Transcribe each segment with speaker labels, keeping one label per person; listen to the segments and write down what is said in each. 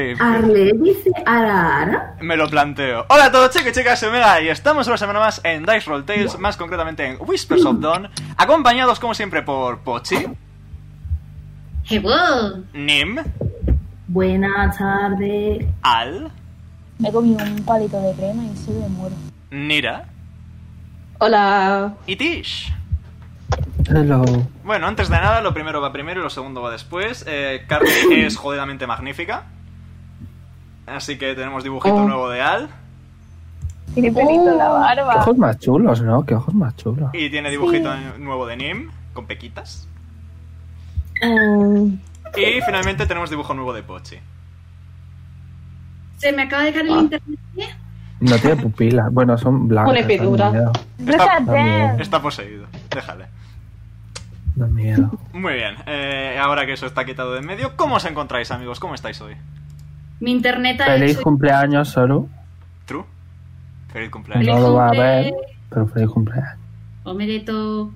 Speaker 1: Ah,
Speaker 2: Arle dice ara ara.
Speaker 3: Me lo planteo. Hola a todos, chicos y chicas, soy Mega y estamos una semana más en Dice Roll Tales, más concretamente en Whispers of Dawn, acompañados como siempre por Pochi,
Speaker 4: Hello.
Speaker 3: Nim,
Speaker 2: Buena tarde.
Speaker 3: Al,
Speaker 5: Me he comido un palito de crema y se me muero.
Speaker 3: Nira
Speaker 1: Hola.
Speaker 3: y Tish.
Speaker 6: Hello.
Speaker 3: Bueno, antes de nada, lo primero va primero y lo segundo va después. Eh, Carly es jodidamente magnífica. Así que tenemos dibujito
Speaker 1: Oh.
Speaker 3: nuevo de Al.
Speaker 5: Tiene pelito en la
Speaker 6: Qué
Speaker 5: barba.
Speaker 6: ojos más chulos, ¿no? Qué ojos más chulos.
Speaker 3: Y tiene dibujito nuevo de Nim, con pequitas.
Speaker 1: Ah.
Speaker 3: Y finalmente tenemos dibujo nuevo de Pochi.
Speaker 4: Se me acaba de dejar el
Speaker 1: Ah.
Speaker 4: internet.
Speaker 6: No tiene pupilas. Bueno, son blancas.
Speaker 1: Una epidura.
Speaker 6: Dan miedo.
Speaker 5: Look at them.
Speaker 3: Está poseído, déjale.
Speaker 6: Dan miedo.
Speaker 3: Muy bien, eh, ahora que eso está quitado de en medio, ¿cómo os encontráis, amigos? ¿Cómo estáis hoy?
Speaker 4: Mi internet ha
Speaker 6: Feliz
Speaker 4: hecho-
Speaker 6: cumpleaños, Soru.
Speaker 3: ¿True? Feliz cumpleaños.
Speaker 6: No lo va a
Speaker 4: cumple.
Speaker 6: ver, pero feliz cumpleaños.
Speaker 4: Omedeto.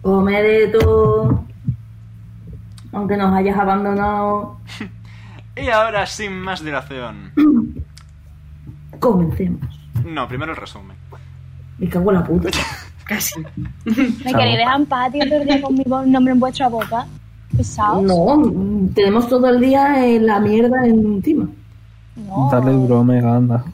Speaker 2: Come de todo. Aunque nos hayas abandonado,
Speaker 3: Y ahora, sin más dilación.
Speaker 2: comencemos.
Speaker 3: No, primero el resumen.
Speaker 2: Me cago en la puta.
Speaker 4: Casi.
Speaker 5: ¿Me queréis dejar en paz, tío, todo el día con mi bo- nombre en vuestra boca? Pesados.
Speaker 2: No, mm, tenemos todo el día eh, la mierda encima.
Speaker 5: No.
Speaker 6: Dale duro, Omega, anda.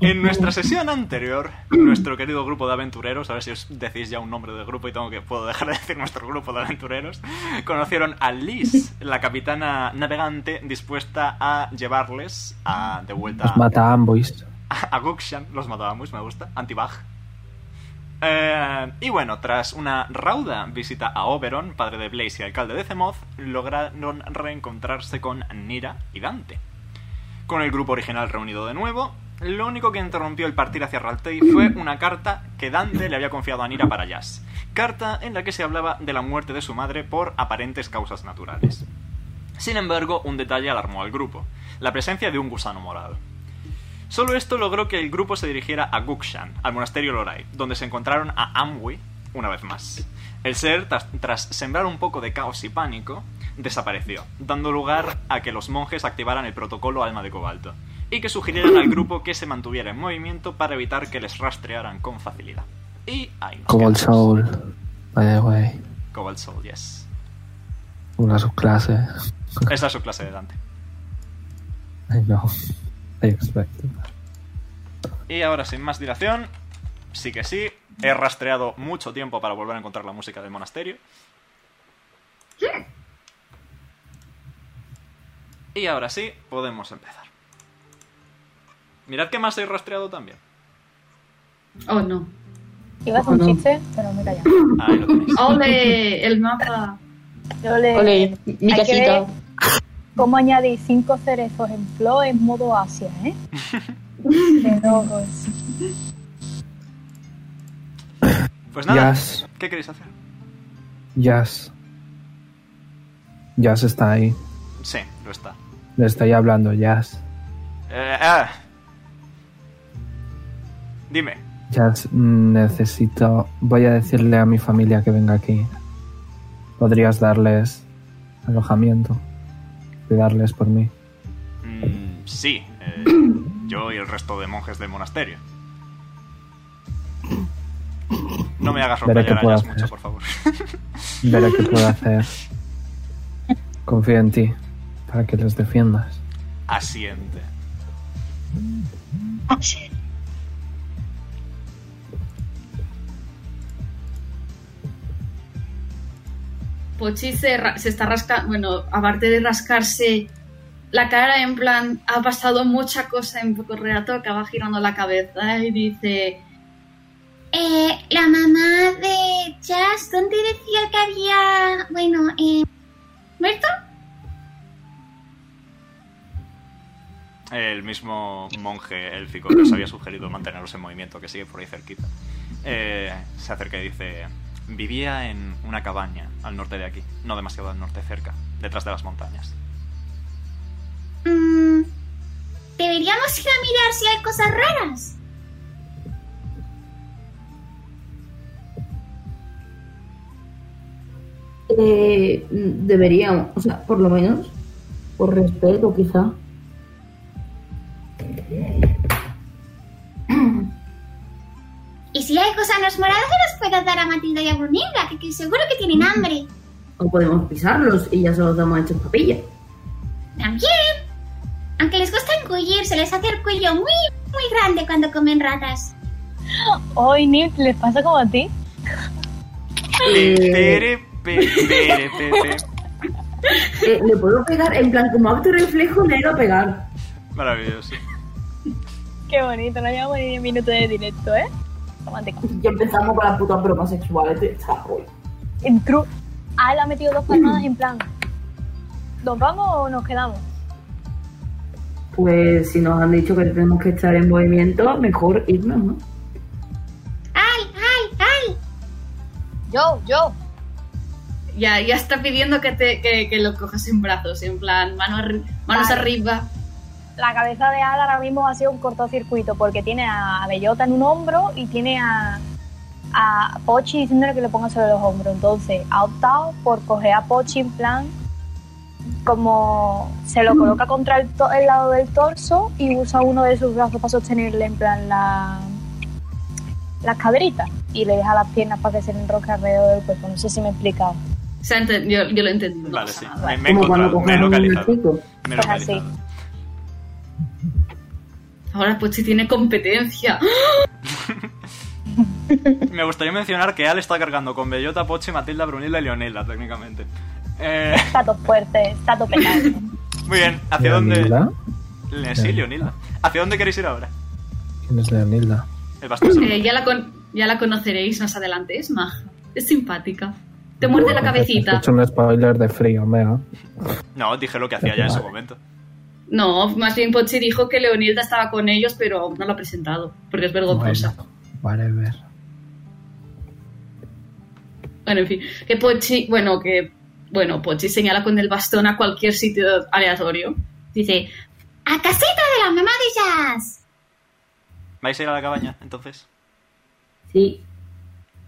Speaker 3: En nuestra sesión anterior, nuestro querido grupo de aventureros, a ver si os decís ya un nombre de grupo y tengo que puedo dejar de decir nuestro grupo de aventureros, conocieron a Liz, la capitana navegante dispuesta a llevarles a, de vuelta
Speaker 6: Os mata a ambos.
Speaker 3: a Guxian, los matábamos, me gusta, Antibag. Eh, y bueno, tras una rauda visita a Oberon, padre de Blaze y alcalde de Zemoth, lograron reencontrarse con Nira y Dante. Con el grupo original reunido de nuevo, lo único que interrumpió el partir hacia Raltei fue una carta que Dante le había confiado a Nira para Jazz. Carta en la que se hablaba de la muerte de su madre por aparentes causas naturales. Sin embargo, un detalle alarmó al grupo, la presencia de un gusano morado. Solo esto logró que el grupo se dirigiera a Gukshan, al monasterio Lorai, donde se encontraron a Amwi una vez más. El ser, tras, tras sembrar un poco de caos y pánico, desapareció, dando lugar a que los monjes activaran el protocolo Alma de Cobalto, y que sugirieran al grupo que se mantuviera en movimiento para evitar que les rastrearan con facilidad. Y ahí nos
Speaker 6: Como el
Speaker 3: quedamos.
Speaker 6: Soul. Vaya, güey.
Speaker 3: Cobalt Soul, yes.
Speaker 6: Una de sus clases.
Speaker 3: Esa es su clase de Dante.
Speaker 6: I know. I expected.
Speaker 3: Y ahora, sin más dilación, sí que sí, he rastreado mucho tiempo para volver a encontrar la música del monasterio. Y ahora sí, podemos empezar. Mirad que más he rastreado también.
Speaker 4: Oh, no.
Speaker 5: Iba a hacer un
Speaker 2: No.
Speaker 5: chiste, pero me he callado.
Speaker 3: Ahí lo tenéis.
Speaker 4: Ole, el mapa.
Speaker 5: Ah, Yo le-
Speaker 1: Ole, mi
Speaker 5: Hay que
Speaker 1: casita.
Speaker 5: ver ¿Cómo añadí cinco cerezos en flow en modo Asia, eh? De locos.
Speaker 3: Pues nada,
Speaker 6: Jazz.
Speaker 3: ¿qué queréis hacer?
Speaker 6: Jazz. Jazz está ahí.
Speaker 3: Sí, lo está.
Speaker 6: Le estoy hablando, Jazz.
Speaker 3: Eh, ah. Dime,
Speaker 6: Jazz, mm, necesito. Voy a decirle a mi familia que venga aquí. Podrías darles alojamiento. Cuidarles por mí.
Speaker 3: Mm, sí, eh, yo y el resto de monjes del monasterio. No me hagas
Speaker 6: Veré
Speaker 3: romper
Speaker 6: qué puedo
Speaker 3: arañas
Speaker 6: hacer.
Speaker 3: mucho, por favor.
Speaker 6: Veré qué puedo hacer. Confío en ti. Para que los defiendas.
Speaker 3: Asiente.
Speaker 4: Pochi se, ra- se está rascando. Bueno, aparte de rascarse la cara, en plan, ha pasado mucha cosa en poco rato, acaba girando la cabeza y dice.
Speaker 7: Eh, la mamá de Jazz, ¿dónde decía que había... Bueno, eh... ¿Muerto?
Speaker 3: El mismo monje élfico que os había sugerido manteneros en movimiento, que sigue por ahí cerquita, eh, se acerca y dice: Vivía en una cabaña al norte de aquí, no demasiado al norte, cerca, detrás de las montañas.
Speaker 7: Mm, deberíamos ir a mirar si hay cosas raras.
Speaker 2: Eh, mm, deberíamos, o sea, por lo menos, Por respeto, quizá.
Speaker 7: Y si hay gusanos morados, se los puedo dar a Matilda y a Brunilda, que, que seguro que tienen hambre.
Speaker 2: O podemos pisarlos y ya se los damos hechos papilla.
Speaker 7: También. Aunque les gusta engullir, se les hace el cuello muy, muy grande cuando comen ratas.
Speaker 5: Hoy, Nick, ¿les pasa como a ti?
Speaker 3: Pe- pere, pe- pere, pe- pe.
Speaker 2: Eh, Le puedo pegar, en plan, como acto reflejo, le a pegar.
Speaker 3: Maravilloso.
Speaker 5: Qué bonito, no llevamos ni 10 minutos de directo, ¿eh? Romántico.
Speaker 2: Ya empezamos con las putas bromas sexuales de esta hoy.
Speaker 5: En tru- Ah, le ha metido dos palmadas en plan. ¿Nos vamos o nos quedamos?
Speaker 2: Pues si nos han dicho que tenemos que estar en movimiento, mejor irnos, ¿no?
Speaker 7: ¡Ay, ay, ay!
Speaker 5: Yo, yo.
Speaker 4: Ya, ya está pidiendo que, te, que, que lo cojas en brazos, en plan, mano arri- manos
Speaker 5: Vale.
Speaker 4: arriba.
Speaker 5: La cabeza de Ada ahora mismo ha sido un cortocircuito porque tiene a Bellota en un hombro y tiene a, a Pochi diciéndole que le ponga sobre los hombros. Entonces ha optado por coger a Pochi en plan como se lo coloca contra el, to- el lado del torso y usa uno de sus brazos para sostenerle en plan la, las caderitas y le deja las piernas para que se le enrosque alrededor del cuerpo. No sé si me he explicado.
Speaker 4: Se ha enten- yo, yo lo he entendido. no
Speaker 3: Vale,
Speaker 4: pasa
Speaker 3: sí.
Speaker 4: nada.
Speaker 3: Me, me he
Speaker 2: como cuando
Speaker 3: encontrado, me he
Speaker 2: cogemos un
Speaker 3: localizado.
Speaker 2: chico.
Speaker 3: Me he
Speaker 5: Pues así.
Speaker 3: localizado.
Speaker 4: Ahora Pochi tiene competencia.
Speaker 3: Me gustaría mencionar que Al está cargando con Bellota, Pochi, Matilda, Brunilda y Leonela, técnicamente. Eh,
Speaker 5: Tato fuerte, tato pegado.
Speaker 3: muy bien, ¿hacia dónde?
Speaker 6: ¿Leonilda?
Speaker 3: Le- Sí, Leonilda. ¿Hacia dónde queréis ir ahora?
Speaker 6: ¿Quién es Leonilda?
Speaker 3: El bastardo.
Speaker 4: Eh, ya, la con- ya la conoceréis más adelante. Es maja. Es simpática. Te muerde la
Speaker 6: Te he
Speaker 4: cabecita.
Speaker 6: hecho un spoiler de frío, mega.
Speaker 3: No, dije lo que hacía ya en ese momento.
Speaker 4: No, más bien Pochi dijo que Leonilda estaba con ellos, pero aún no lo ha presentado, porque es vergonzosa.
Speaker 6: Bueno, whatever.
Speaker 4: Bueno, en fin, que Pochi, bueno, que, bueno, Pochi señala con el bastón a cualquier sitio aleatorio. Dice,
Speaker 7: ¡A casita de las mamadillas!
Speaker 3: ¿Vais a ir a la cabaña, entonces?
Speaker 2: Sí.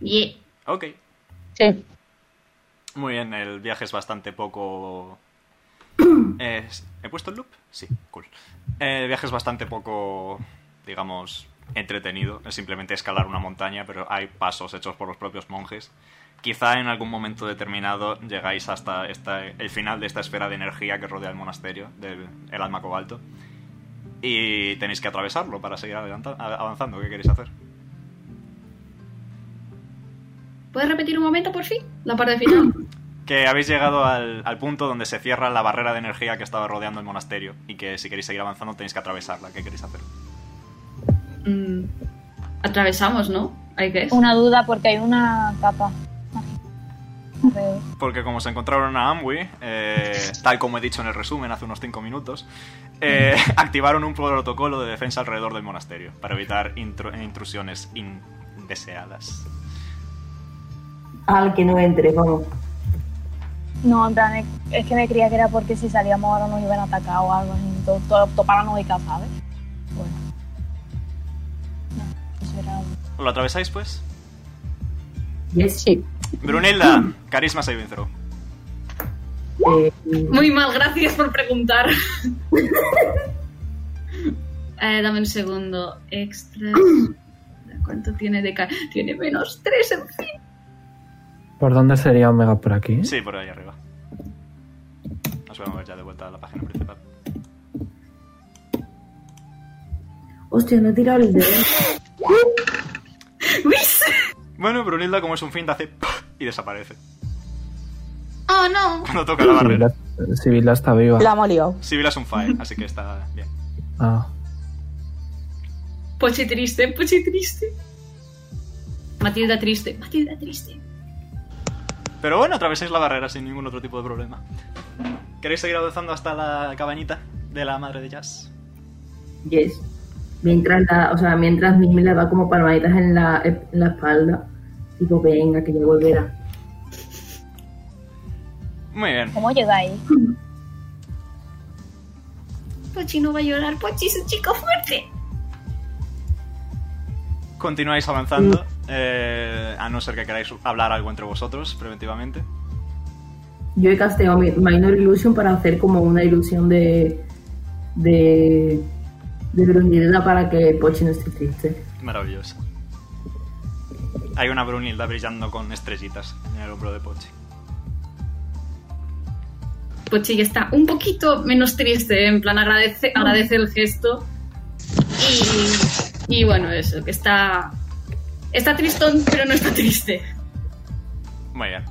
Speaker 4: "Ye".
Speaker 3: Ok.
Speaker 1: Sí.
Speaker 3: Muy bien, el viaje es bastante poco... eh, Es- ¿He puesto el loop? Sí, cool. Eh, el viaje es bastante poco, digamos, entretenido. Es simplemente escalar una montaña, pero hay pasos hechos por los propios monjes. Quizá en algún momento determinado llegáis hasta esta- el final de esta esfera de energía que rodea el monasterio, del el alma cobalto. Y tenéis que atravesarlo para seguir adelanta- avanzando. ¿Qué queréis hacer?
Speaker 4: ¿Puedes repetir un momento, por fin? La parte final.
Speaker 3: Que habéis llegado al, al punto donde se cierra la barrera de energía que estaba rodeando el monasterio y que si queréis seguir avanzando tenéis que atravesarla. ¿Qué queréis hacer?
Speaker 4: Mm, atravesamos, ¿no? Hay que
Speaker 5: Una duda porque hay una capa. Alrededor.
Speaker 3: Porque como se encontraron a Amwi, eh, tal como he dicho en el resumen hace unos 5 minutos, eh, activaron un protocolo de defensa alrededor del monasterio para evitar intru- intrusiones indeseadas.
Speaker 2: Al que no entre, vamos.
Speaker 5: No, en plan, es- es que me creía que era porque si salíamos ahora nos iban a atacar o algo, así, to- to- toparnos y cazar, ¿sabes? Bueno. No, eso era...
Speaker 3: ¿Lo atravesáis pues?
Speaker 2: Yes.
Speaker 1: Sí.
Speaker 3: Brunilda, carisma saving throw.
Speaker 2: Eh,
Speaker 4: Muy mal, gracias por preguntar. Eh, dame un segundo. Extra. ¿Cuánto tiene de ca- Tiene menos 3, en fin.
Speaker 6: ¿Por dónde sería Omega por aquí?
Speaker 3: Sí, por ahí arriba. Nos voy a mover ya de vuelta a la página principal.
Speaker 2: Hostia, no he tirado el dedo.
Speaker 4: Luis.
Speaker 3: Bueno, Brunilda como es un fin hace y desaparece
Speaker 7: ¡Oh, no!
Speaker 3: cuando toca la barrera.
Speaker 6: Sibila, Sibila está viva.
Speaker 1: La hemos liado.
Speaker 3: Sibila es un fire, así que está bien.
Speaker 6: Ah,
Speaker 4: Pochi triste, Pochi triste. Matilda triste, Matilda triste.
Speaker 3: Pero bueno, atravesáis la barrera sin ningún otro tipo de problema. ¿Queréis seguir avanzando hasta la cabañita de la madre de Jazz?
Speaker 2: Yes. Mientras, la, o sea, mientras Nick me la da como palmaditas en la, en la espalda. Tipo, venga, que ya volverá.
Speaker 3: Muy bien.
Speaker 5: ¿Cómo llegáis?
Speaker 7: Pochi no va a llorar, Pochi es un chico fuerte.
Speaker 3: Continuáis avanzando, eh, a no ser que queráis hablar algo entre vosotros preventivamente.
Speaker 2: Yo he casteado mi Minor Illusion para hacer como una ilusión de. de. de Brunilda para que Pochi no esté triste.
Speaker 3: Maravilloso. Hay una Brunilda brillando con estrellitas en el hombro de Pochi.
Speaker 4: Pochi ya está un poquito menos triste, en plan agradece, agradece el gesto. Y, y bueno, eso, que está. Está tristón, pero no está triste.
Speaker 3: Muy bien.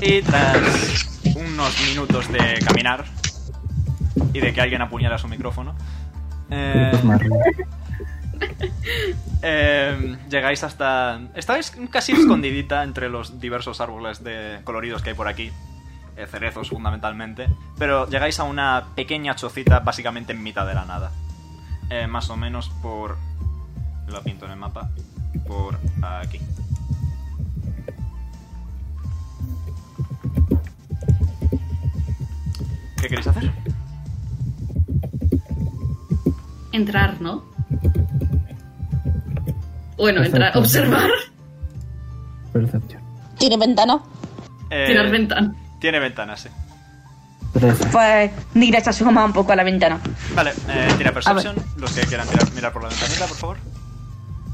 Speaker 3: Y tras unos minutos de caminar y de que alguien apuñala su micrófono, eh, eh, llegáis hasta... Estáis casi escondidita entre los diversos árboles de coloridos que hay por aquí, eh, cerezos fundamentalmente, pero llegáis a una pequeña chocita básicamente en mitad de la nada. Eh, más o menos por... Lo pinto en el mapa. Por aquí. ¿Qué queréis hacer?
Speaker 4: Entrar, ¿no? Bueno, entrar,
Speaker 6: Perfecto.
Speaker 4: observar,
Speaker 6: Percepción.
Speaker 1: ¿Tiene ventana?
Speaker 3: Eh,
Speaker 4: tirar ventana.
Speaker 3: Tiene ventanas, sí.
Speaker 6: Trece.
Speaker 8: Pues Nigra se asoma un poco a la ventana.
Speaker 3: Vale, eh, tira Perception. Los que quieran tirar, mirar por la ventanita, por favor.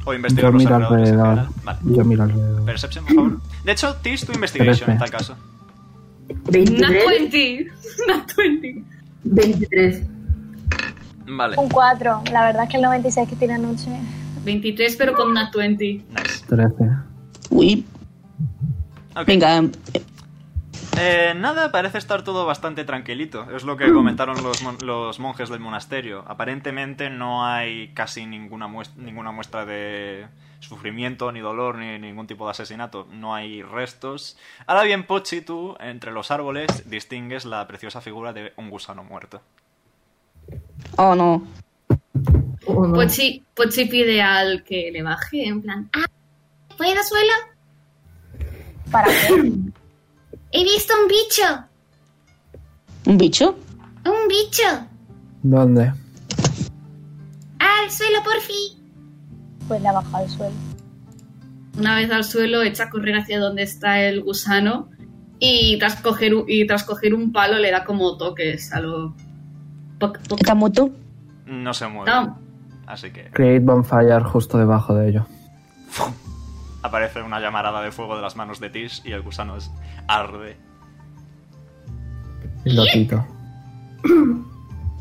Speaker 3: O
Speaker 6: Yo
Speaker 3: investigar los
Speaker 6: miro
Speaker 3: alrededores. en
Speaker 6: alrededor.
Speaker 3: general. Vale.
Speaker 6: Yo miro alrededor.
Speaker 3: Perception, por favor. De hecho, Tis, tu investigation
Speaker 6: Trece.
Speaker 3: en tal caso.
Speaker 4: Not
Speaker 2: 23.
Speaker 4: 20, not 20.
Speaker 2: 23.
Speaker 3: Vale.
Speaker 5: Un 4. La verdad es que el 96 que tiene anoche.
Speaker 4: 23, pero con not 20.
Speaker 3: Nice.
Speaker 6: Trece.
Speaker 8: Uy,
Speaker 3: Ok.
Speaker 8: venga.
Speaker 3: Eh, nada, parece estar todo bastante tranquilito. Es lo que comentaron los, mon- los monjes del monasterio. Aparentemente no hay casi ninguna, muest- ninguna muestra de sufrimiento, ni dolor, ni ningún tipo de asesinato. No hay restos. Ahora bien, Pochi, tú, entre los árboles, distingues la preciosa figura de un gusano muerto.
Speaker 8: Oh, no.
Speaker 2: Oh, no.
Speaker 4: Pochi, Pochi pues pide al que le baje, en plan.
Speaker 7: ¿Puedo, suelo?
Speaker 5: ¿Para qué?
Speaker 7: He visto un bicho.
Speaker 8: ¿Un bicho?
Speaker 7: Un bicho.
Speaker 6: ¿Dónde?
Speaker 7: Al suelo, por fin.
Speaker 5: Pues le ha bajado el suelo.
Speaker 4: Una vez al suelo, echa a correr hacia donde está el gusano y tras coger, u- y tras coger un palo le da como toques a lo. Poc, poc,
Speaker 8: ¿Está muerto?
Speaker 3: No se mueve.
Speaker 4: tam.
Speaker 3: Así que
Speaker 6: Create Bonfire justo debajo de ello.
Speaker 3: aparece una llamarada de fuego de las manos de Tis y el gusano es- arde.
Speaker 6: Y lo quito.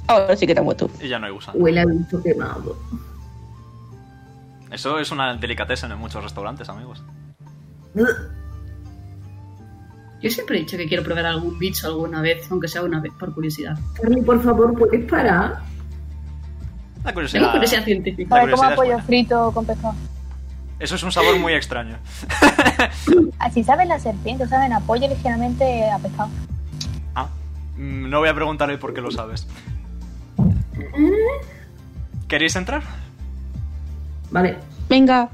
Speaker 8: Ahora sí que está muerto.
Speaker 3: Y ya no hay gusano.
Speaker 2: Huele a bicho quemado.
Speaker 3: Eso es una delicatessen en muchos restaurantes, amigos.
Speaker 4: Yo siempre he dicho que quiero probar algún bicho alguna vez, aunque sea una vez, por curiosidad.
Speaker 2: Carly, por favor, ¿puedes parar?
Speaker 3: La curiosidad.
Speaker 4: Tengo curiosidad científica.
Speaker 3: La
Speaker 5: A ver cómo
Speaker 3: curiosidad es
Speaker 5: pollo
Speaker 3: buena.
Speaker 5: frito con pescado.
Speaker 3: Eso es un sabor muy extraño.
Speaker 5: Así saben las serpientes, saben a pollo ligeramente a pescado.
Speaker 3: Ah, mm, no voy a preguntar el por qué lo sabes.
Speaker 4: Mm.
Speaker 3: ¿Queréis entrar?
Speaker 2: Vale.
Speaker 8: Venga.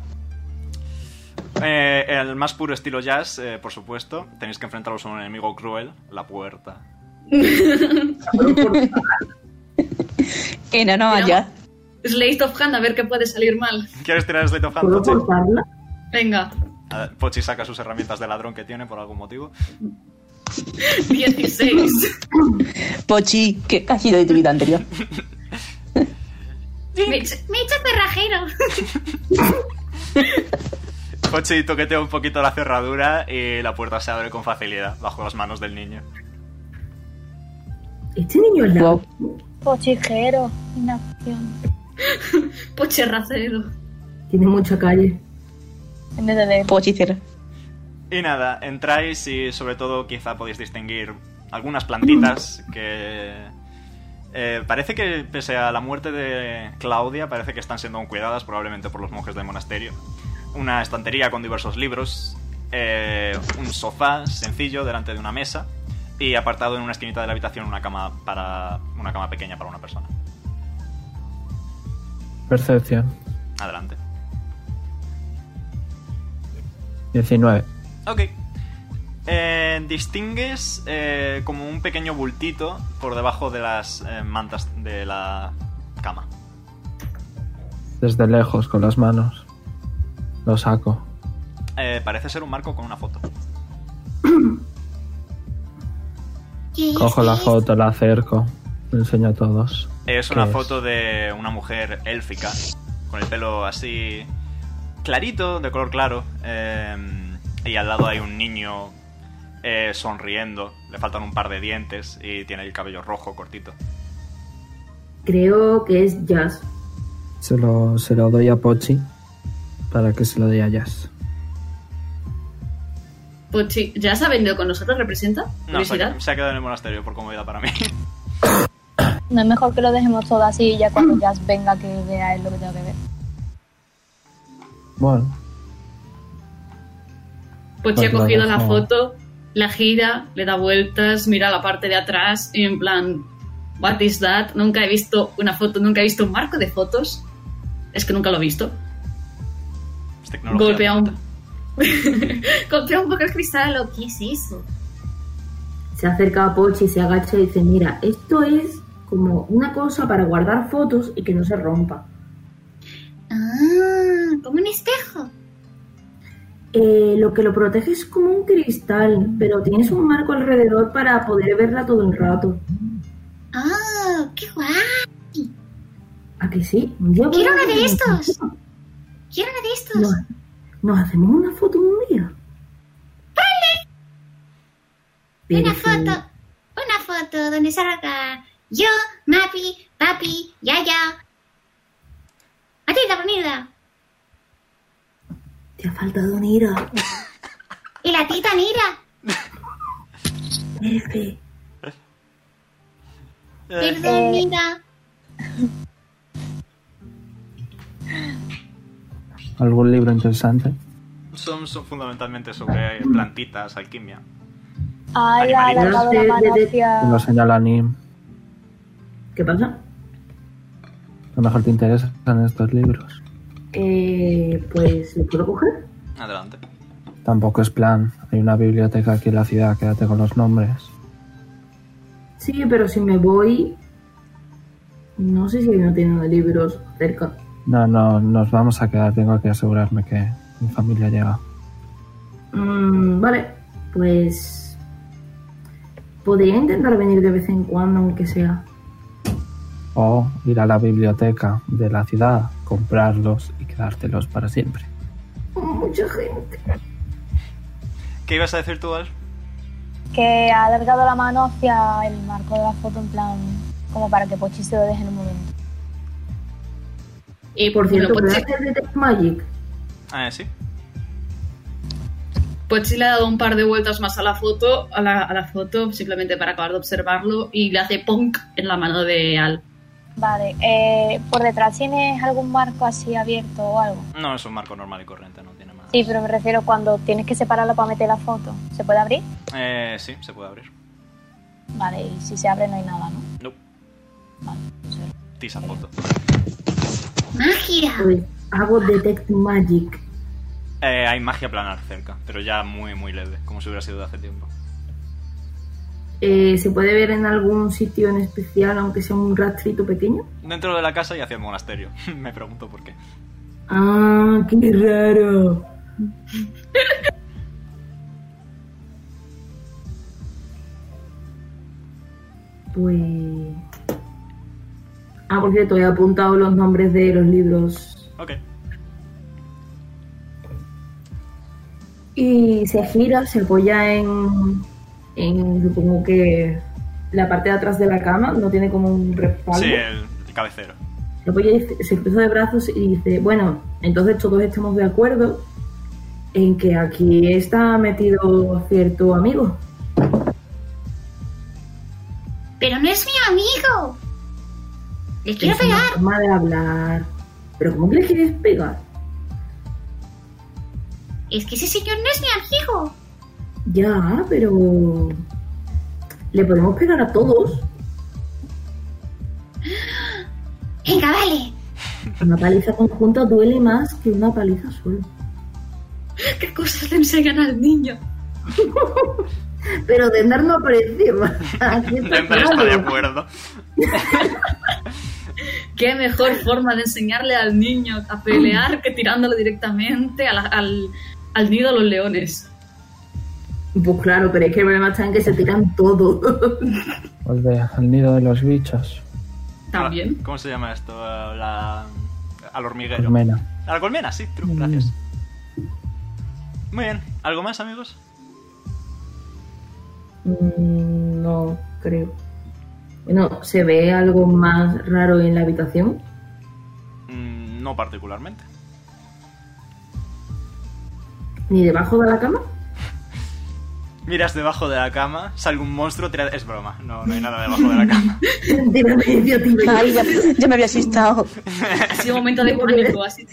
Speaker 3: Eh, el más puro estilo jazz, eh, por supuesto. Tenéis que enfrentaros a un enemigo cruel, la puerta.
Speaker 8: Enano
Speaker 4: Tiramos.
Speaker 8: allá.
Speaker 4: Slate of Hand, a ver qué puede salir mal.
Speaker 3: ¿Quieres tirar Slate of Hand,
Speaker 2: ¿Puedo
Speaker 3: Pochi?
Speaker 2: cortarla?
Speaker 4: Venga,
Speaker 3: Ah, Pochi saca sus herramientas de ladrón que tiene por algún motivo.
Speaker 4: 16.
Speaker 8: Pochi, que ha sido de tu vida anterior?
Speaker 7: Me, he hecho- me he hecho cerrajero.
Speaker 3: Pochi toquetea un poquito la cerradura y la puerta se abre con facilidad bajo las manos del niño.
Speaker 2: Este niño es la...
Speaker 8: Wow.
Speaker 5: Pochijero, inacción.
Speaker 4: Poche racero.
Speaker 2: Tiene mucha calle.
Speaker 5: En vez de leer.
Speaker 8: Pochi cero.
Speaker 3: Y nada, entráis y sobre todo quizá podéis distinguir algunas plantitas que... eh, parece que pese a la muerte de Claudia, parece que están siendo aún cuidadas probablemente por los monjes del monasterio. Una estantería con diversos libros, eh, un sofá sencillo delante de una mesa y apartado en una esquinita de la habitación una cama, para, una cama pequeña para una persona.
Speaker 6: Percepción.
Speaker 3: Adelante.
Speaker 6: 19.
Speaker 3: Ok. Eh, distingues eh, como un pequeño bultito por debajo de las eh, mantas de la cama.
Speaker 6: Desde lejos, con las manos. Lo saco.
Speaker 3: Eh, parece ser un marco con una foto.
Speaker 7: ¿Qué es?
Speaker 6: Cojo la
Speaker 7: ¿Qué es?
Speaker 6: foto, la acerco, le enseño a todos.
Speaker 3: Es una
Speaker 6: ¿Qué es?
Speaker 3: foto de una mujer élfica, con el pelo así clarito, de color claro, eh, y al lado hay un niño eh, sonriendo, le faltan un par de dientes y tiene el cabello rojo cortito.
Speaker 2: Creo que es Jazz.
Speaker 6: Se lo, se lo doy a Pochi para que se lo dé a Jazz.
Speaker 4: Pochi, ¿ya se ha vendido con nosotros? ¿Representa?
Speaker 3: No, se
Speaker 4: ¿Curiosidad?
Speaker 3: ha, se ha quedado en el monasterio por comodidad para mí.
Speaker 5: No es mejor que lo dejemos todo así y ya cuando ya venga que vea él lo que tengo que ver.
Speaker 6: Bueno,
Speaker 4: Pochi ha
Speaker 6: Pues lo
Speaker 4: cogido la
Speaker 6: dejo.
Speaker 4: foto, la gira, le da vueltas, mira la parte de atrás y en plan, what is that? Nunca he visto una foto, nunca he visto un marco de fotos. Es que nunca lo he visto.
Speaker 3: Es tecnología.
Speaker 4: Golpea un... Golpea un poco el cristal, lo ¿qué es eso?
Speaker 2: Se acerca a Pochi, se agacha y dice, mira, esto es como una cosa para guardar fotos y que no se rompa.
Speaker 7: Ah, como un espejo.
Speaker 2: Eh, lo que lo protege es como un cristal, pero tienes un marco alrededor para poder verla todo el rato.
Speaker 7: Oh, qué guay.
Speaker 2: ¿A que sí? Un día
Speaker 7: Quiero
Speaker 2: podemos
Speaker 7: uno de
Speaker 2: hacer una
Speaker 7: estos.
Speaker 2: foto.
Speaker 7: Quiero uno de estos.
Speaker 2: Nos, nos hacemos una foto un día. ¡Vale!
Speaker 7: Una foto. Una foto donde salga yo, Mapi, Papi, Yaya. Matilda, Pamilda.
Speaker 2: Te ha faltado un ira.
Speaker 7: Y la tita Nira.
Speaker 2: F.
Speaker 3: Eh,
Speaker 7: Perdón, Nira.
Speaker 6: ¿algún libro interesante?
Speaker 3: son, son fundamentalmente sobre plantitas, alquimia.
Speaker 5: Ay, la ha
Speaker 3: Animalitos.
Speaker 5: alargado la mano
Speaker 2: De- de-
Speaker 5: hacia...
Speaker 6: Te lo señala Nim.
Speaker 2: ¿Qué pasa?
Speaker 6: A lo mejor te interesan estos libros.
Speaker 2: Eh, pues, ¿lo puedo coger?
Speaker 3: Adelante.
Speaker 6: Tampoco es plan. Hay una biblioteca aquí en la ciudad, quédate con los nombres.
Speaker 2: Sí, pero si me voy... No sé si hay una tienda de libros cerca.
Speaker 6: No, no, nos vamos a quedar. Tengo que asegurarme que mi familia llega.
Speaker 2: Mm, vale, pues... Podría intentar venir de vez en cuando, aunque sea.
Speaker 6: O ir a la biblioteca de la ciudad, comprarlos y quedártelos para siempre.
Speaker 2: Mucha gente.
Speaker 3: ¿Qué ibas a decir tú, Alf?
Speaker 5: que ha alargado la mano hacia el marco de la foto en plan como para que Pochi se lo deje en un momento.
Speaker 4: Y
Speaker 2: Por
Speaker 4: bueno,
Speaker 2: cierto, ¿puedes
Speaker 4: Pochi,
Speaker 2: hacer Detect Magic?
Speaker 3: Ah, sí.
Speaker 4: Pochi Pues le ha dado un par de vueltas más a la foto, a la, a la foto, simplemente para acabar de observarlo, y le hace punk en la mano de Al.
Speaker 5: Vale, eh, por detrás tienes algún marco así abierto o algo.
Speaker 3: No, es un marco normal y corriente, no tiene más.
Speaker 5: Sí, pero me refiero cuando tienes que separarlo para meter la foto. ¿Se puede abrir?
Speaker 3: Eh, sí, se puede abrir.
Speaker 5: Vale, y si se abre no hay nada, ¿no?
Speaker 3: No,
Speaker 5: Vale, pues, eh,
Speaker 3: tisa foto.
Speaker 7: Magia.
Speaker 2: Pues hago Detect Magic.
Speaker 3: Eh, hay magia planar cerca, pero ya muy, muy leve, como si hubiera sido de hace tiempo.
Speaker 2: Eh, ¿Se puede ver en algún sitio en especial, aunque sea un rastrito pequeño?
Speaker 3: Dentro de la casa y hacia el monasterio. Me pregunto por qué.
Speaker 2: ¡Ah, qué raro! Pues... Ah, por cierto, he apuntado los nombres de los libros.
Speaker 3: Ok.
Speaker 2: Y se gira, se apoya en... en supongo que la parte de atrás de la cama, no tiene como un respaldo.
Speaker 3: Sí, el, el cabecero.
Speaker 2: Se apoya y dice- se cruza de brazos y dice, bueno, entonces todos estamos de acuerdo en que aquí está metido cierto amigo.
Speaker 7: Pero no es mi amigo. Le quiero
Speaker 2: Es una
Speaker 7: pegar.
Speaker 2: forma de hablar. Pero ¿cómo que le quieres pegar?
Speaker 7: Es que ese señor no es mi amigo.
Speaker 2: Ya, pero... Le podemos pegar a todos.
Speaker 7: Venga, vale.
Speaker 2: Una paliza conjunta duele más que una paliza solo.
Speaker 4: ¿Qué cosas le enseñan al niño?
Speaker 2: Pero Dendar no apareció. Aquí está
Speaker 3: Denver está de
Speaker 2: claro.
Speaker 3: acuerdo.
Speaker 4: ¿Qué mejor forma de enseñarle al niño a pelear que tirándolo directamente a la- al, al nido de los leones?
Speaker 2: Pues claro, pero es que el problema está en que se tiran todo.
Speaker 6: Vuelve al nido de los bichos.
Speaker 4: También.
Speaker 3: ¿Cómo se llama esto? La- Al hormiguero.
Speaker 6: Colmena.
Speaker 3: A la colmena, sí,
Speaker 9: Mm.
Speaker 3: true, gracias. Muy bien, ¿algo más, amigos?
Speaker 2: Mm, no creo. Bueno, ¿se ve algo más raro en la habitación?
Speaker 3: Mm, no particularmente.
Speaker 2: ¿Ni debajo de la cama?
Speaker 3: Miras debajo de la cama, sale un monstruo, tira- es broma, no, no hay nada debajo de la cama.
Speaker 2: Tírame iniciativa.
Speaker 8: Ay, ya, ya me había asustado.
Speaker 4: Ha sido un momento de pánico, así.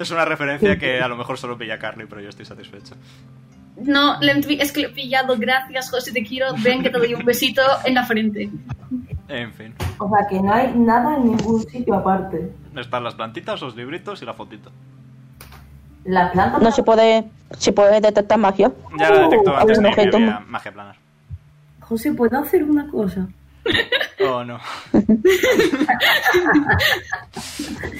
Speaker 3: Es una referencia que a lo mejor solo pilla Carly, pero yo estoy satisfecho.
Speaker 4: No, le he- es que lo he pillado. Gracias, José, te quiero. Ven que te doy un besito en la frente.
Speaker 3: En fin,
Speaker 9: O sea, que no hay nada en ningún sitio aparte.
Speaker 3: están las plantitas, los libritos y la fotito.
Speaker 9: La planta...
Speaker 8: No se puede, se puede detectar magia.
Speaker 3: Ya la detectó
Speaker 8: Uh,
Speaker 3: antes
Speaker 8: algún
Speaker 3: de que
Speaker 8: objeto.
Speaker 3: había magia planar.
Speaker 2: José, ¿puedo hacer una cosa?
Speaker 3: Oh, no.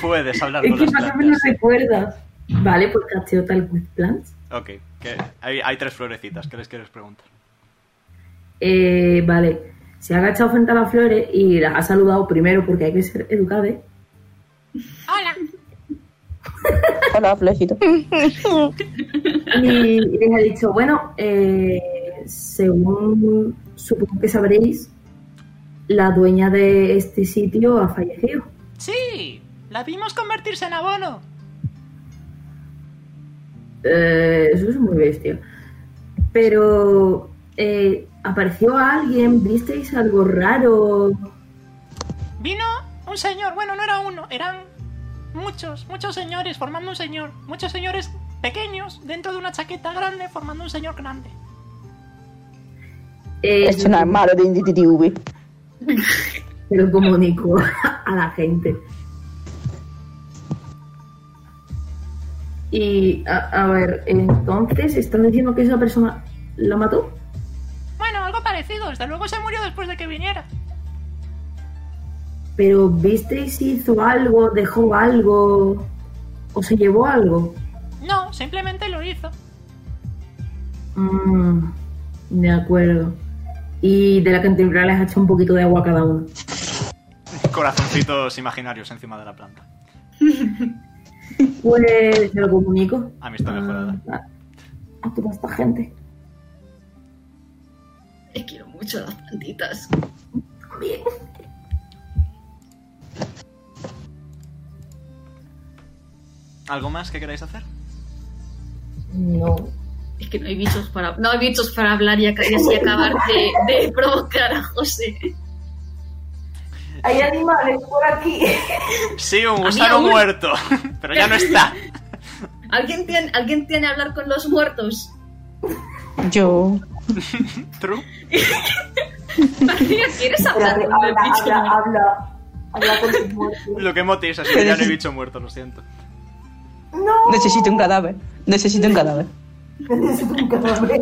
Speaker 3: Puedes hablar
Speaker 9: Es
Speaker 3: con
Speaker 9: que
Speaker 3: las
Speaker 9: no me lo
Speaker 3: plantas.
Speaker 9: recuerdas.
Speaker 2: Vale, pues casteo tal with plants.
Speaker 3: Ok, que hay, hay tres florecitas, ¿qué les quieres preguntar?
Speaker 2: Eh, vale, se ha agachado frente a las flores y las ha saludado primero porque hay que ser educado, ¿eh?
Speaker 8: Hola, florcito.
Speaker 2: Y les ha dicho, bueno, eh, según supongo que sabréis, la dueña de este sitio ha fallecido.
Speaker 3: Sí, la vimos convertirse en abono.
Speaker 2: Eh, eso es muy bestia. Pero eh, apareció alguien, visteis algo raro.
Speaker 3: Vino un señor, bueno, no era uno, eran muchos, muchos señores formando un señor, muchos señores pequeños dentro de una chaqueta grande formando un señor grande.
Speaker 2: Eh,
Speaker 8: Es un armario de IDTV.
Speaker 2: se lo comunicó a la gente. Y a, a ver, entonces, ¿están diciendo que esa persona la mató?
Speaker 3: Bueno, algo parecido, desde luego se murió después de que viniera.
Speaker 2: Pero visteis si hizo algo, dejó algo o se llevó algo.
Speaker 3: No, simplemente lo hizo.
Speaker 2: Mm, de acuerdo. Y de la cantimplora les ha hecho un poquito de agua a cada uno.
Speaker 3: Corazoncitos imaginarios encima de la planta.
Speaker 2: Pues se lo comunico.
Speaker 3: Amistad mejorada.
Speaker 2: Ah, A, a toda esta gente.
Speaker 4: Te quiero mucho las plantitas.
Speaker 2: Bien.
Speaker 3: ¿Algo más que queráis hacer?
Speaker 2: No.
Speaker 4: Es que no hay bichos para, no hay bichos para hablar y, ac- y así acabar de, de provocar a José.
Speaker 9: Hay animales por aquí.
Speaker 3: Sí, un
Speaker 4: Había
Speaker 3: gusano
Speaker 4: uno.
Speaker 3: muerto, pero ya no está.
Speaker 4: ¿Alguien tiene, ¿Alguien tiene hablar con los muertos?
Speaker 8: Yo.
Speaker 3: True.
Speaker 4: María, ¿Quieres hablar
Speaker 9: Espérate,
Speaker 4: con los
Speaker 9: habla,
Speaker 4: bichos
Speaker 9: habla,
Speaker 4: muertos?
Speaker 9: habla. Habla con tus muertos.
Speaker 3: Lo que motis, así que ya no he bicho muerto, lo siento.
Speaker 9: No,
Speaker 8: Necesito un cadáver. Necesito un cadáver.
Speaker 9: necesito un cadáver.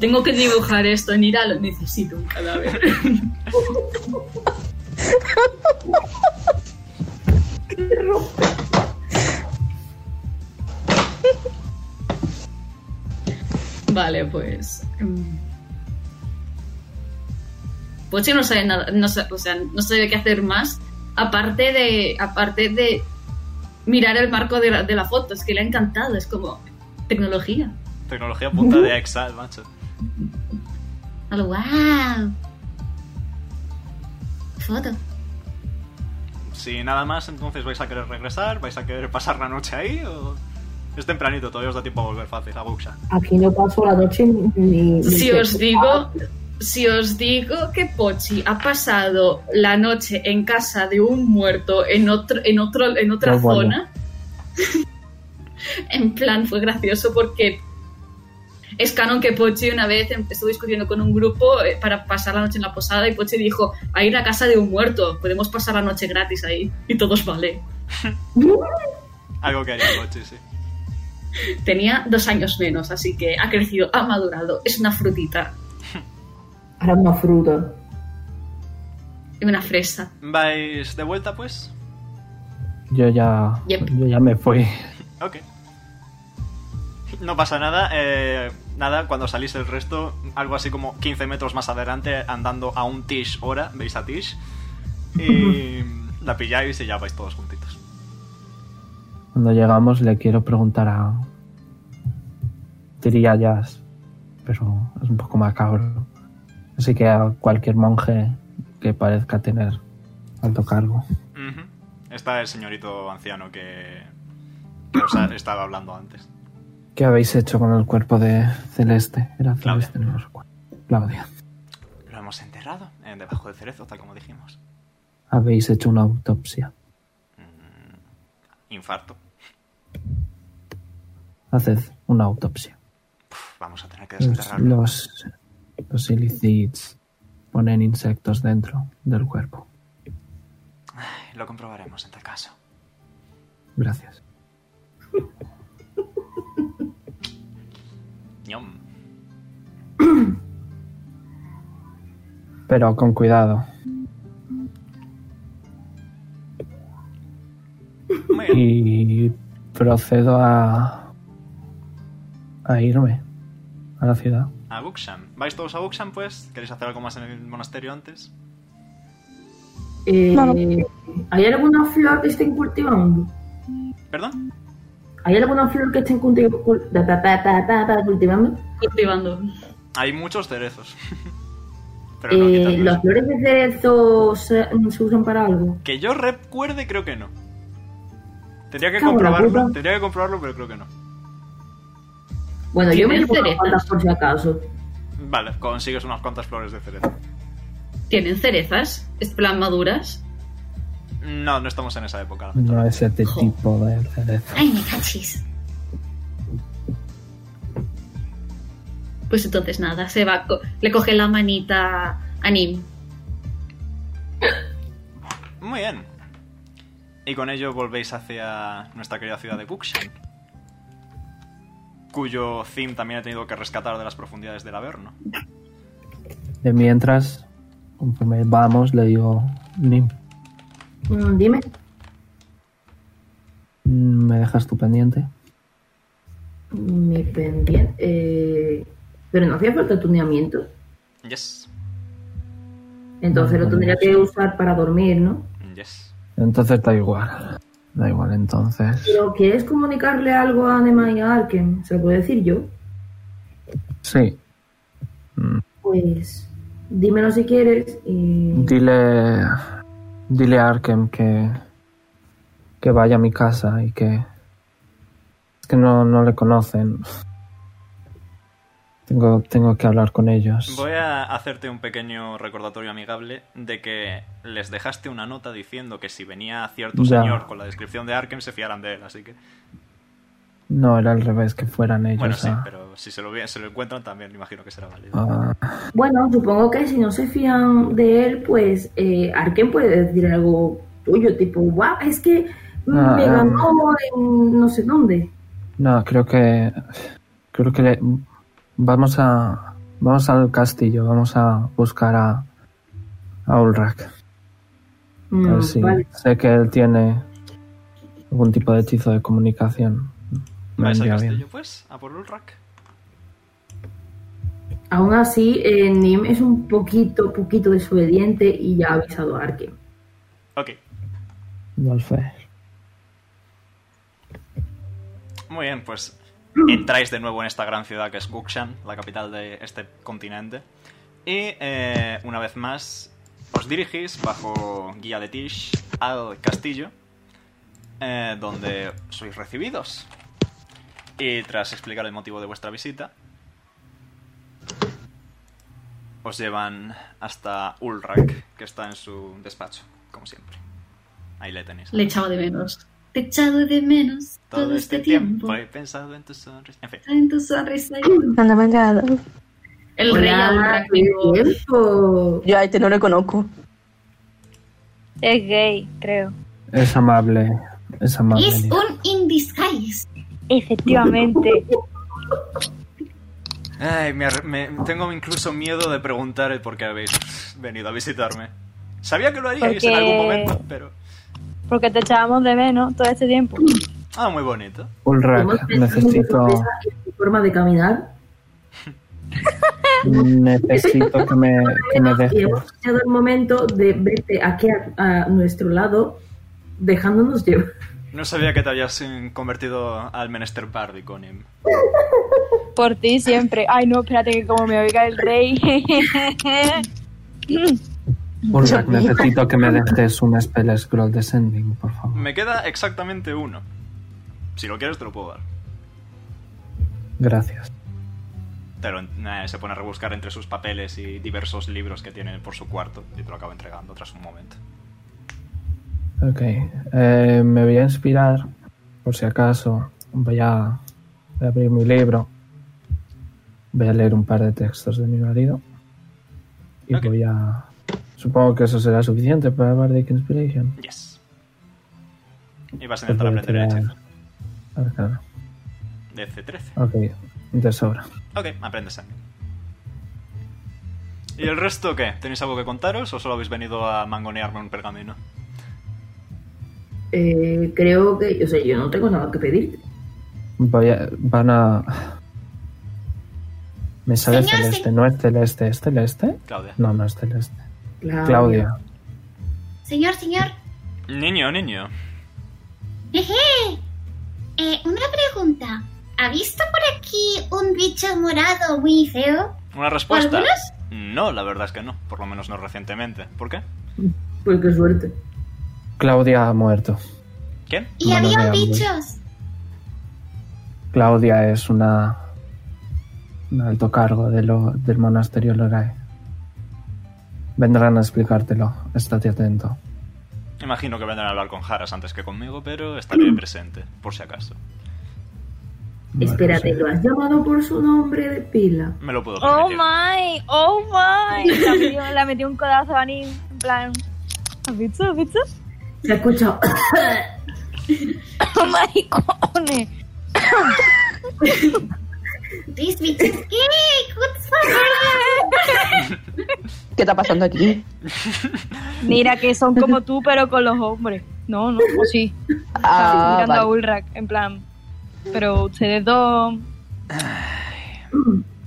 Speaker 4: Tengo que dibujar esto en Ira, lo necesito un cadáver. vale, pues. mm. Pochi pues no sabe nada, no sabe, o sea, no sabe qué hacer más. Aparte de. Aparte de mirar el marco de la, de la foto, es que le ha encantado, es como tecnología.
Speaker 3: Tecnología punta de Exal, macho.
Speaker 7: Hola, wow. Foto.
Speaker 3: Si nada más, entonces vais a querer regresar, vais a querer pasar la noche ahí o... Es tempranito, todavía os da tiempo a volver fácil a Buxa.
Speaker 2: Aquí no paso la noche ni... ni-
Speaker 4: Si
Speaker 2: ni-
Speaker 4: os digo, si os digo que Pochi ha pasado la noche en casa de un muerto en otro, en otro, en otra
Speaker 6: Pues bueno.
Speaker 4: zona, en plan fue gracioso porque es canon que Pochi una vez em- estuvo discutiendo con un grupo eh, para pasar la noche en la posada y Pochi dijo a ir a casa de un muerto, podemos pasar la noche gratis ahí y todos vale.
Speaker 3: Algo que haría Mochi, sí.
Speaker 4: Tenía dos años menos, así que ha crecido, ha madurado, es una frutita,
Speaker 2: Ahora una fruta.
Speaker 4: una fresa.
Speaker 3: ¿Vais de vuelta, pues?
Speaker 6: Yo ya,
Speaker 4: Yep.
Speaker 6: yo ya me fui.
Speaker 3: Ok. No pasa nada. eh, nada, cuando salís el resto, algo así como 15 metros más adelante, andando a un Tish hora, veis a Tish. Y la pilláis y ya vais todos juntitos.
Speaker 6: Cuando llegamos le quiero preguntar a... Diría Jazz, pero es un poco macabro. Así que a cualquier monje que parezca tener alto cargo.
Speaker 3: Ujú. Está el señorito anciano que, que os ha- estaba hablando antes.
Speaker 6: ¿Qué habéis hecho con el cuerpo de Celeste? Era Celeste, no recuerdo. Claudia.
Speaker 3: Lo hemos enterrado eh, debajo del cerezo, tal como dijimos.
Speaker 6: Habéis hecho una autopsia.
Speaker 3: Infarto.
Speaker 6: Haced una autopsia.
Speaker 3: Puf, vamos a tener que
Speaker 6: Los,
Speaker 3: desenterrarlo.
Speaker 6: los, los ilícitos ponen insectos dentro del cuerpo.
Speaker 3: Ay, Lo comprobaremos en tal caso.
Speaker 6: Gracias.
Speaker 3: Ñom.
Speaker 6: Pero con cuidado.
Speaker 3: Muy bien.
Speaker 6: Y procedo a, a irme a la ciudad.
Speaker 3: A Guxan. ¿Vais todos a Guxan, pues? ¿Queréis hacer algo más en el monasterio antes?
Speaker 2: Eh,
Speaker 8: Claro.
Speaker 2: ¿Hay alguna flor que estén cultivando?
Speaker 3: ¿Perdón?
Speaker 2: ¿Hay alguna flor que estén culti- cul- ta, ta, ta, ta, ta, ta, cultivando?
Speaker 4: Cultivando.
Speaker 3: Hay muchos cerezos. Pero no
Speaker 2: Eh,
Speaker 3: quitan
Speaker 2: ¿Las
Speaker 3: eso.
Speaker 2: flores de cerezo se, se usan para algo?
Speaker 3: Que yo recuerde, creo que no. Tendría que
Speaker 2: Cago en la
Speaker 3: comprobarlo,
Speaker 2: puta.
Speaker 3: tendría que comprobarlo, pero creo que no.
Speaker 2: Bueno, yo me
Speaker 4: Tienen
Speaker 2: llevo unas
Speaker 4: cerezas.
Speaker 2: cuantas por si acaso.
Speaker 3: Vale, consigues unas cuantas flores de cerezo.
Speaker 4: ¿Tienen cerezas? ¿Es plan maduras?
Speaker 3: No, no estamos en esa época.
Speaker 6: No es este
Speaker 4: Jo.
Speaker 6: tipo de cerezo.
Speaker 7: Ay, me cachis.
Speaker 4: Pues entonces nada, se va, co- le coge la manita a Nim.
Speaker 3: Muy bien. Y con ello volvéis hacia nuestra querida ciudad de Buxan. Cuyo Zim también ha tenido que rescatar de las profundidades del Averno.
Speaker 6: De mientras, conforme vamos, le digo, Nim,
Speaker 2: Mm, dime.
Speaker 6: ¿me dejas tu pendiente?
Speaker 2: Mi pendiente. eh, pero no hacía falta tuneamiento.
Speaker 3: Yes.
Speaker 2: Entonces lo tendría que usar para dormir, ¿no?
Speaker 3: Yes.
Speaker 6: Entonces da igual. Da igual, entonces.
Speaker 2: Pero ¿quieres comunicarle algo a Nema y a Arken? ¿Se lo puedo decir yo?
Speaker 6: Sí,
Speaker 2: Pues dímelo si quieres y...
Speaker 6: dile, dile a Arkem que, que vaya a mi casa y que... Es que no, no le conocen. Tengo, tengo que hablar con ellos.
Speaker 3: Voy a hacerte un pequeño recordatorio amigable de que les dejaste una nota diciendo que si venía cierto
Speaker 6: Ya.
Speaker 3: señor con la descripción de Arkham se fiaran de él, así que...
Speaker 6: No, era al revés, que fueran ellos
Speaker 3: Bueno, sí,
Speaker 6: a-
Speaker 3: pero si se lo, vi- se lo encuentran también imagino que será válido.
Speaker 6: a-
Speaker 2: Bueno, supongo que si no se fían de él, pues eh, Arken puede decir algo tuyo, tipo, guau, es que mm,
Speaker 6: Ah,
Speaker 2: me
Speaker 6: ah.
Speaker 2: ganó en no sé dónde.
Speaker 6: No, creo que... Creo que le- vamos a... Vamos al castillo, vamos a buscar a... A Ulrak. A
Speaker 2: Mm,
Speaker 6: ver si-
Speaker 2: vale.
Speaker 6: Sé que él tiene algún tipo de hechizo de comunicación. Me
Speaker 3: ¿Vais al
Speaker 6: vendría
Speaker 3: castillo,
Speaker 6: bien.
Speaker 3: pues? ¿A por Ulrak?
Speaker 2: Aún así, eh, Nim es un poquito, poquito desobediente y ya ha avisado a Arken.
Speaker 3: Ok,
Speaker 6: Dolphe.
Speaker 3: muy bien, pues entráis de nuevo en esta gran ciudad que es Guxan, la capital de este continente. Y eh, una vez más os dirigís bajo guía de Tish al castillo, eh, donde sois recibidos. Y tras explicar el motivo de vuestra visita, os llevan hasta Ulrak, que está en su despacho, como siempre. Ahí le tenéis.
Speaker 4: Le echaba de menos.
Speaker 7: Te he echado de menos todo, este tiempo.
Speaker 3: he pensado en tu sonrisa. En fin.
Speaker 7: En tu sonrisa.
Speaker 8: Anda, venga.
Speaker 4: El rey
Speaker 2: Hola,
Speaker 4: ahora
Speaker 2: qué
Speaker 4: activo.
Speaker 2: tiempo.
Speaker 8: Yo a este no le conozco.
Speaker 5: Es gay, creo.
Speaker 6: Es amable. Es amable.
Speaker 7: Es
Speaker 6: Nim.
Speaker 7: un in disguise.
Speaker 5: Efectivamente.
Speaker 3: Ay, me arre- me- tengo incluso miedo de preguntar el por qué habéis venido a visitarme. Sabía que lo haríais en
Speaker 5: Porque-
Speaker 3: algún momento, pero...
Speaker 5: Porque te echábamos de menos todo este tiempo.
Speaker 3: Ah, muy bonito.
Speaker 6: Ulrak,
Speaker 2: Hemos pensado en
Speaker 6: necesito,
Speaker 2: sorpresa y forma de caminar.
Speaker 6: Necesito que me, que me
Speaker 2: Y
Speaker 6: dejes.
Speaker 2: hemos llegado el momento de verte aquí a, a nuestro lado, dejándonos llevar.
Speaker 3: No sabía que te habías eh, convertido al menester Bardi, Conim.
Speaker 5: Por ti siempre. Ay, no, espérate que como me oiga el rey.
Speaker 6: Urrak, necesito que me dejes un Spell Scroll Descending, por favor.
Speaker 3: Me queda exactamente uno. Si lo quieres, te lo puedo dar.
Speaker 6: Gracias.
Speaker 3: Te lo en- eh, se pone a rebuscar entre sus papeles y diversos libros que tiene por su cuarto y te lo acaba entregando tras un momento.
Speaker 6: Ok. eh, me voy a inspirar, por si acaso. Voy a, voy a abrir mi libro. Voy a leer un par de textos de mi marido. Y voy a. Supongo que eso será suficiente para Bardic Inspiration.
Speaker 3: Yes. Y vas a
Speaker 6: Pues
Speaker 3: intentar
Speaker 6: voy a
Speaker 3: aprender el
Speaker 6: tirar-
Speaker 3: hechizo.
Speaker 6: a ver, Ah, claro.
Speaker 3: DC-13.
Speaker 6: Ok, de sobra.
Speaker 3: Ok, aprendes también. ¿Y el resto qué? ¿Tenéis algo que contaros o solo habéis venido a mangonearme un pergamino?
Speaker 2: Eh, creo que, o sea, yo no tengo nada que pedirte.
Speaker 6: Voy a- van a. Me sale
Speaker 2: Señor,
Speaker 6: celeste, no es celeste, ¿es celeste?
Speaker 3: Claudia.
Speaker 6: No, no es celeste.
Speaker 2: Claudia.
Speaker 6: Claudia.
Speaker 7: Señor, señor.
Speaker 3: Niño, niño.
Speaker 7: Jeje. Eh, una pregunta. ¿Ha visto por aquí un bicho morado muy feo?
Speaker 3: ¿Una respuesta?
Speaker 7: ¿Algunos?
Speaker 3: No, la verdad es que no. Por lo menos no recientemente. ¿Por qué?
Speaker 2: Pues qué suerte.
Speaker 6: Claudia ha muerto.
Speaker 3: ¿Quién?
Speaker 7: Y
Speaker 6: Bueno,
Speaker 7: había
Speaker 6: veamos.
Speaker 7: bichos.
Speaker 6: Claudia es una. Un alto cargo de lo- del monasterio Lorae. Vendrán a explicártelo. Estate atento.
Speaker 3: Imagino que vendrán a hablar con Haras antes que conmigo, pero estaré
Speaker 5: Mm.
Speaker 3: presente, por si acaso.
Speaker 2: Espérate, ¿lo has llamado por su nombre de pila?
Speaker 3: Pues Me lo puedo
Speaker 5: oh
Speaker 3: permitir.
Speaker 5: my, oh my. La metió, le metió un codazo a Anin. En plan, ¿has visto? ¿Has visto?
Speaker 2: Se ha escuchado.
Speaker 5: Oh my, cojones.
Speaker 7: ¿Veis bichos? ¿Qué? What's up?
Speaker 8: ¿Qué está pasando aquí?
Speaker 5: Mira que son como tú, pero con los hombres. No, no, o sí. Estoy
Speaker 8: Ah,
Speaker 5: mirando a
Speaker 8: vale.
Speaker 5: Ulrak, en plan. Pero ustedes dos.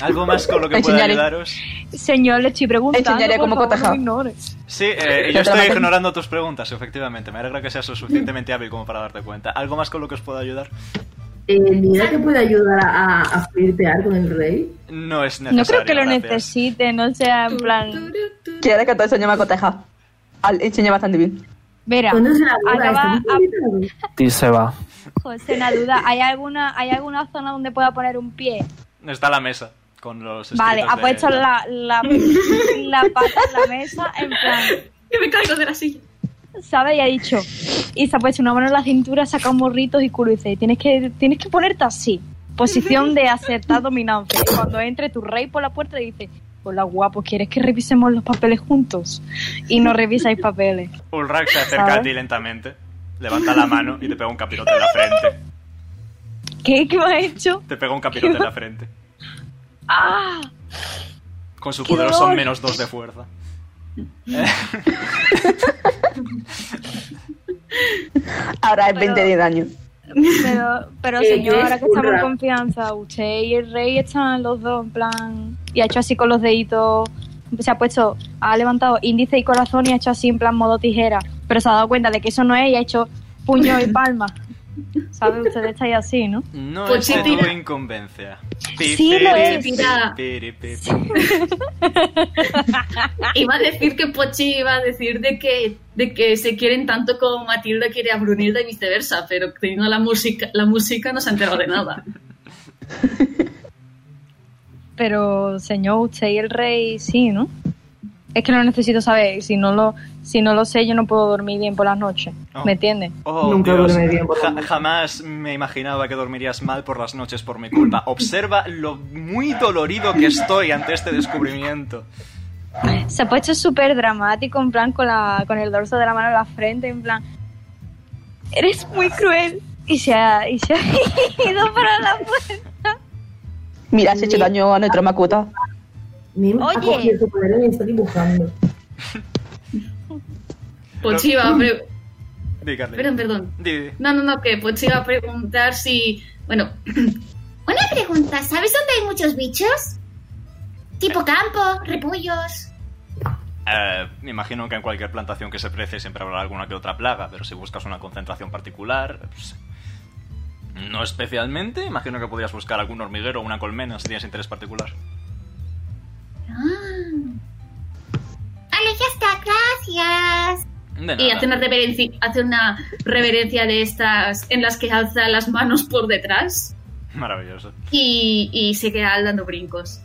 Speaker 3: ¿Algo más con lo que pueda
Speaker 5: Enseñaré.
Speaker 3: ayudaros?
Speaker 5: Señor, le estoy preguntando.
Speaker 8: Enseñaré
Speaker 5: por
Speaker 8: cómo
Speaker 5: favor,
Speaker 8: cotejar.
Speaker 5: no me ignores.
Speaker 3: Sí, eh, yo estoy ignorando tus preguntas, efectivamente. Me alegra que seas lo suficientemente hábil como para darte cuenta. ¿Algo más con lo que os pueda ayudar?
Speaker 2: Eh, ¿Mira que puede ayudar a, a flirtear con el rey?
Speaker 3: No es necesario.
Speaker 5: No creo que lo
Speaker 3: gracias.
Speaker 5: necesite, no sea en plan.
Speaker 8: Quiere que todo enseñe a coteja. Al enseñe bastante bien.
Speaker 5: Mira,
Speaker 2: ¿Cuándo será la boda?
Speaker 5: acaba.
Speaker 2: ¿Está muy invitado?
Speaker 6: Ti se va.
Speaker 5: José, una duda. ¿Hay alguna, ¿Hay alguna zona donde pueda poner un pie?
Speaker 3: Está la mesa con los.
Speaker 5: Vale, ah, pues
Speaker 3: escritos
Speaker 5: ha
Speaker 3: de-
Speaker 5: puesto la, la, la pata en la mesa, en plan.
Speaker 4: Que me caigo de la silla.
Speaker 5: ¿Sabes? Y ha dicho. pues Y se ha puesto una mano en la cintura, saca un morrito y culo y dice: tienes que, tienes que ponerte así. Posición de aceptar dominancia. Y cuando entre tu rey por la puerta, dice: Hola guapo, ¿quieres que revisemos los papeles juntos? Y no revisáis papeles.
Speaker 3: Ulrak se acerca a
Speaker 5: ¿Sabes?
Speaker 3: ti lentamente, levanta la mano y te pega un capirote en la frente.
Speaker 5: ¿Qué? ¿Qué me has hecho?
Speaker 3: Te pega un capirote en la frente.
Speaker 5: ¡Ah!
Speaker 3: Con su
Speaker 5: ¡Qué
Speaker 3: poderoso
Speaker 5: dolor!
Speaker 3: menos dos de fuerza.
Speaker 8: Ahora es 20 de daño.
Speaker 5: Pero, pero
Speaker 2: Eh, yo
Speaker 5: señor,
Speaker 2: es
Speaker 5: ahora que estamos en
Speaker 2: Ulrak.
Speaker 5: confianza, usted y el rey están los dos en plan. Y ha hecho así con los deditos. Se ha puesto, ha levantado índice y corazón y ha hecho así en plan modo tijera. Pero se ha dado cuenta de que eso no es y ha hecho puño y palma. ¿Sabe? Usted está ahí así, ¿no?
Speaker 3: No
Speaker 4: Pues
Speaker 3: es
Speaker 4: sí,
Speaker 3: de tu
Speaker 4: tira.
Speaker 3: incumbencia.
Speaker 5: Sí, lo es.
Speaker 4: Tira.
Speaker 3: piri, pi, pi.
Speaker 4: Ah, Iba a decir que Pochi iba a decir de que, de que se quieren tanto como Matilda quiere a Brunilda y viceversa, pero teniendo la música, la música no se ha enterado de nada.
Speaker 5: Pero señor, usted y el rey sí, ¿no? Es que no necesito saber. Si no lo, si no lo sé, yo no puedo dormir bien por las noches.
Speaker 3: Oh.
Speaker 5: ¿Me entiende?
Speaker 3: Oh,
Speaker 2: Nunca
Speaker 3: Dios.
Speaker 2: duerme bien por la
Speaker 3: Ja-
Speaker 2: noche.
Speaker 3: jamás me imaginaba que dormirías mal por las noches por mi culpa. Observa lo muy dolorido que estoy ante este descubrimiento.
Speaker 5: Se ha puesto súper dramático, en plan, con, la, con el dorso de la mano en la frente, en plan, eres muy cruel. Y se ha, y se ha ido para la puerta.
Speaker 8: Mira, has hecho daño a nuestra macota.
Speaker 2: Mim ha
Speaker 5: Oye.
Speaker 2: cogido su poder y está dibujando.
Speaker 4: Pochi iba a pre-
Speaker 3: Di, Carly.
Speaker 4: Perdón, perdón.
Speaker 3: Di, di.
Speaker 4: pues No, no, no, que Pochi iba a preguntar si. Bueno,
Speaker 7: Una pregunta, ¿sabes dónde hay muchos bichos? Tipo campo, repollos.
Speaker 3: Eh, me imagino que en cualquier plantación que se prece siempre habrá alguna que otra plaga, pero si buscas una concentración particular, pues, no especialmente. Imagino que podrías buscar algún hormiguero o una colmena si tienes interés particular.
Speaker 7: Ah. Vale, ya está, gracias.
Speaker 3: De
Speaker 4: Y
Speaker 3: nada.
Speaker 4: hace una, reverenci- hace una reverencia de estas en las que alza las manos por detrás
Speaker 3: Maravilloso.
Speaker 4: y, y se queda dando brincos.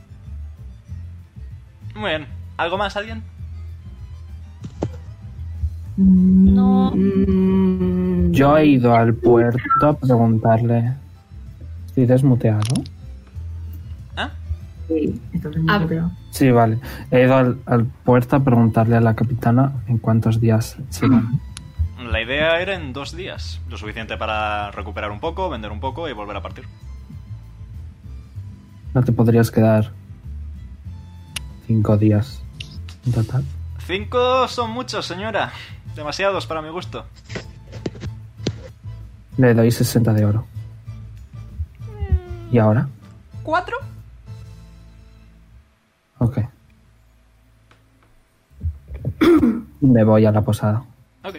Speaker 3: Muy bien. ¿Algo más, alguien?
Speaker 2: No.
Speaker 3: Mm,
Speaker 6: Yo he ido al puerto a preguntarle. Estoy desmuteado.
Speaker 2: Sí, entonces no
Speaker 4: Ah.
Speaker 2: lo creo.
Speaker 6: Sí, vale. He ido al, al puerto a preguntarle a la capitana en cuántos días se van.
Speaker 3: La idea era en dos días. Lo suficiente para recuperar un poco, vender un poco y volver a partir.
Speaker 6: No te podrías quedar cinco días en total.
Speaker 3: Cinco son muchos, señora. Demasiados para mi gusto.
Speaker 6: Le doy 60 de oro. ¿Y ahora?
Speaker 3: ¿Cuatro?
Speaker 6: Ok. Me voy a la posada.
Speaker 3: Ok.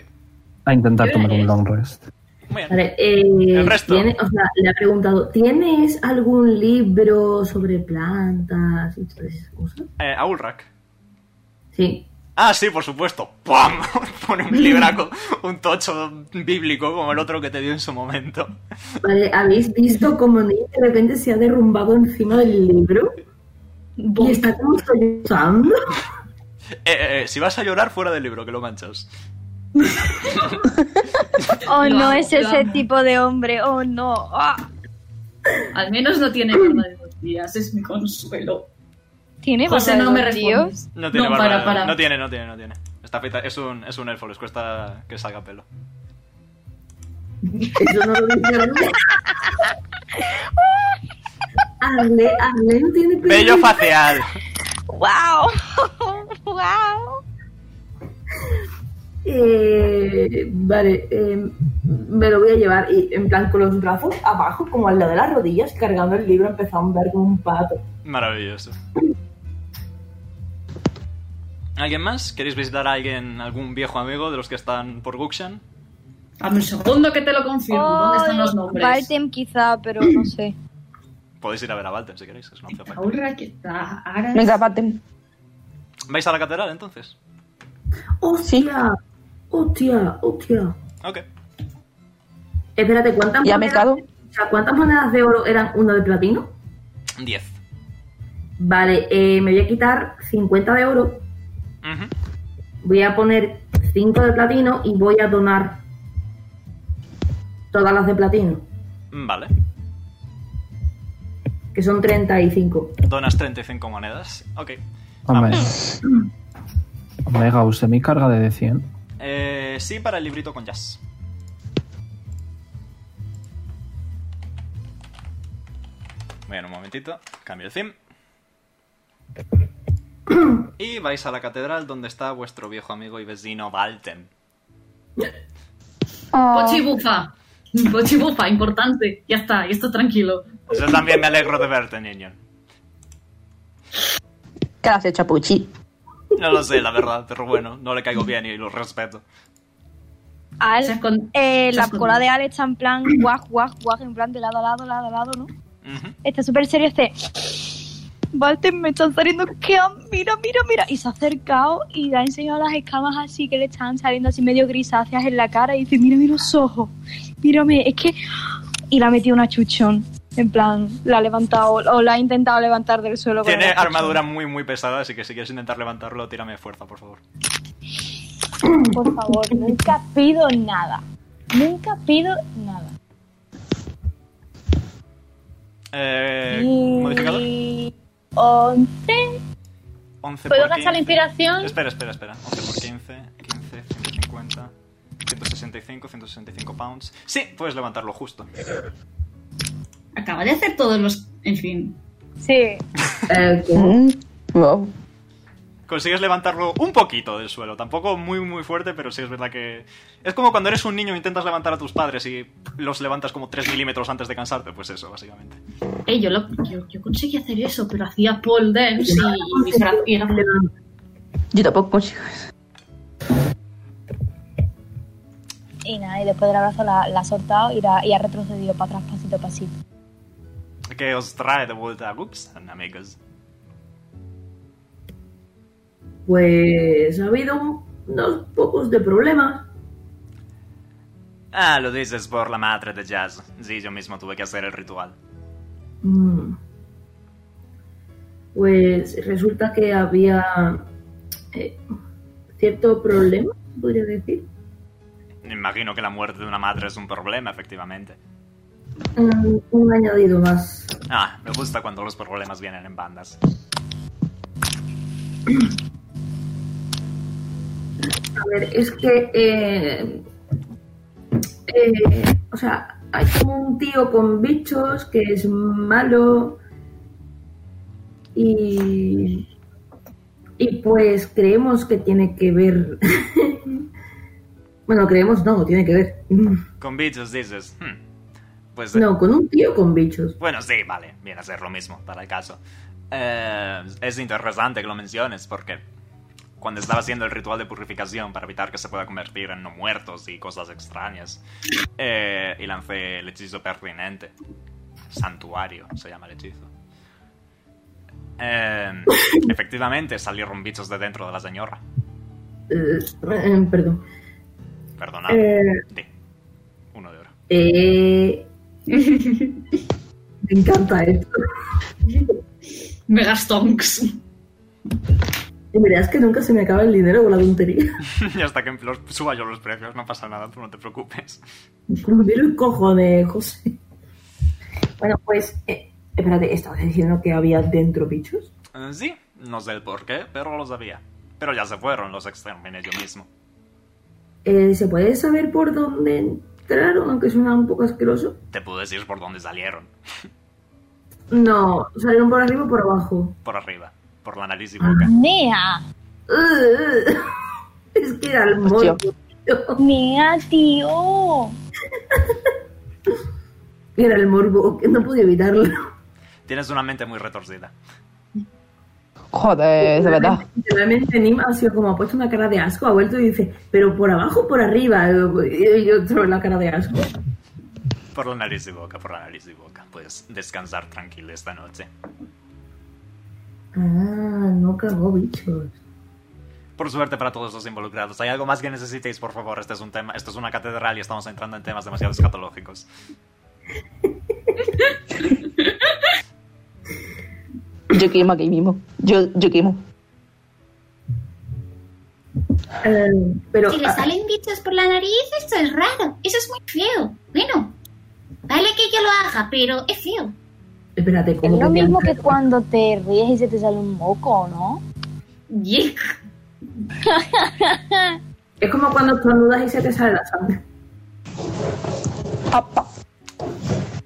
Speaker 6: A intentar
Speaker 2: ¿Qué
Speaker 6: tomar
Speaker 2: hora
Speaker 6: un
Speaker 2: es?
Speaker 6: long rest.
Speaker 3: Muy bien.
Speaker 2: Vale, eh,
Speaker 3: El resto.
Speaker 2: tiene- o sea, le ha preguntado, ¿tienes algún libro sobre plantas y todas esas cosas?
Speaker 3: Eh, a Ulrak.
Speaker 2: Sí.
Speaker 3: Ah, sí, por supuesto. ¡Pam! Pone un libraco, un tocho bíblico como el otro que te dio en su momento.
Speaker 2: Vale, ¿habéis visto cómo Neil de repente se ha derrumbado encima del libro? Y está como sollozando.
Speaker 3: Eh, eh, si vas a llorar, fuera del libro, que lo manchas.
Speaker 5: Oh,
Speaker 4: Lo
Speaker 5: no
Speaker 4: amo,
Speaker 5: es
Speaker 4: lo
Speaker 5: ese
Speaker 4: amo.
Speaker 5: tipo de hombre. Oh, no. Ah.
Speaker 4: Al menos no tiene barba de dos días, es mi consuelo.
Speaker 5: Tiene
Speaker 4: José
Speaker 5: barba de
Speaker 4: no me
Speaker 5: dos
Speaker 4: responde.
Speaker 5: días?
Speaker 3: No tiene
Speaker 4: No,
Speaker 3: barba,
Speaker 4: para, para.
Speaker 3: No tiene, no tiene, no tiene. Está feita- es un, es un elfo, les cuesta que salga pelo.
Speaker 2: Eso no lo dice Arlene. Arlene, Arlene tiene pelo.
Speaker 3: Bello facial.
Speaker 5: Wow. wow.
Speaker 2: Eh, vale, eh, me lo voy a llevar y en plan con los brazos abajo, como al lado de las rodillas, cargando el libro, empezó a andar como un pato.
Speaker 3: Maravilloso. ¿Alguien más? ¿Queréis visitar a alguien, algún viejo amigo de los que están por Guxian?
Speaker 4: Dame un segundo que te lo confirmo. ¿Dónde están los nombres?
Speaker 5: Baltem quizá, pero no sé.
Speaker 3: Podéis ir a ver a Valten si queréis, es una opción.
Speaker 4: Ahora que está. Ahora...
Speaker 8: Me tapaten.
Speaker 3: ¿Vais a la catedral entonces?
Speaker 2: ¡Hostia! ¡Hostia! ¡Hostia!
Speaker 3: Ok.
Speaker 2: Espérate, ¿cuántas
Speaker 8: Ya me cago.
Speaker 2: o sea, ¿cuántas monedas de oro eran una de platino?
Speaker 3: 10.
Speaker 2: Vale, eh, me voy a quitar 50 de oro, voy a poner 5 de platino y voy a donar todas las de platino,
Speaker 3: Vale.
Speaker 2: que son 35.
Speaker 3: Donas 35 monedas. Ok.
Speaker 6: Omega.
Speaker 3: Vamos.
Speaker 6: Omega, usé mi carga de 100.
Speaker 3: Eh, sí, para el librito con jazz. Bueno, un momentito. Cambio el sim. Y vais a la catedral donde está vuestro viejo amigo y vecino Valten.
Speaker 5: Pues
Speaker 4: Pochi bufa. Pochi bufa, importante. Ya está, ya está tranquilo.
Speaker 3: Yo también me alegro de verte, niño.
Speaker 8: ¿Qué has hecho, Puchi?
Speaker 3: No lo sé, la verdad, pero bueno, no le caigo bien y lo respeto.
Speaker 5: Al,
Speaker 4: Se escon-
Speaker 5: eh,
Speaker 4: se
Speaker 5: la
Speaker 4: escondió.
Speaker 5: cola de Al está en plan guaj, guaj, guaj, en plan de lado a lado, lado a lado, ¿no?
Speaker 3: Ujú.
Speaker 5: Está súper serio este. Valten, me están saliendo que ah, mira, mira, mira. Y se ha acercado y le ha enseñado las escamas así que le están saliendo así medio grisáceas en la cara y dice, mira, mira los ojos. Mírame, es que... Y le ha metido una chuchón. En plan, la ha levantado o la ha intentado levantar del suelo. con
Speaker 3: Tiene
Speaker 5: una chuchón.
Speaker 3: armadura muy, muy pesada, así que si quieres intentar levantarlo, tírame de fuerza, por favor.
Speaker 5: Por favor, nunca pido nada. Nunca pido nada.
Speaker 3: Eh,
Speaker 5: Y-
Speaker 3: ¿Modificador?
Speaker 5: 11.
Speaker 3: 11
Speaker 5: ¿Puedo
Speaker 3: por
Speaker 5: gastar
Speaker 3: 15.
Speaker 5: la inspiración?
Speaker 3: Espera, espera, espera. 11 por 15, 15, 150, 165, 165 pounds. Sí, puedes levantarlo justo.
Speaker 4: Acaba de hacer todos los. En fin.
Speaker 5: Sí.
Speaker 2: Eh,
Speaker 8: Mm, Wow.
Speaker 3: Consigues levantarlo un poquito del suelo. Tampoco muy, muy fuerte, pero sí es verdad que. Es como cuando eres un niño e intentas levantar a tus padres y los levantas como 3 milímetros antes de cansarte. Pues eso, básicamente.
Speaker 4: Eh, yo, lo- yo, yo conseguí hacer eso, pero hacía pole dance y, mis brazos- y era-
Speaker 8: Yo tampoco. chico.
Speaker 5: Y nada, y después del abrazo la, la ha soltado y, la- y ha retrocedido para atrás, pasito a pasito.
Speaker 3: Que os trae de vuelta a Gux and Amigos.
Speaker 2: Pues ha habido un- unos pocos de problemas.
Speaker 3: Ah, lo dices por la madre de Jazz. Sí, yo mismo tuve que hacer el ritual.
Speaker 2: Mm. Pues resulta que había eh, cierto problema, podría decir.
Speaker 3: Me Imagino que la muerte de una madre es un problema, efectivamente.
Speaker 2: Mm, un añadido más.
Speaker 3: Ah, me gusta cuando los problemas vienen en bandas.
Speaker 2: A ver, es que. eh, eh, o sea, hay como un tío con bichos que es malo. Y. Y pues creemos que tiene que ver. bueno, creemos no, tiene que ver.
Speaker 3: Con bichos dices, hmm, pues... eh,
Speaker 2: No, con un tío con bichos.
Speaker 3: Bueno, sí, vale, viene a ser lo mismo, para el caso. Eh, es interesante que lo menciones, porque cuando estaba haciendo el ritual de purificación para evitar que se pueda convertir en no muertos y cosas extrañas, eh, y lancé el hechizo pertinente. Santuario se llama el hechizo. Eh, efectivamente, salieron bichos de dentro de la señora.
Speaker 2: Eh, eh, perdón.
Speaker 3: Perdonad.
Speaker 2: Eh.
Speaker 3: Di. Uno de oro.
Speaker 2: Eh, me encanta esto.
Speaker 4: Megastonks.
Speaker 2: Y verás que nunca se me acaba el dinero con la tontería.
Speaker 3: y hasta que los- suba yo los precios, no pasa nada, tú no te preocupes.
Speaker 2: Como vieron el cojones, José. Bueno, pues. eh, espérate, ¿estabas diciendo que había dentro bichos?
Speaker 3: Eh, sí, no sé el por qué, pero lo sabía. Pero ya se fueron, los exterminé yo mismo.
Speaker 2: Eh, ¿Se puede saber por dónde entraron? Aunque suena un poco asqueroso.
Speaker 3: Te puedo decir por dónde salieron.
Speaker 2: No, salieron por arriba o por abajo.
Speaker 3: Por arriba, por la nariz y boca.
Speaker 5: ¡Nea!
Speaker 2: Ugh, ugh. es que era el morbo.
Speaker 5: ¡Nea, tío!
Speaker 2: Era el morbo, que no pude evitarlo.
Speaker 3: Tienes una mente muy retorcida.
Speaker 8: Joder, de verdad.
Speaker 2: Realmente Nim ha sido como ha puesto una cara de asco, ha vuelto y dice, pero por abajo o por arriba. Y yo otra la cara de asco.
Speaker 3: Por la nariz y boca, por la nariz y boca. Puedes descansar tranquilo esta noche.
Speaker 2: Ah, no cagó bichos.
Speaker 3: Por suerte para todos los involucrados. ¿Hay algo más que necesitéis, por favor? Este es un tema, esto es una catedral y estamos entrando en temas demasiado escatológicos.
Speaker 8: Yo quemo aquí mismo. Yo, yo quemo.
Speaker 2: Eh, pero
Speaker 7: Si le
Speaker 2: ah,
Speaker 7: salen bichos por la nariz, esto es raro. Eso es muy feo. Bueno, vale que yo lo haga, pero es feo.
Speaker 2: espérate,
Speaker 5: Es
Speaker 2: como
Speaker 5: lo mismo que cuando te ríes y se te sale un moco, ¿no?
Speaker 4: Yik.
Speaker 2: es como cuando estornudas y se te sale la sangre.
Speaker 8: Papá.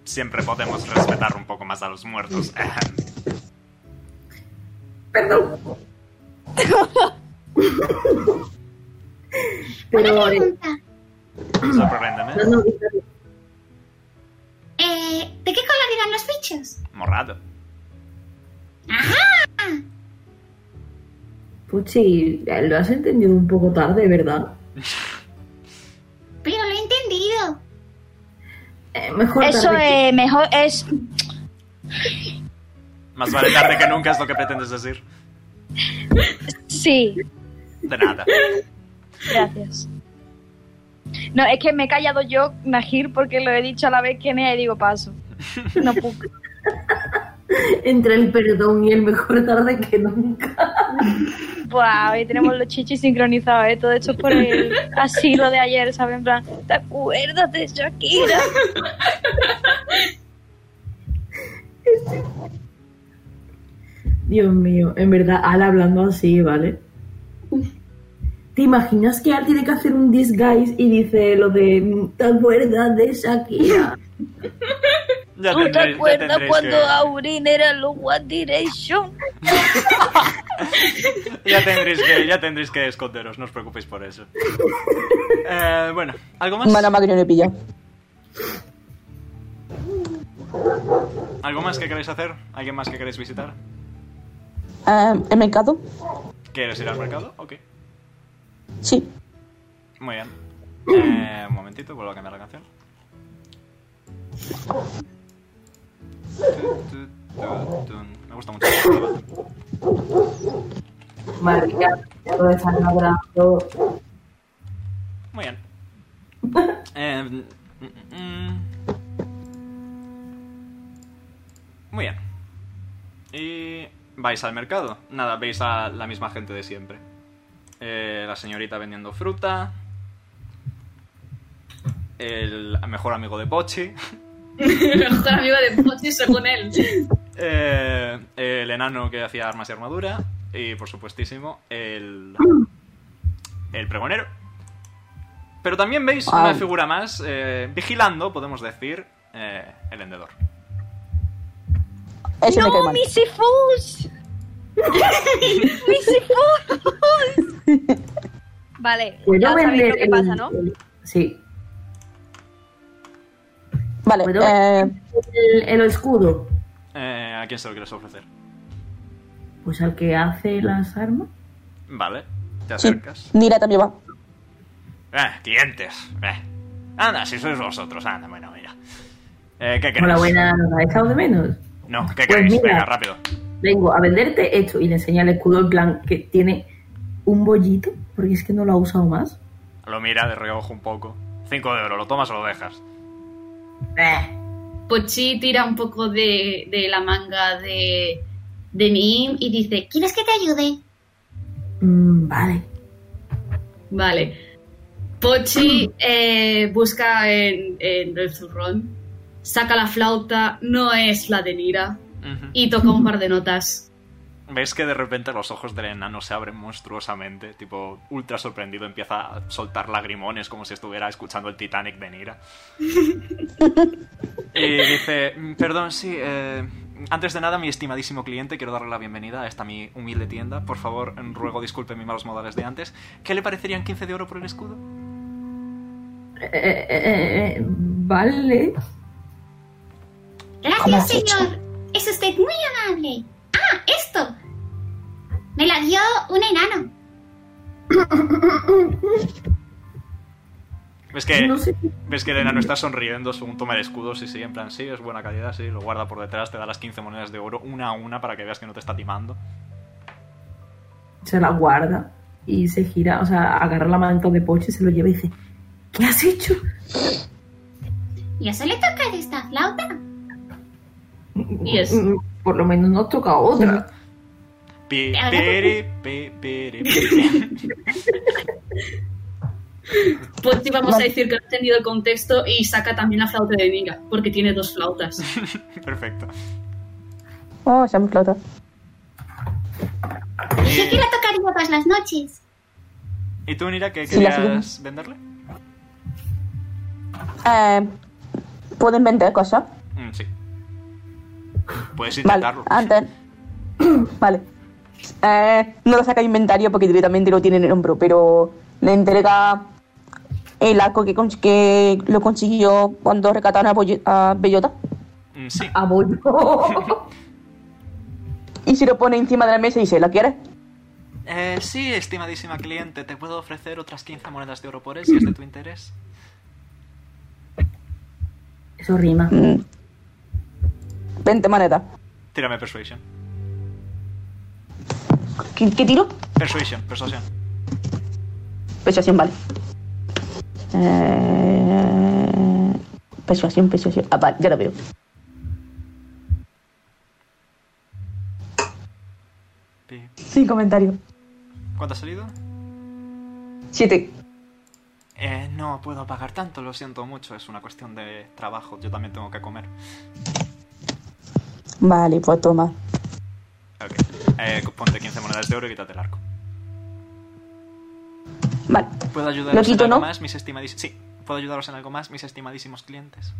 Speaker 3: Siempre podemos respetar un poco más a los muertos.
Speaker 2: Perdón.
Speaker 7: Una
Speaker 2: pero eh,
Speaker 7: pregunta.
Speaker 3: Sorpréndeme.
Speaker 2: no, no, espérate.
Speaker 7: Eh, ¿De qué color eran los bichos?
Speaker 3: Morrado.
Speaker 2: Puchi, eh, lo has entendido un poco tarde, ¿verdad?
Speaker 7: Pero lo he entendido.
Speaker 2: Eh, mejor
Speaker 5: Eso
Speaker 2: tarde que-
Speaker 5: es mejor, es
Speaker 3: Más vale tarde que nunca es lo que pretendes decir.
Speaker 5: sí.
Speaker 3: De nada.
Speaker 5: Gracias. No, es que me he callado yo, Najir, porque lo he dicho a la vez que Nea y digo paso. No puedo.
Speaker 2: entre el perdón y el mejor tarde que nunca.
Speaker 5: Buah, hoy tenemos los chichis sincronizados, ¿eh? Todo hecho por el asilo de ayer, ¿sabes? En plan, ¿te acuerdas de Shakira?
Speaker 2: Dios mío, en verdad, Al hablando así, ¿vale? ¿Te imaginas que Al tiene que hacer un disguise y dice lo de mm, ¿te acuerdas de Shakira?
Speaker 3: Ya
Speaker 5: ¿Tú te
Speaker 3: tendréis- ya
Speaker 5: acuerdas
Speaker 3: tendréis
Speaker 5: cuando
Speaker 3: que-
Speaker 5: Aurin era los One Direction?
Speaker 3: Ya tendréis que, ya tendréis que esconderos, no os preocupéis por eso. Eh, bueno, ¿algo más?
Speaker 8: Mala madre no pilla.
Speaker 3: ¿Algo más que queréis hacer? ¿Alguien más que queréis visitar?
Speaker 8: Eh, ¿El mercado?
Speaker 3: ¿Quieres ir al mercado? Ok.
Speaker 8: Sí.
Speaker 3: Muy bien. Eh, un momentito, vuelvo a cambiar la canción. Tu, tu, tu, tun. Me gusta mucho.
Speaker 9: Madre mía, todo está ladrando.
Speaker 3: Muy bien. Eh, mm, mm, mm. Muy bien. Y vais al mercado. Nada, veis a la misma gente de siempre. Eh, la señorita vendiendo fruta. El mejor amigo de Pochi.
Speaker 4: El mejor amigo de Pochi, según él.
Speaker 3: Eh, el enano que hacía armas y armadura. Y por supuestísimo, el. El pregonero. Pero también veis
Speaker 8: Wow.
Speaker 3: una figura más eh, vigilando, podemos decir, eh, el vendedor.
Speaker 8: Ese me cae
Speaker 5: ¡No,
Speaker 8: mal.
Speaker 5: Missy Fools! ¡Missy Fools! Vale, ya
Speaker 2: ¿Puedo
Speaker 5: sabéis
Speaker 2: vender
Speaker 5: lo que
Speaker 2: el-
Speaker 5: pasa, ¿no?
Speaker 2: el- Sí.
Speaker 8: Vale,
Speaker 2: ¿Puedo?
Speaker 8: eh,
Speaker 2: El, el escudo.
Speaker 3: Eh, ¿A quién se lo quieres ofrecer?
Speaker 2: Pues al que hace las armas.
Speaker 3: Vale, te
Speaker 8: sí.
Speaker 3: acercas.
Speaker 8: Nira también va.
Speaker 3: Ah, clientes. Eh. Anda, si sois vosotros, anda, bueno, mira. Eh, ¿Qué
Speaker 2: Hola,
Speaker 3: queréis?
Speaker 2: buena, ¿nos has echado de menos?
Speaker 3: No, ¿qué
Speaker 2: Pues
Speaker 3: queréis?
Speaker 2: mira.
Speaker 3: Venga, rápido.
Speaker 2: Vengo a venderte esto y le enseña el escudo en plan que tiene un bollito, porque es que no lo ha usado más.
Speaker 3: Lo mira de reojo un poco. Cinco de oro, ¿lo tomas o lo dejas?
Speaker 2: Eh,
Speaker 4: Pochi tira un poco de, de la manga de, de Nim y dice,
Speaker 7: ¿Quieres que te ayude?
Speaker 2: mm, vale.
Speaker 4: Vale. Pochi eh, busca en, en el zurrón, saca la flauta, no es la de Nira,
Speaker 3: Ujú.
Speaker 4: y toca un par de notas.
Speaker 3: ¿Ves que de repente los ojos del enano se abren monstruosamente? Tipo, ultra sorprendido, empieza a soltar lagrimones como si estuviera escuchando el Titanic de Nira. y dice, "Mm, perdón, sí, eh, antes de nada, mi estimadísimo cliente, quiero darle la bienvenida a esta mi humilde tienda. Por favor, mm, ruego disculpe mis malos modales de antes. ¿Qué le parecerían 15 de oro por el escudo?
Speaker 2: Eh, eh, eh, eh, vale.
Speaker 7: Gracias, señor. Es usted muy amable. Ah, esto. Me la dio un enano.
Speaker 3: ¿Ves que,
Speaker 2: No sé.
Speaker 3: ves que el enano está sonriendo según toma el escudo? Sí, sí, en plan, sí, es buena calidad, sí, lo guarda por detrás, te da las 15 monedas de oro una a una para que veas que no te está timando.
Speaker 2: Se la guarda y se gira, o sea, agarra la manta de Pochi, se lo lleva y dice, ¿qué has hecho?
Speaker 7: Yo suele tocar esta flauta.
Speaker 4: Y es-
Speaker 2: Mm, Por lo menos no toca otra.
Speaker 3: Pi,
Speaker 7: Ahora-
Speaker 3: piri, pi, piri, pi.
Speaker 4: Pochi vamos a decir que ha entendido el contexto y saca también la flauta de Nira, porque tiene dos flautas.
Speaker 3: Perfecto.
Speaker 8: Oh, se me explota.
Speaker 7: Yo quiero tocar todas las noches.
Speaker 3: ¿Y tú, Nira, qué
Speaker 8: Sí, la
Speaker 3: querías venderle?
Speaker 8: Eh, ¿Pueden vender cosas?
Speaker 3: Mm, sí. Puedes
Speaker 8: Vale,
Speaker 3: intentarlo.
Speaker 8: antes. vale. Eh, no lo saca de inventario porque directamente lo tiene en el hombro, pero le entrega el arco que, cons- que lo consiguió cuando recataron a, Boy- a Bellota
Speaker 3: Mm, sí.
Speaker 2: A bollo.
Speaker 8: y se lo pone encima de la mesa y dice: ¿La quieres?
Speaker 3: Eh, sí, estimadísima cliente, te puedo ofrecer otras 15 monedas de oro por él si es de tu interés.
Speaker 2: Eso rima.
Speaker 8: Mm. 20 monedas.
Speaker 3: Tírame Persuasion.
Speaker 8: ¿Qué, qué tiro?
Speaker 3: Persuasion, persuasión.
Speaker 8: Persuasión, vale. Eh, persuasión, persuasión. Ah, vale, ya lo veo.
Speaker 3: Pi.
Speaker 8: Sin comentario.
Speaker 3: ¿Cuánto ha salido?
Speaker 8: 7.
Speaker 3: Eh, no puedo pagar tanto, lo siento mucho, es una cuestión de trabajo, yo también tengo que comer.
Speaker 8: Vale, pues toma.
Speaker 3: Ok. Eh, ponte 15 monedas de oro y quítate el arco.
Speaker 8: Vale.
Speaker 3: ¿Puedo
Speaker 8: Lo
Speaker 3: ayudaros
Speaker 8: quito,
Speaker 3: en algo
Speaker 8: ¿no?
Speaker 3: más, mis estimadísimos... Sí, ¿puedo ayudaros en algo más, mis estimadísimos clientes?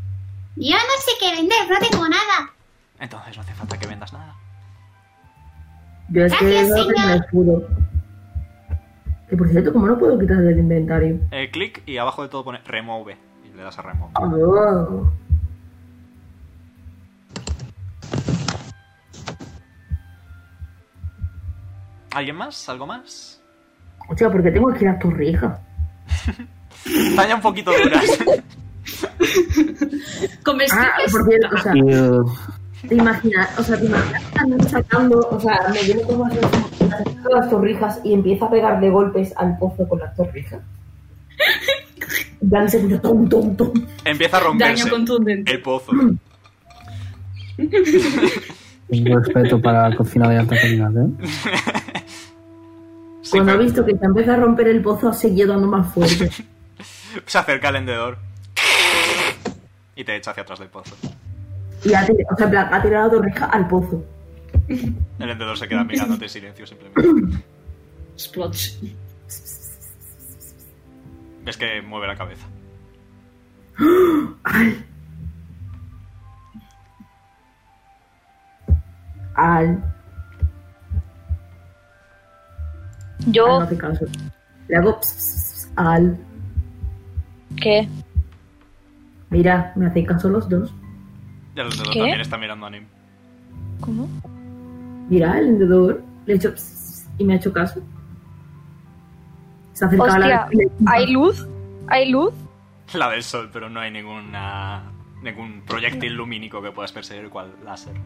Speaker 7: Yo no sé qué vender, no tengo nada.
Speaker 3: Entonces no hace falta que vendas nada.
Speaker 2: Yo es que
Speaker 7: Gracias,
Speaker 2: no tengo
Speaker 7: señor.
Speaker 2: el escudo. Que por cierto, ¿cómo no puedo quitar del inventario?
Speaker 3: Eh, clic y abajo de todo pone remove. Y le das a remove.
Speaker 2: Oh.
Speaker 3: ¿Alguien más? ¿Algo más?
Speaker 2: Hostia, ¿por qué tengo que ir a Torrija?
Speaker 3: Daña un poquito duras.
Speaker 2: Ah,
Speaker 4: Comestibles.
Speaker 2: porque, o sea,
Speaker 6: Ew.
Speaker 2: te imaginas, o sea, te imaginas que andan sacando, o sea, me llevo como así,
Speaker 9: Saca las torrijas y empieza a pegarle golpes al pozo con las torrijas.
Speaker 2: en plan, se escucha tum, tum, tum.
Speaker 3: Empieza a romperse
Speaker 4: Daño contundente.
Speaker 3: el pozo.
Speaker 6: Un respeto para la cocina de alta calidad, ¿eh?
Speaker 3: Sí,
Speaker 2: Cuando ha
Speaker 3: pero-
Speaker 2: visto que se empieza a romper el pozo, ha seguido dando más fuerte.
Speaker 3: Se acerca el vendedor. Y te echa hacia atrás del pozo.
Speaker 2: Y ha tirado, o sea, en plan, ha tirado la torrija al pozo.
Speaker 3: El vendedor se queda mirándote en silencio simplemente.
Speaker 4: Splotch.
Speaker 3: Ves que mueve la cabeza.
Speaker 2: Al. al
Speaker 5: Yo,
Speaker 2: Ah,
Speaker 8: Ah,
Speaker 2: no te caso. Le hago ps, ps, ps, al.
Speaker 5: ¿qué?
Speaker 2: Mira, me hacen caso los dos.
Speaker 3: Y el vendedor
Speaker 5: ¿Qué?
Speaker 3: también está mirando a Nim.
Speaker 5: ¿Cómo?
Speaker 2: Mira, el vendedor le he hecho ps, ps, ps, y me ha hecho caso. Se ha acercado a
Speaker 5: Hostia,
Speaker 2: la vecina.
Speaker 5: ¿hay luz? ¿Hay luz?
Speaker 3: La del sol, pero no hay ninguna ningún proyectil lumínico que puedas perseguir cual láser.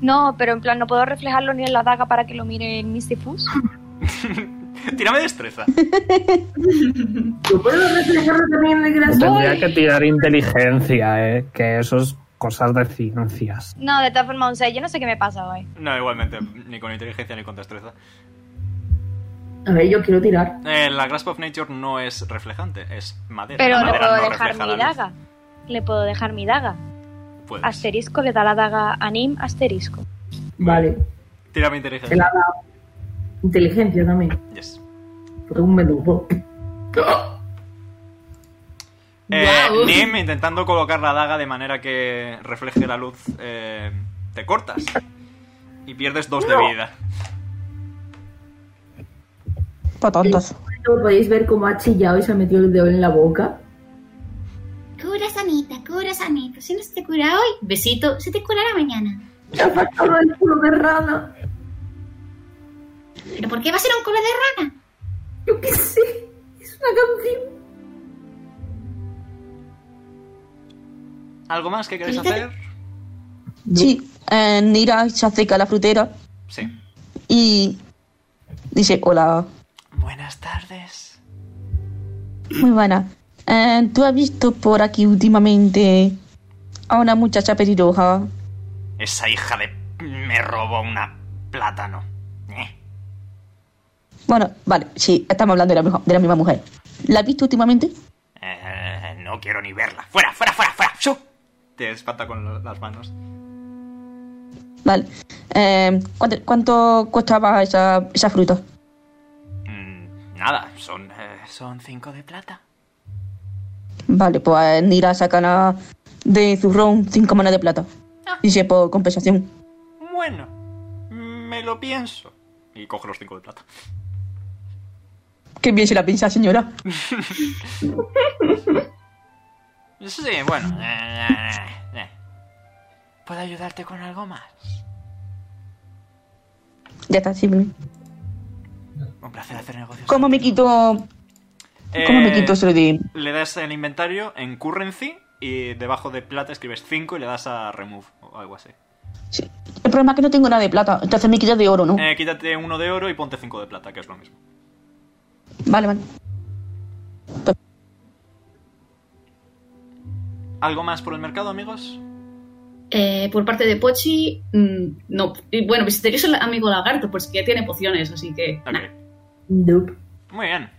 Speaker 5: No, pero en plan, no puedo reflejarlo ni en la daga para que lo mire Misty Fus.
Speaker 3: Tírame destreza.
Speaker 2: Yo puedo reflejarlo también en el grasón.
Speaker 6: Pues Tendría que tirar inteligencia, ¿eh? Que eso es cosas de ciencias.
Speaker 5: No, de todas formas, un 6, yo no sé qué me pasa hoy.
Speaker 3: No, igualmente, ni con inteligencia ni con destreza.
Speaker 2: A ver, yo quiero tirar.
Speaker 3: Eh, la Grasp of Nature no es reflejante, es madera.
Speaker 5: Pero
Speaker 3: La
Speaker 5: le
Speaker 3: madera
Speaker 5: puedo
Speaker 3: no
Speaker 5: dejar
Speaker 3: refleja
Speaker 5: mi
Speaker 3: la luz.
Speaker 5: daga. Le puedo dejar mi daga.
Speaker 3: Puedes.
Speaker 5: Asterisco le da la daga a Nim, asterisco.
Speaker 2: Vale.
Speaker 3: Tírame
Speaker 2: Se la
Speaker 3: inteligencia.
Speaker 2: ha dado. Inteligencia también.
Speaker 3: Yes.
Speaker 2: Porque un menudo.
Speaker 3: Eh,
Speaker 4: Guau.
Speaker 3: Nim, intentando colocar la daga de manera que refleje la luz, eh, te cortas. Y pierdes dos de vida.
Speaker 8: Pa' Pues tontos.
Speaker 2: Podéis ver cómo ha chillado y se ha metido el dedo en la boca.
Speaker 7: Cura sanita, cura sanita. Si no se te cura hoy, besito, se te curará mañana.
Speaker 2: Le ha faltado el culo de rana.
Speaker 7: ¿Pero por qué va a ser un culo de rana?
Speaker 2: Yo qué sé. Es una canción.
Speaker 3: ¿Algo más que queréis hacer?
Speaker 8: Sí, eh, Nira se acerca a la frutera
Speaker 3: Sí.
Speaker 8: y dice, hola,
Speaker 3: Buenas tardes.
Speaker 8: muy buena. Eh, ¿Tú has visto por aquí últimamente a una muchacha pelirroja?
Speaker 3: Esa hija de... me robó una plátano. Eh.
Speaker 8: Bueno, vale, sí, estamos hablando de la, misma- de la misma mujer. ¿La has visto últimamente?
Speaker 3: Eh, no quiero ni verla. ¡Fuera, fuera, fuera, fuera! ¡Shu! Te espanta con lo- las manos.
Speaker 8: Vale. Eh, ¿cuánto, cuánto costaba esa, esa fruta?
Speaker 3: Mm, nada, son... eh, son cinco de plata.
Speaker 8: Vale, pues Nira saca la- de zurrón cinco manos de plata. Dice, por compensación.
Speaker 3: Bueno, me lo pienso. Y coge los cinco de plata.
Speaker 8: Qué bien se la piensa, señora.
Speaker 3: Sí, bueno. eh, eh, eh. ¿Puedo ayudarte con algo más?
Speaker 8: Ya está, sí.
Speaker 3: Un placer hacer negocios.
Speaker 8: ¿Cómo me quito, cómo me
Speaker 3: Eh,
Speaker 8: quito eso de...?
Speaker 3: Le das el inventario en currency y debajo de plata escribes 5 y le das a remove o algo así.
Speaker 8: Sí. El problema es que no tengo nada de plata, entonces me quito de oro, ¿no?
Speaker 3: Eh, quítate uno de oro y ponte 5 de plata, que es lo mismo.
Speaker 8: Vale, vale.
Speaker 3: ¿Algo más por el mercado, amigos?
Speaker 4: Eh, por parte de Pochi, mm, no. Y bueno, visité que es el amigo lagarto, pues que ya tiene pociones, así que.
Speaker 3: Ok.
Speaker 4: nah.
Speaker 2: Nope.
Speaker 3: Muy bien.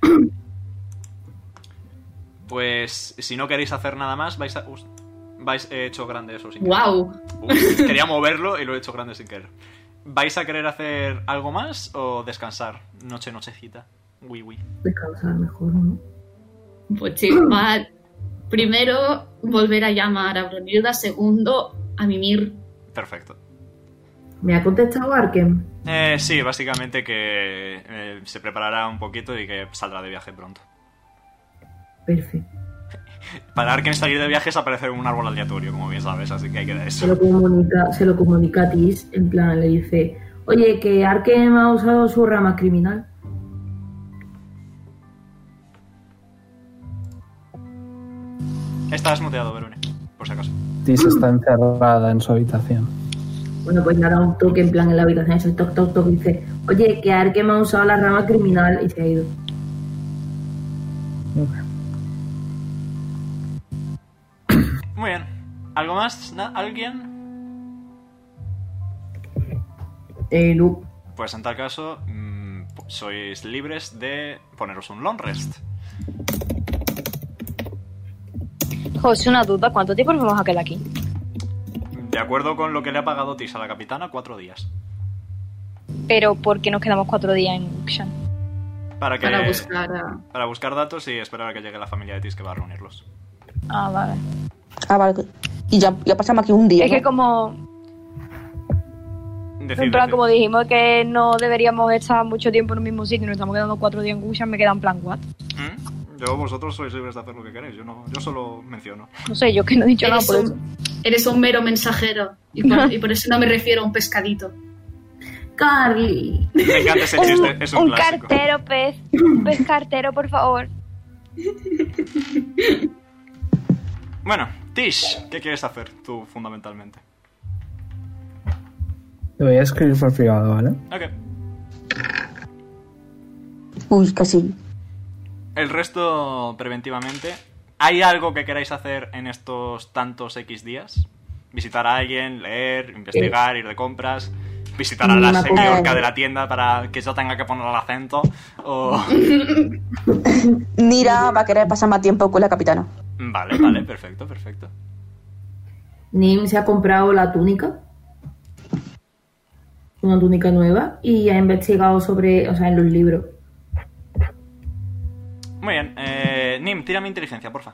Speaker 3: Pues si no queréis hacer nada más, vais a... us- vais, he hecho grande eso sin querer.
Speaker 4: Guau.
Speaker 3: Ups, quería moverlo y lo he hecho grande sin querer. ¿Vais a querer hacer algo más o descansar? Noche, nochecita. Uy, uy.
Speaker 2: Descansar mejor, ¿no?
Speaker 4: Pochi Pues va primero volver a llamar a Brunilda, segundo a mimir.
Speaker 3: Perfecto.
Speaker 2: ¿Me ha contestado Arkem?
Speaker 3: Eh, sí, básicamente que eh, se preparará un poquito y que saldrá de viaje pronto.
Speaker 2: Perfecto.
Speaker 3: Para Arken salir de viaje es aparecer en un árbol aleatorio, como bien sabes, así que hay que dar
Speaker 2: Se lo
Speaker 3: eso.
Speaker 2: comunica, se lo comunica a Tis, en plan le dice, oye, que Arkem ha usado su rama criminal.
Speaker 3: Estás muteado, Verone, por si acaso.
Speaker 6: Tis está encerrada en su habitación.
Speaker 2: Bueno, pues nada, un toque en plan en la habitación, ese toc, toc, toc, y dice, oye, que Arkem ha usado la rama criminal y se ha ido.
Speaker 3: Muy bien. ¿Algo más? ¿Na- ¿Alguien?
Speaker 2: Eh, Luke,
Speaker 3: Pues en tal caso, mm, sois libres de poneros un long rest.
Speaker 5: José, una duda, ¿cuánto tiempo nos vamos a quedar aquí?
Speaker 3: De acuerdo con lo que le ha pagado Tis a la capitana, cuatro días.
Speaker 5: Pero ¿por qué nos quedamos cuatro días en Uxan?
Speaker 3: Para que
Speaker 4: Para buscar a...
Speaker 3: para buscar datos y esperar a que llegue la familia de Tis que va a reunirlos.
Speaker 5: Ah, vale.
Speaker 8: Ah, vale. Y ya, ya pasamos aquí un día.
Speaker 5: Es que
Speaker 8: ¿no?
Speaker 5: como,
Speaker 3: Decid,
Speaker 5: en plan,
Speaker 3: decid.
Speaker 5: como dijimos que no deberíamos estar mucho tiempo en un mismo sitio y nos estamos quedando cuatro días en Gushan, me queda en plan, ¿what?
Speaker 3: ¿Mm? Yo vosotros sois libres de hacer lo que queréis, yo no, yo solo menciono.
Speaker 5: No sé, yo que no he dicho nada
Speaker 4: Eres
Speaker 5: por eso.
Speaker 4: un, eres un mero mensajero y por, y por eso no me refiero a un pescadito.
Speaker 2: Carly.
Speaker 3: Me encanta ese chiste, este es un,
Speaker 5: un
Speaker 3: clásico.
Speaker 5: cartero, pez. Un pez cartero, por favor.
Speaker 3: Bueno, Tish, ¿qué quieres hacer tú fundamentalmente?
Speaker 6: Lo voy a escribir por privado, ¿vale?
Speaker 3: Ok.
Speaker 8: Uy, casi.
Speaker 3: El resto, preventivamente. ¿Hay algo que queráis hacer en estos tantos X días? Visitar a alguien, leer, investigar, ir de compras, visitar a la
Speaker 8: Una compra.
Speaker 3: señorca de la tienda para que yo tenga que poner el acento. O...
Speaker 8: Nira va a querer pasar más tiempo con la capitana.
Speaker 3: Vale, vale, perfecto, perfecto.
Speaker 2: Nim se ha comprado la túnica, una túnica nueva, y ha investigado sobre, o sea, en los libros.
Speaker 3: Muy bien, eh, Nim, tira mi inteligencia, porfa.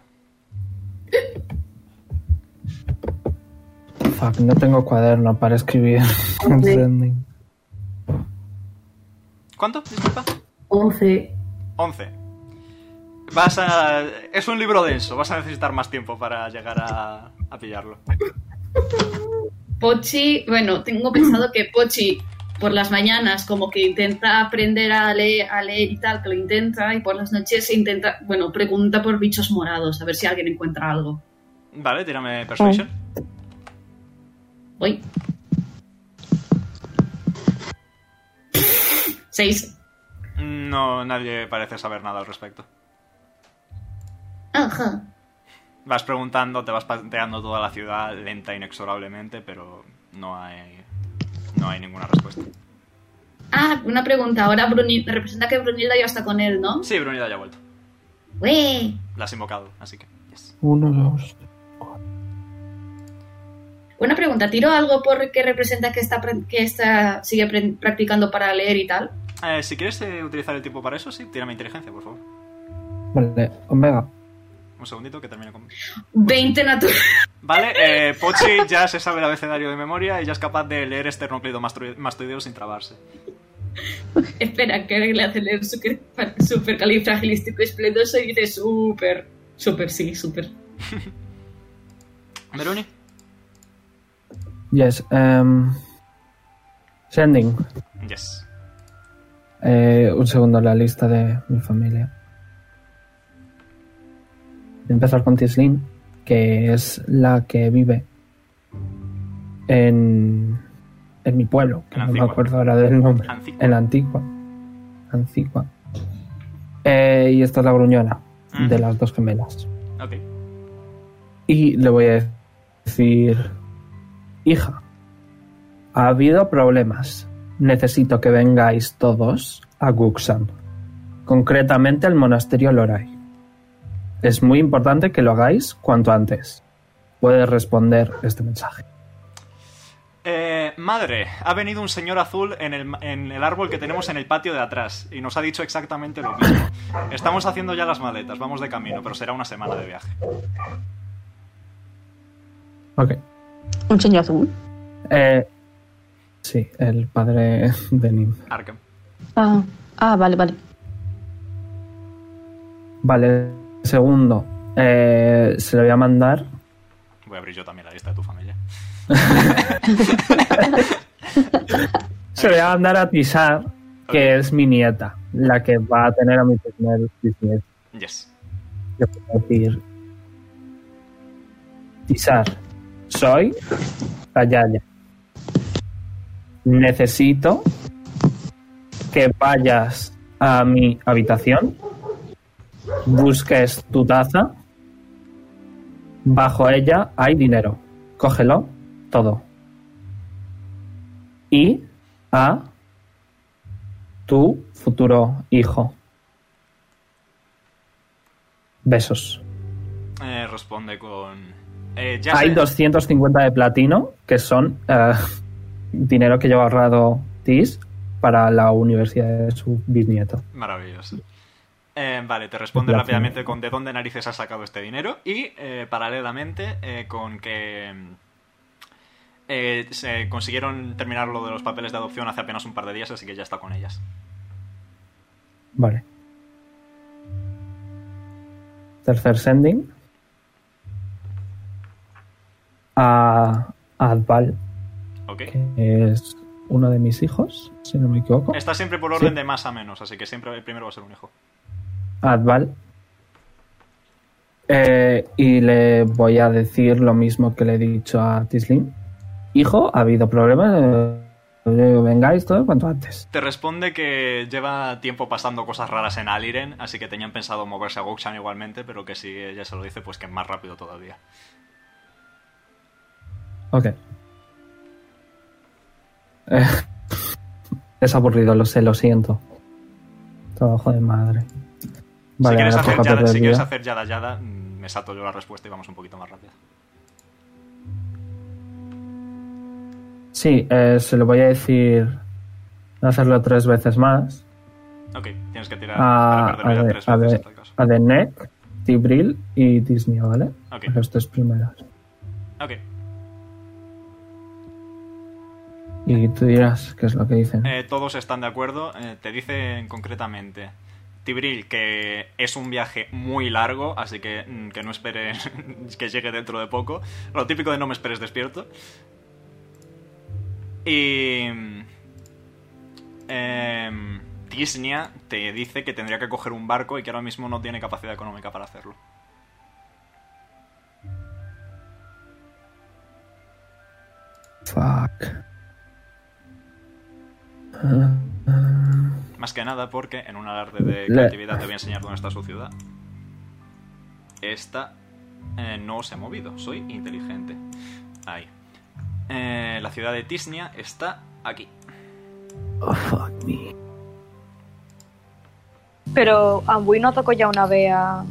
Speaker 6: Fuck, no tengo cuaderno para escribir.
Speaker 3: ¿Cuánto? Disculpa.
Speaker 2: 11.
Speaker 3: 11. Vas a... Es un libro denso, vas a necesitar más tiempo para llegar a, a pillarlo.
Speaker 4: Pochi, bueno, tengo pensado que Pochi por las mañanas como que intenta aprender a leer, a leer y tal, que lo intenta, y por las noches intenta, bueno, pregunta por bichos morados, a ver si alguien encuentra algo.
Speaker 3: Vale, tírame Persuasion.
Speaker 4: Voy. Seis.
Speaker 3: No, nadie parece saber nada al respecto.
Speaker 7: Ajá.
Speaker 3: Vas preguntando, te vas pateando toda la ciudad lenta e inexorablemente, pero no hay... No hay ninguna respuesta.
Speaker 4: Ah, una pregunta. Ahora Brunil, representa que Brunilda ya está con él, ¿no?
Speaker 3: Sí, Brunilda ya ha vuelto.
Speaker 7: Güey.
Speaker 3: La has invocado, así que... yes.
Speaker 6: Uno, dos.
Speaker 4: Una pregunta. ¿Tiro algo porque representa que está, pre- que está sigue pre- practicando para leer y tal?
Speaker 3: Eh, si quieres eh, utilizar el tiempo para eso, sí, tírame inteligencia, por favor.
Speaker 6: Vale, Omega.
Speaker 3: Un segundito que termino con...
Speaker 4: 20 natural.
Speaker 3: Vale, eh, Pochi ya se sabe el abecedario de memoria y ya es capaz de leer esternocleidomastoideo sin trabarse.
Speaker 4: Espera, que le hace leer super, super califragilístico esplendoso y dice súper. Súper, sí, súper.
Speaker 3: Veroni,
Speaker 6: Yes. em, sending.
Speaker 3: yes.
Speaker 6: Eh, un segundo, la lista de mi familia. Voy a empezar con Tislin, que es la que vive en, en mi pueblo, que
Speaker 3: En
Speaker 6: no me
Speaker 3: Antigua.
Speaker 6: acuerdo ahora del nombre.
Speaker 3: Antigua.
Speaker 6: En la antigua. Antigua. Eh, y esta es la gruñona
Speaker 3: Mm.
Speaker 6: de las dos gemelas.
Speaker 3: Ok.
Speaker 6: Y le voy a decir, hija, ha habido problemas. Necesito que vengáis todos a Guxan, concretamente al monasterio Loray. Es muy importante que lo hagáis cuanto antes. Puedes responder este mensaje.
Speaker 3: Eh, madre, ha venido un señor azul en el, en el árbol que tenemos en el patio de atrás y nos ha dicho exactamente lo mismo. Estamos haciendo ya las maletas, vamos de camino, pero será una semana de viaje.
Speaker 6: Ok.
Speaker 8: Un señor azul.
Speaker 6: Eh, Sí, el padre de Nim.
Speaker 3: Arkham.
Speaker 1: Ah, ah, vale, vale.
Speaker 6: Vale, segundo. eh, se lo voy a mandar.
Speaker 3: Voy a abrir yo también la lista de tu familia.
Speaker 6: Se lo voy a mandar a Tisar, que es mi nieta, la que va a tener a mi primer bisnieto.
Speaker 3: Yes.
Speaker 6: Le puedo decir. Tisar, soy la Yaya. Necesito que vayas a mi habitación, busques tu taza, bajo ella hay dinero, cógelo todo. Y a tu futuro hijo. Besos.
Speaker 3: Eh, responde con. Eh, ya
Speaker 6: Hay
Speaker 3: sé-
Speaker 6: 250 de platino, que son eh, dinero que lleva ahorrado Tis para la universidad de su bisnieto.
Speaker 3: Maravilloso. Eh, vale, te responde
Speaker 6: Gracias.
Speaker 3: rápidamente con de dónde narices has sacado este dinero y eh, paralelamente eh, con que mm, eh, se consiguieron terminar lo de los papeles de adopción hace apenas un par de días, así que ya está con ellas.
Speaker 6: Vale. Tercer sending. A Adval,
Speaker 3: ¿Ok?
Speaker 6: que es uno de mis hijos, si no me equivoco.
Speaker 3: Está siempre por
Speaker 6: Sí.
Speaker 3: orden de más a menos, así que siempre el primero va a ser un hijo.
Speaker 6: Adval. Eh, y le voy a decir lo mismo que le he dicho a Tislin. Hijo, ha habido problemas. eh, vengáis todo cuanto antes.
Speaker 3: Te responde que lleva tiempo pasando cosas raras en Aliren, así que tenían pensado moverse a Gokshan igualmente, pero que si ella se lo dice, pues que más rápido todavía.
Speaker 6: Ok. Eh, es aburrido, lo sé, lo siento. Trabajo de madre.
Speaker 3: si
Speaker 6: Vale,
Speaker 3: quieres
Speaker 6: ahora
Speaker 3: hacer
Speaker 6: toca
Speaker 3: yada,
Speaker 6: perder
Speaker 3: si quieres
Speaker 6: vida.
Speaker 3: hacer yada yada, mm, me salto yo la respuesta y vamos un poquito más rápido.
Speaker 6: Sí, eh, se lo voy a decir. Hacerlo tres veces más.
Speaker 3: Ok, tienes que tirar
Speaker 6: Ah,
Speaker 3: para
Speaker 6: a,
Speaker 3: perder
Speaker 6: a
Speaker 3: ya
Speaker 6: de-
Speaker 3: tres
Speaker 6: a
Speaker 3: veces
Speaker 6: de-
Speaker 3: en tal caso.
Speaker 6: a The Neck, Tibril y Disney, ¿vale?
Speaker 3: Ok.
Speaker 6: Los tres primeros.
Speaker 3: Ok,
Speaker 6: Y tú dirás qué es lo que dicen.
Speaker 3: eh, todos están de acuerdo. eh, te dicen concretamente, Tibril, que es un viaje muy largo, así que mm, que no esperes que llegue dentro de poco. Lo típico de no me esperes despierto. Y... mm, em, Tisnia te dice que tendría que coger un barco y que ahora mismo no tiene capacidad económica para hacerlo.
Speaker 6: Fuck. Ah, ah.
Speaker 3: Más que nada porque en un alarde de
Speaker 6: Le-
Speaker 3: creatividad te voy a enseñar dónde está su ciudad. Esta eh, no se ha movido, soy inteligente. Ahí. Eh, la ciudad de Tisnia está aquí.
Speaker 6: Oh, fuck me.
Speaker 5: Pero Ambuy no tocó ya una vez a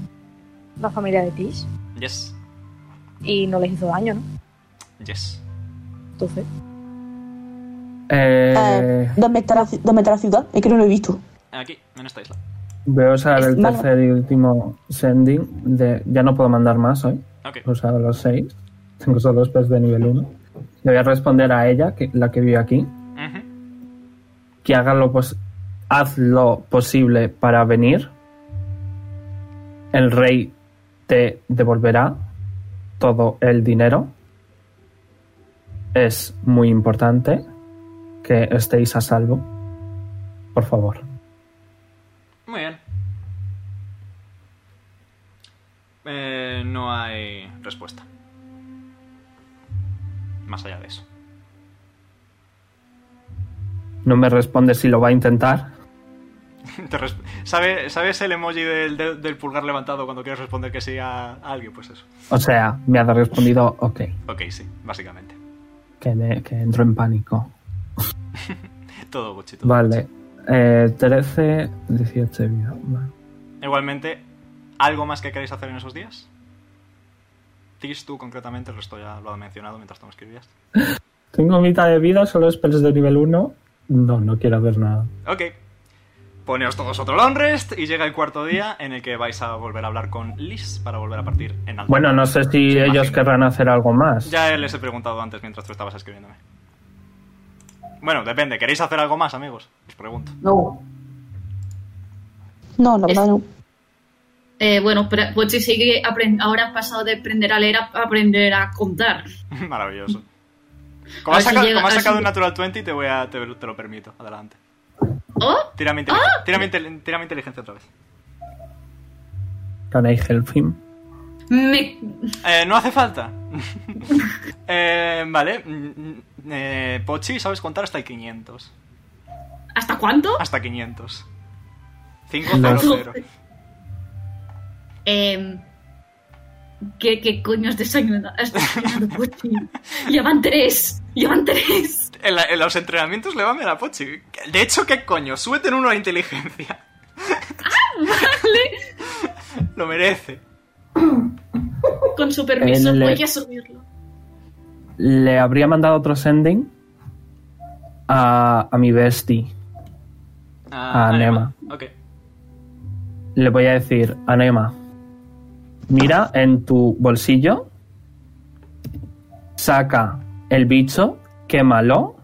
Speaker 5: la familia de Tis
Speaker 3: Yes,
Speaker 5: y no les hizo daño, ¿no?
Speaker 3: yes.
Speaker 5: Entonces,
Speaker 6: Eh,
Speaker 8: Ah, ¿Dónde está, la, ci- ¿Dónde está la ciudad? Es que no lo he visto.
Speaker 3: Aquí, en esta isla.
Speaker 6: voy a usar el
Speaker 8: Vale.
Speaker 6: tercer y último sending. De, ya no puedo mandar más hoy.
Speaker 3: Ok,
Speaker 6: He usado los seis. Tengo solo los pez de nivel 1. Le voy a responder a ella, que, la que vive aquí,
Speaker 3: ujú,
Speaker 6: que haga lo pos- haz lo posible para venir. El rey te devolverá todo el dinero. Es muy importante que estéis a salvo. Por favor.
Speaker 3: muy bien. Eh, no hay respuesta. Más allá de eso.
Speaker 6: No me responde si lo va a intentar.
Speaker 3: Te resp- ¿Sabe- ¿Sabes el emoji del, del- del pulgar levantado cuando quieres responder que sí a- a alguien? Pues eso.
Speaker 6: O sea, me ha respondido, ok,
Speaker 3: Ok, sí, básicamente.
Speaker 6: que, me- que entro en pánico.
Speaker 3: Todo Gucci, todo
Speaker 6: Vale. Eh, 13, 18 de vida. Vale.
Speaker 3: Gucci. Igualmente, ¿algo más que queréis hacer en esos días? Tis, tú concretamente, el resto ya lo ha mencionado mientras tú me escribías.
Speaker 6: Tengo mitad de vida, solo spells de nivel 1. No, no quiero ver nada.
Speaker 3: Ok. Poneos todos otro long rest y llega el cuarto día en el que vais a volver a hablar con Liz para volver a partir en alto.
Speaker 6: Bueno, no sé si
Speaker 3: Sí,
Speaker 6: ellos
Speaker 3: imagino.
Speaker 6: querrán hacer algo más.
Speaker 3: Ya les he preguntado antes mientras tú estabas escribiéndome. Bueno, depende. ¿Queréis hacer algo más, amigos? Os pregunto.
Speaker 8: No. No, la verdad
Speaker 4: Es-
Speaker 8: no.
Speaker 4: Eh, bueno, pero Pochi sigue apren- ahora ha pasado de aprender a leer a aprender a contar.
Speaker 3: Maravilloso. Como
Speaker 4: A
Speaker 3: has
Speaker 4: ver si
Speaker 3: sacado,
Speaker 4: llega-
Speaker 3: como has
Speaker 4: a ver
Speaker 3: sacado
Speaker 4: si-
Speaker 3: un natural 20, te, voy a, te, te lo permito. Adelante.
Speaker 4: ¿Oh?
Speaker 3: Tira mi, inteligen- tira mi intel- tira mi inteligencia otra vez.
Speaker 6: Can I help him?
Speaker 4: Me-
Speaker 3: Eh, no hace falta. Eh, vale. mm, mm, eh, Pochi, sabes contar hasta el 500.
Speaker 4: ¿Hasta cuánto?
Speaker 3: Hasta 500.
Speaker 6: Los-
Speaker 3: 500.
Speaker 4: Em, ¿qué, ¿Qué coño has desayunado? Has desayunado, Pochi? Llevan tres. Llevan tres.
Speaker 3: En, la- en los entrenamientos le va a mirar a Pochi. De hecho, ¿qué coño? Súbete en uno de inteligencia.
Speaker 4: Vale.
Speaker 3: Lo merece.
Speaker 4: Con su permiso
Speaker 6: El-
Speaker 4: voy a subirlo.
Speaker 6: Le habría mandado otro sending a, a mi bestie. Ah, Nema.
Speaker 3: Ok.
Speaker 6: Le voy a decir, Anema, mira en tu bolsillo, saca el bicho, quémalo,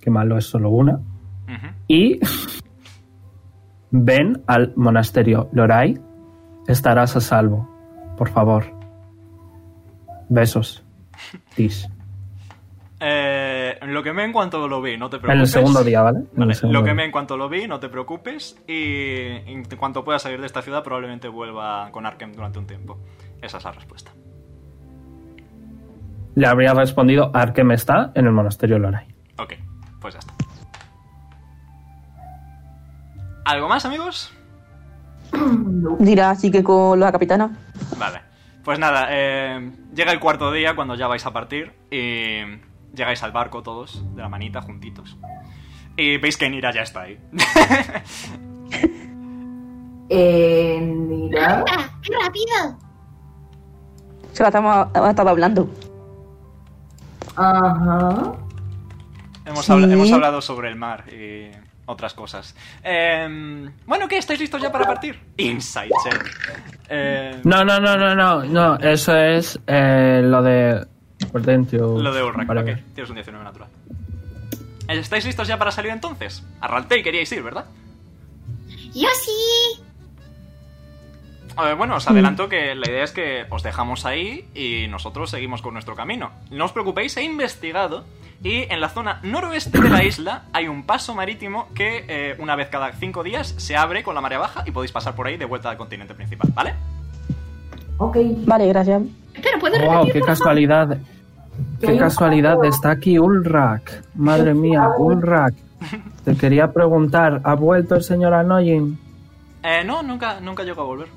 Speaker 6: quémalo es solo una,
Speaker 3: Ujú.
Speaker 6: y ven al monasterio Lorai, estarás a salvo, por favor. Besos. Tish.
Speaker 3: Eh, lo que me en cuanto lo vi, no te preocupes.
Speaker 6: En el segundo día, ¿vale? En
Speaker 3: pues Vale,
Speaker 6: el segundo
Speaker 3: lo que
Speaker 6: día.
Speaker 3: me en cuanto lo vi, no te preocupes. Y en cuanto pueda salir de esta ciudad, probablemente vuelva con Arkham durante un tiempo. Esa es la respuesta.
Speaker 6: Le habría respondido, Arkem está en el monasterio Lorai.
Speaker 3: Ok, pues ya está. ¿Algo más, amigos?
Speaker 8: Dirá así que con la capitana.
Speaker 3: Vale. Pues nada, eh, llega el cuarto día cuando ya vais a partir y llegáis al barco todos, de la manita, juntitos. Y veis que Nira ya está ahí.
Speaker 9: Eh, mira.
Speaker 7: ¡Anda! ah, ¡Qué rápido!
Speaker 8: Se la estaba, estaba hablando.
Speaker 9: Ajá.
Speaker 3: Hemos,
Speaker 8: Sí.
Speaker 3: habla- hemos hablado sobre el mar y otras cosas. Em, bueno, ¿qué? ¿Estáis listos ya para partir? Insight check. Em,
Speaker 6: No, no, no, no, no, no, eso es eh, lo de... Portentio.
Speaker 3: Lo de Urrak,
Speaker 6: Vale.
Speaker 3: ok. Tienes un 19 natural. ¿Estáis listos ya para salir entonces? A Raltei queríais ir, ¿verdad?
Speaker 7: ¡Yo sí!
Speaker 3: Eh, bueno, os adelanto que la idea es que os dejamos ahí y nosotros seguimos con nuestro camino. No os preocupéis, he investigado y en la zona noroeste de la isla hay un paso marítimo que eh, una vez cada cinco días se abre con la marea baja y podéis pasar por ahí de vuelta al continente principal, ¿vale?
Speaker 9: Ok.
Speaker 8: Vale, gracias.
Speaker 4: Espera, ¿puedes
Speaker 6: Wow,
Speaker 4: repetir?
Speaker 6: qué
Speaker 4: por favor?
Speaker 6: casualidad. Qué casualidad, está aquí Ulrak. Madre mía, Ulrak. Te quería preguntar, ¿ha vuelto el señor Anoyin?
Speaker 3: Eh, no, nunca, nunca llego a volver.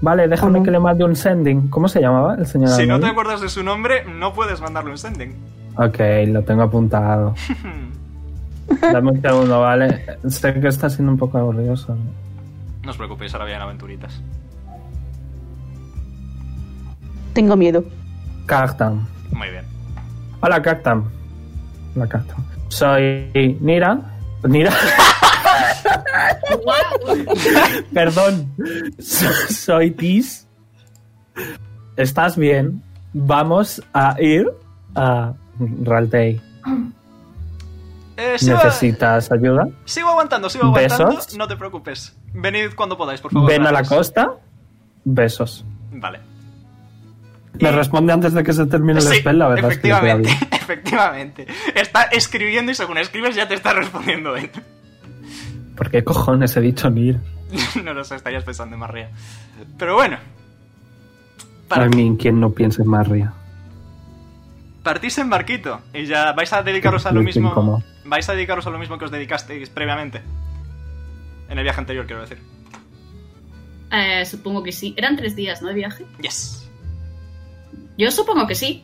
Speaker 6: Vale, déjame que le mande un sending. ¿Cómo se llamaba el señor
Speaker 3: Si no te
Speaker 6: Anoyin?
Speaker 3: acuerdas de su nombre, no puedes mandarle un sending.
Speaker 6: Ok, lo tengo apuntado.
Speaker 3: Hmm.
Speaker 6: Dame un segundo, ¿vale? Sé que está siendo un poco aburridoso.
Speaker 3: no os preocupéis, ahora vienen aventuritas.
Speaker 8: Tengo miedo.
Speaker 6: Cactam.
Speaker 3: Muy bien.
Speaker 6: Hola, Cactam. Hola, Cactam. Soy Nira. Nira. Perdón. So- Soy Tis. ¿Estás bien? Vamos a ir a Raltei.
Speaker 3: Eh, sigo,
Speaker 6: ¿Necesitas ayuda?
Speaker 3: sigo aguantando, sigo aguantando.
Speaker 6: ¿Besos?
Speaker 3: No te preocupes. Venid cuando podáis, por favor.
Speaker 6: Ven a la
Speaker 3: gracias.
Speaker 6: costa. Besos.
Speaker 3: Vale.
Speaker 6: Me responde antes de que se termine el
Speaker 3: Sí,
Speaker 6: spell, la verdad es que le queda
Speaker 3: efectivamente,
Speaker 6: bien.
Speaker 3: efectivamente. Está escribiendo y según escribes ya te está respondiendo él.
Speaker 6: ¿Por qué cojones he dicho Nira?
Speaker 3: no lo sé, estarías pensando en Marrea. Pero bueno. Para-
Speaker 6: I mean, quien no piense en Marria.
Speaker 3: partís en barquito y ya vais a dedicaros a lo
Speaker 6: Qué
Speaker 3: mismo.
Speaker 6: incómodo.
Speaker 3: Vais a dedicaros a lo mismo que os dedicasteis previamente. En el viaje anterior, quiero decir.
Speaker 4: Eh, supongo que sí. Eran tres días, ¿no? De viaje.
Speaker 3: Yes.
Speaker 4: Yo supongo que sí.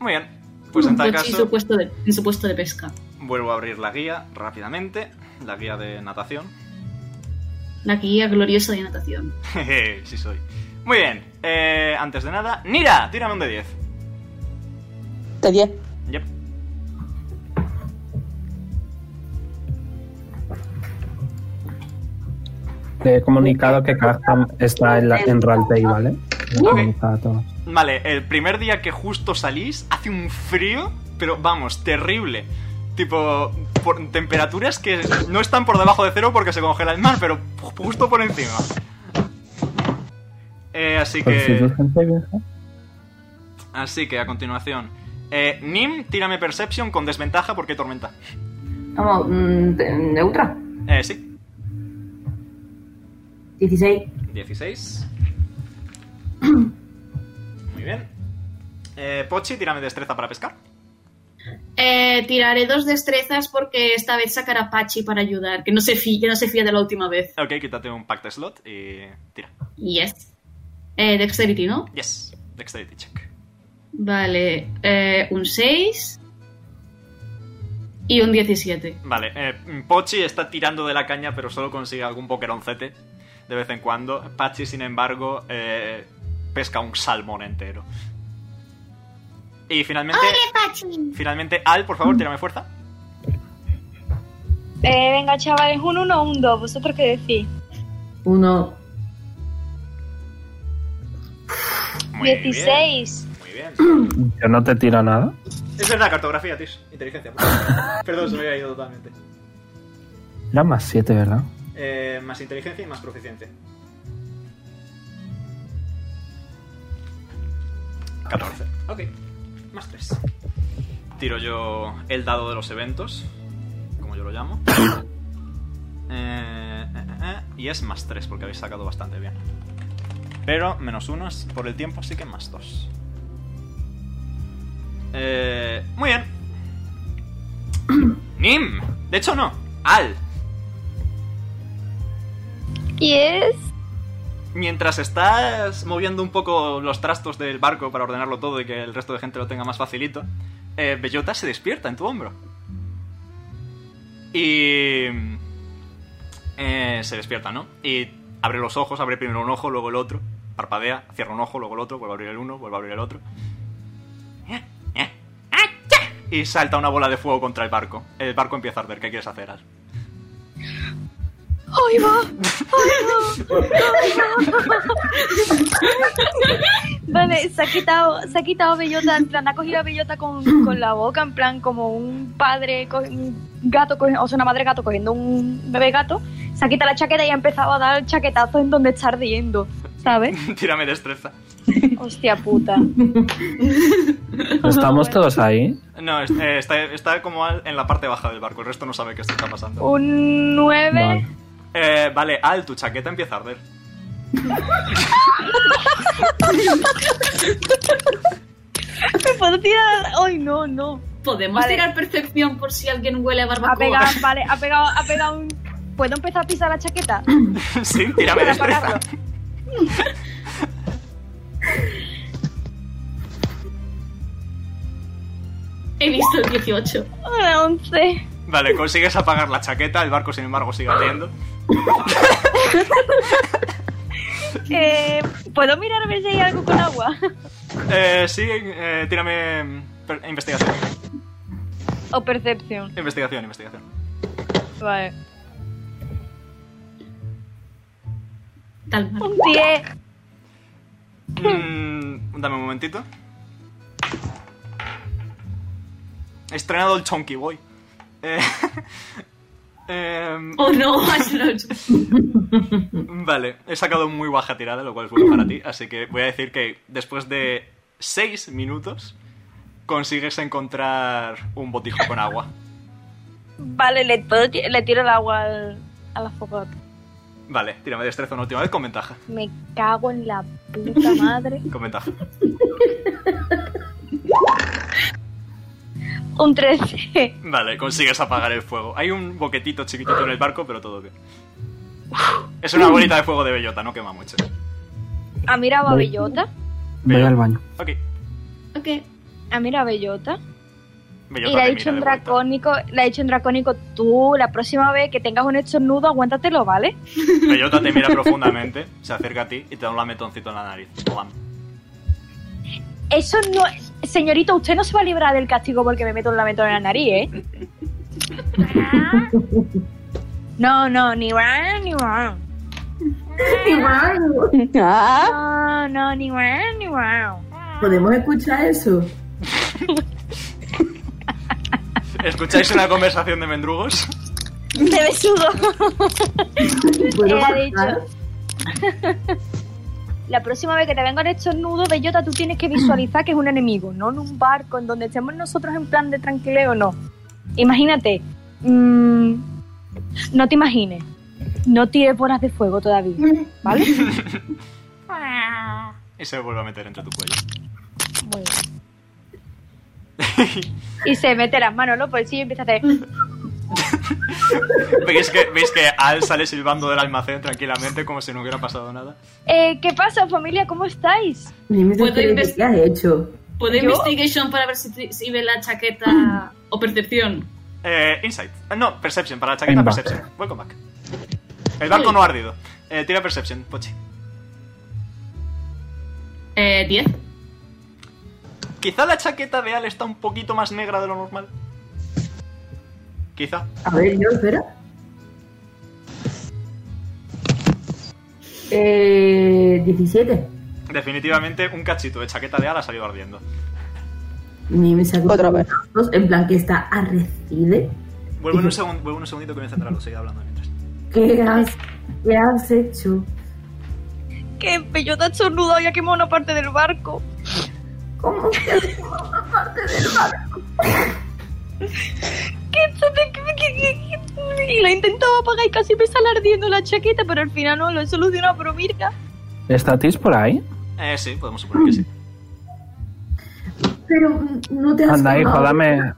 Speaker 3: Muy bien. Pues en tal
Speaker 4: Pochi
Speaker 3: caso,
Speaker 4: su puesto de- en su puesto de pesca.
Speaker 3: vuelvo a abrir la guía rápidamente. La guía de natación.
Speaker 4: La guía gloriosa de natación.
Speaker 3: Jeje, sí soy. Muy bien. eh, antes de nada, Nira, tírame un de 10.
Speaker 8: Te 10.
Speaker 3: Yep.
Speaker 6: Te he comunicado que Cactam está en, la, en Raltei, ¿vale? Lo he
Speaker 3: Ok.
Speaker 6: comunicado a todos.
Speaker 3: Vale, el primer día que justo salís hace un frío, pero vamos, terrible. Tipo, por- temperaturas que no están por debajo de cero porque se congela el mar, pero ju- justo por encima. Eh, así
Speaker 6: Por si
Speaker 3: que...
Speaker 6: tú, gente vieja.
Speaker 3: Así que a continuación. Eh, Nim, tírame Perception con desventaja porque hay tormenta.
Speaker 9: Vamos, mm, de- neutra.
Speaker 3: Eh, sí.
Speaker 9: 16.
Speaker 3: 16. Muy bien. Eh, Pochi, tírame destreza para pescar.
Speaker 4: Eh, tiraré dos destrezas porque esta vez sacará a Pachi para ayudar, que no se fía, que no se fía de la última vez.
Speaker 3: Ok, quítate un pack de slot y tira.
Speaker 4: Yes. Eh, dexterity, ¿no?
Speaker 3: Yes. Dexterity check.
Speaker 4: Vale, eh, un 6 y un 17.
Speaker 3: Vale, eh, Pochi está tirando de la caña, pero solo consigue algún boqueroncete de vez en cuando. Pachi, sin embargo, eh, pesca un salmón entero. Y finalmente,
Speaker 7: ¡Ole, Pachi!
Speaker 3: finalmente Al, por favor, tírame fuerza.
Speaker 5: Eh, venga, chavales, un 1 o un 2, vosotros qué decís.
Speaker 2: Uno.
Speaker 3: Muy bien.
Speaker 5: 16.
Speaker 3: Muy bien.
Speaker 6: Yo no te tiro nada.
Speaker 3: Es verdad, cartografía, Tish. Inteligencia. Perdón, se me había ido totalmente.
Speaker 6: Era más 7, ¿verdad?
Speaker 3: Eh, más inteligencia y más proficiente. 14. Ok, más 3. Tiro yo el dado de los eventos, como yo lo llamo. Eh, eh, eh, eh, y es más 3 porque habéis sacado bastante bien. Pero menos 1 es por el tiempo, así que más 2. Eh, muy bien. Nim. De hecho no. Al.
Speaker 5: Yes.
Speaker 3: Mientras estás moviendo un poco los trastos del barco para ordenarlo todo y que el resto de gente lo tenga más facilito, eh, Bellota se despierta en tu hombro. Y... eh, se despierta, ¿no? Y abre los ojos, abre primero un ojo, luego el otro, parpadea, cierra un ojo, luego el otro, vuelve a abrir el uno, vuelve a abrir el otro. Y salta una bola de fuego contra el barco. El barco empieza a arder. ¿Qué quieres hacer, Al?
Speaker 5: ¡Ay, va! Vale, se ha quitado, se ha quitado bellota, en plan, ha cogido a bellota con, con la boca, en plan, como un padre, co- un gato, cogi- o sea, una madre gato cogiendo un bebé gato, se ha quitado la chaqueta y ha empezado a dar chaquetazos en donde está ardiendo, ¿sabes?
Speaker 3: Tírame destreza.
Speaker 5: Hostia puta.
Speaker 6: Estamos todos ahí.
Speaker 3: No, es- eh, está, está como al- en la parte baja del barco, el resto no sabe qué esto está pasando.
Speaker 5: Un 9.
Speaker 6: Vale.
Speaker 3: Eh, vale, Al, tu chaqueta empieza a arder.
Speaker 5: Me puedo tirar. Ay, no, no.
Speaker 4: Podemos
Speaker 5: Vale.
Speaker 4: tirar percepción por si alguien huele a
Speaker 5: Ha
Speaker 4: barbacoa.
Speaker 5: pegado, vale, ha pegado, ha pegado un. ¿Puedo empezar a pisar la chaqueta?
Speaker 3: sí, tírame
Speaker 5: Para
Speaker 3: destreza.
Speaker 5: apagarlo.
Speaker 4: He visto el 18.
Speaker 5: Una 11.
Speaker 3: Vale, consigues apagar la chaqueta, el barco sin embargo sigue ardiendo.
Speaker 5: Eh, ¿Puedo mirar a ver si hay algo con agua?
Speaker 3: Eh, sí, eh, tírame mm, per- investigación.
Speaker 5: O percepción.
Speaker 3: Investigación, investigación.
Speaker 5: Vale.
Speaker 4: Tal mal.
Speaker 5: Un 10.
Speaker 3: Mm, dame un momentito. He estrenado el Chonky Boy. Eh, em,
Speaker 4: Oh no, has lo hecho.
Speaker 3: Vale, he sacado muy baja tirada, lo cual es bueno para ti, así que voy a decir que después de 6 minutos consigues encontrar un botijo con agua.
Speaker 5: Vale, le, puedo ti- le tiro el agua al, a la fogata.
Speaker 3: Vale, tírame destreza una última vez con ventaja.
Speaker 5: Me cago en la puta madre.
Speaker 3: Con ventaja.
Speaker 5: Un 13.
Speaker 3: Vale, consigues apagar el fuego. Hay un boquetito chiquitito en el barco, pero todo bien. Es una bolita de fuego de bellota, no quema mucho.
Speaker 5: ¿Ha mirado a
Speaker 6: Voy.
Speaker 5: Bellota?
Speaker 6: Voy al baño.
Speaker 3: Ok,
Speaker 4: Ok.
Speaker 5: ¿Ha mirado a Bellota?
Speaker 3: bellota.
Speaker 5: y le ha
Speaker 3: te mira
Speaker 5: dicho en
Speaker 3: de vuelta.
Speaker 5: dracónico, le ha dicho en dracónico, tú la próxima vez que tengas un estornudo, aguántatelo, ¿vale?
Speaker 3: Bellota te mira profundamente, se acerca a ti y te da un lametoncito en la nariz. Bam.
Speaker 5: Eso no. Señorita, usted no se va a librar del castigo porque me meto un lamento en la nariz, ¿eh? No, no, ni va, ni va.
Speaker 8: Ah,
Speaker 5: No, no, ni va, ni va.
Speaker 2: ¿Podemos escuchar eso?
Speaker 3: ¿Escucháis una conversación de mendrugos?
Speaker 5: Me besugo.
Speaker 2: ¿Puedo
Speaker 5: Ella ha
Speaker 2: bajar?
Speaker 5: dicho. La próxima vez que te vengan estos nudos, Bellota, tú tienes que visualizar que es un enemigo, no en un barco en donde estemos nosotros en plan de tranquileo, no. Imagínate. mm, no te imagines. No tires bolas de fuego todavía, ¿vale?
Speaker 3: Y se vuelve a meter entre tu cuello.
Speaker 5: Muy bien. Y se mete las manos, ¿no? Por el sillo y empieza a hacer.
Speaker 3: ¿Veis que, veis que Al sale silbando del almacén tranquilamente como si no hubiera pasado nada?
Speaker 5: Eh, ¿Qué pasa, familia? ¿Cómo estáis?
Speaker 2: Ni me
Speaker 4: Puedo
Speaker 2: enteré de
Speaker 4: invest-
Speaker 2: ¿Qué has hecho?
Speaker 4: ¿Puedo
Speaker 5: ¿Yo?
Speaker 4: investigation para ver si, te- si ve la chaqueta o percepción?
Speaker 3: Eh, insight. Ah, No, Perception, para la chaqueta
Speaker 6: Venga.
Speaker 3: Perception. Welcome back. El barco no ha ardido. Eh, tira Perception, Pochi.
Speaker 4: Eh, 10.
Speaker 3: Quizá la chaqueta de Al está un poquito más negra de lo normal. Quizá.
Speaker 2: A ver, yo, espera. Eh, 17.
Speaker 3: Definitivamente un cachito de chaqueta de Al ha salido ardiendo.
Speaker 2: Ni me saco
Speaker 8: Otra vez.
Speaker 2: fotos, En plan que está arrecide.
Speaker 3: Vuelvo en un, segun- vuelvo en un segundito que me centrarlo, seguid hablando mientras.
Speaker 2: ¿Qué has, qué has hecho?
Speaker 5: Que Bellota estos nudos y ha quemado una parte del barco.
Speaker 2: ¿Cómo que has quemado una parte del barco?
Speaker 5: que esto te- que- que- que- Y la he intentado apagar y casi me sale ardiendo la chaqueta, pero al final no lo he solucionado. Pero mira,
Speaker 6: ¿Está Tis por ahí?
Speaker 3: Eh, sí, podemos suponer que sí.
Speaker 6: Mm.
Speaker 2: Pero mm, no te has
Speaker 6: Anda, hijo,
Speaker 2: quemado.
Speaker 6: dame,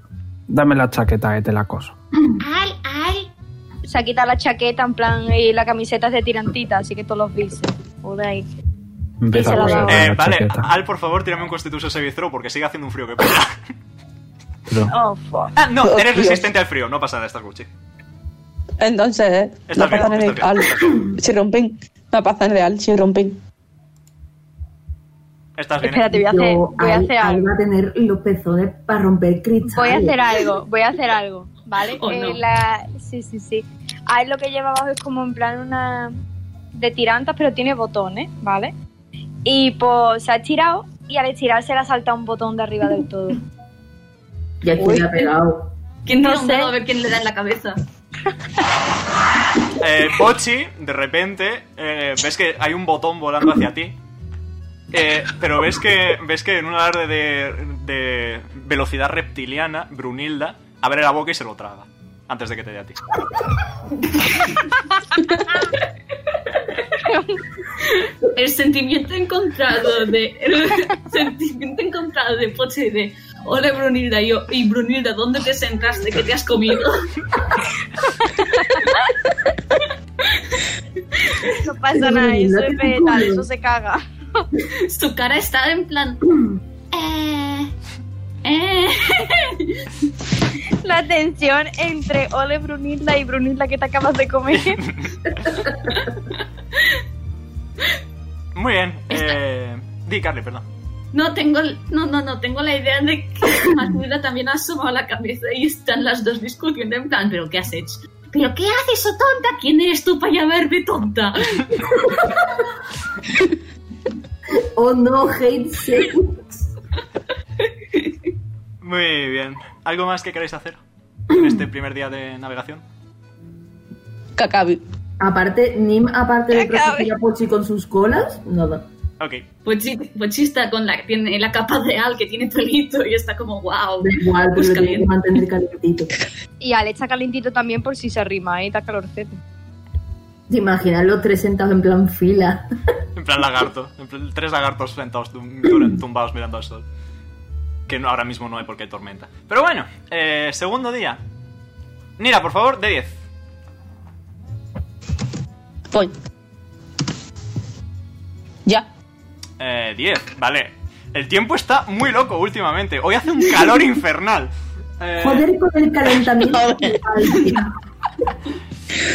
Speaker 6: dame la chaqueta que te la coso.
Speaker 7: Al, al.
Speaker 5: se ha quitado la chaqueta en plan y la camiseta es de tirantita, así que todos los bíceps. Joder, ahí.
Speaker 6: Empieza
Speaker 5: se la
Speaker 6: a
Speaker 5: va.
Speaker 6: coser
Speaker 3: Eh,
Speaker 6: la
Speaker 3: vale,
Speaker 6: chaqueta.
Speaker 3: Al, por favor, tírame un Constitution Saving Throw porque sigue haciendo un frío que pega.
Speaker 6: Pero-
Speaker 5: Oh, fuck.
Speaker 3: Ah, no,
Speaker 8: Oh,
Speaker 3: eres
Speaker 8: Dios.
Speaker 3: resistente al frío, no pasa nada, estás Gucci.
Speaker 8: Entonces, eh,
Speaker 3: Está
Speaker 8: la
Speaker 3: bien,
Speaker 8: pasa
Speaker 3: está bien.
Speaker 8: real se rompen. La pasa real se rompen.
Speaker 3: Estás bien. ¿eh?
Speaker 5: Espérate, voy a hacer,
Speaker 2: Yo,
Speaker 5: voy a
Speaker 2: Al-
Speaker 5: hacer
Speaker 2: Al
Speaker 5: algo.
Speaker 2: va a tener los pezones para romper cristales.
Speaker 5: Voy a hacer algo, voy a hacer algo, ¿vale?
Speaker 4: Oh,
Speaker 5: Eh,
Speaker 4: no.
Speaker 5: la- Sí, sí, sí. Ahí lo que lleva abajo es como en plan una... de tirantas, pero tiene botones, ¿vale? Y pues se ha estirado y al estirarse le ha saltado un botón de arriba del todo.
Speaker 2: Ya estoy pegado.
Speaker 4: ¿Quién
Speaker 5: No
Speaker 4: tira un
Speaker 5: sé.
Speaker 4: dado a ver quién le da en la cabeza?
Speaker 3: Eh, Pochi, de repente, eh, ves que hay un botón volando hacia ti. Eh, pero ves que, ves que en un alarde de, de velocidad reptiliana, Brunilda abre la boca y se lo traga. Antes de que te dé a ti.
Speaker 4: El sentimiento encontrado de. El sentimiento encontrado de Poche de. Hola Brunilda, y yo. Y Brunilda, ¿dónde te sentaste? ¿Qué te has comido?
Speaker 5: No pasa nada, eso es vegetal, eso se caga.
Speaker 4: Su cara está en plan.
Speaker 7: Eh,
Speaker 4: ¡Eh!
Speaker 5: La tensión entre Ole Brunilda y Brunilda que te acabas de comer.
Speaker 3: Muy bien. Eh, di, Carly, perdón.
Speaker 4: No tengo. No, no, no. Tengo la idea de que Matilda también ha asomado la cabeza y están las dos discutiendo en plan. ¿Pero qué has hecho? ¿Pero qué haces, o tonta? ¿Quién eres tú para llamarme tonta?
Speaker 2: Oh no, hate sex.
Speaker 3: Muy bien. ¿Algo más que queráis hacer en este primer día de navegación?
Speaker 8: Cacabi.
Speaker 2: Aparte, Nim, aparte de proteger a Pochi con sus colas, nada.
Speaker 3: Ok.
Speaker 4: Pochi, Pochi está con la, tiene la capa real que tiene pelito y está como, wow.
Speaker 2: Da igual, pero
Speaker 4: Pues
Speaker 2: lo tiene que
Speaker 4: caliente.
Speaker 2: mantener calentito.
Speaker 5: Y Ale está calentito también por si se arrima, ¿eh? Está calorcete.
Speaker 2: ¿Te imaginas los tres sentados en plan fila?
Speaker 3: En plan lagarto. En plan, tres lagartos sentados, tum- tum- tumbados mirando al sol. Que no- ahora mismo no hay porque hay tormenta. Pero bueno, eh, segundo día. Mira, por favor, de 10.
Speaker 8: Voy. Ya.
Speaker 3: Eh, 10, vale. El tiempo está muy loco últimamente. Hoy hace un calor infernal. Eh,
Speaker 2: Joder con el calentamiento.
Speaker 8: Joder.
Speaker 2: global.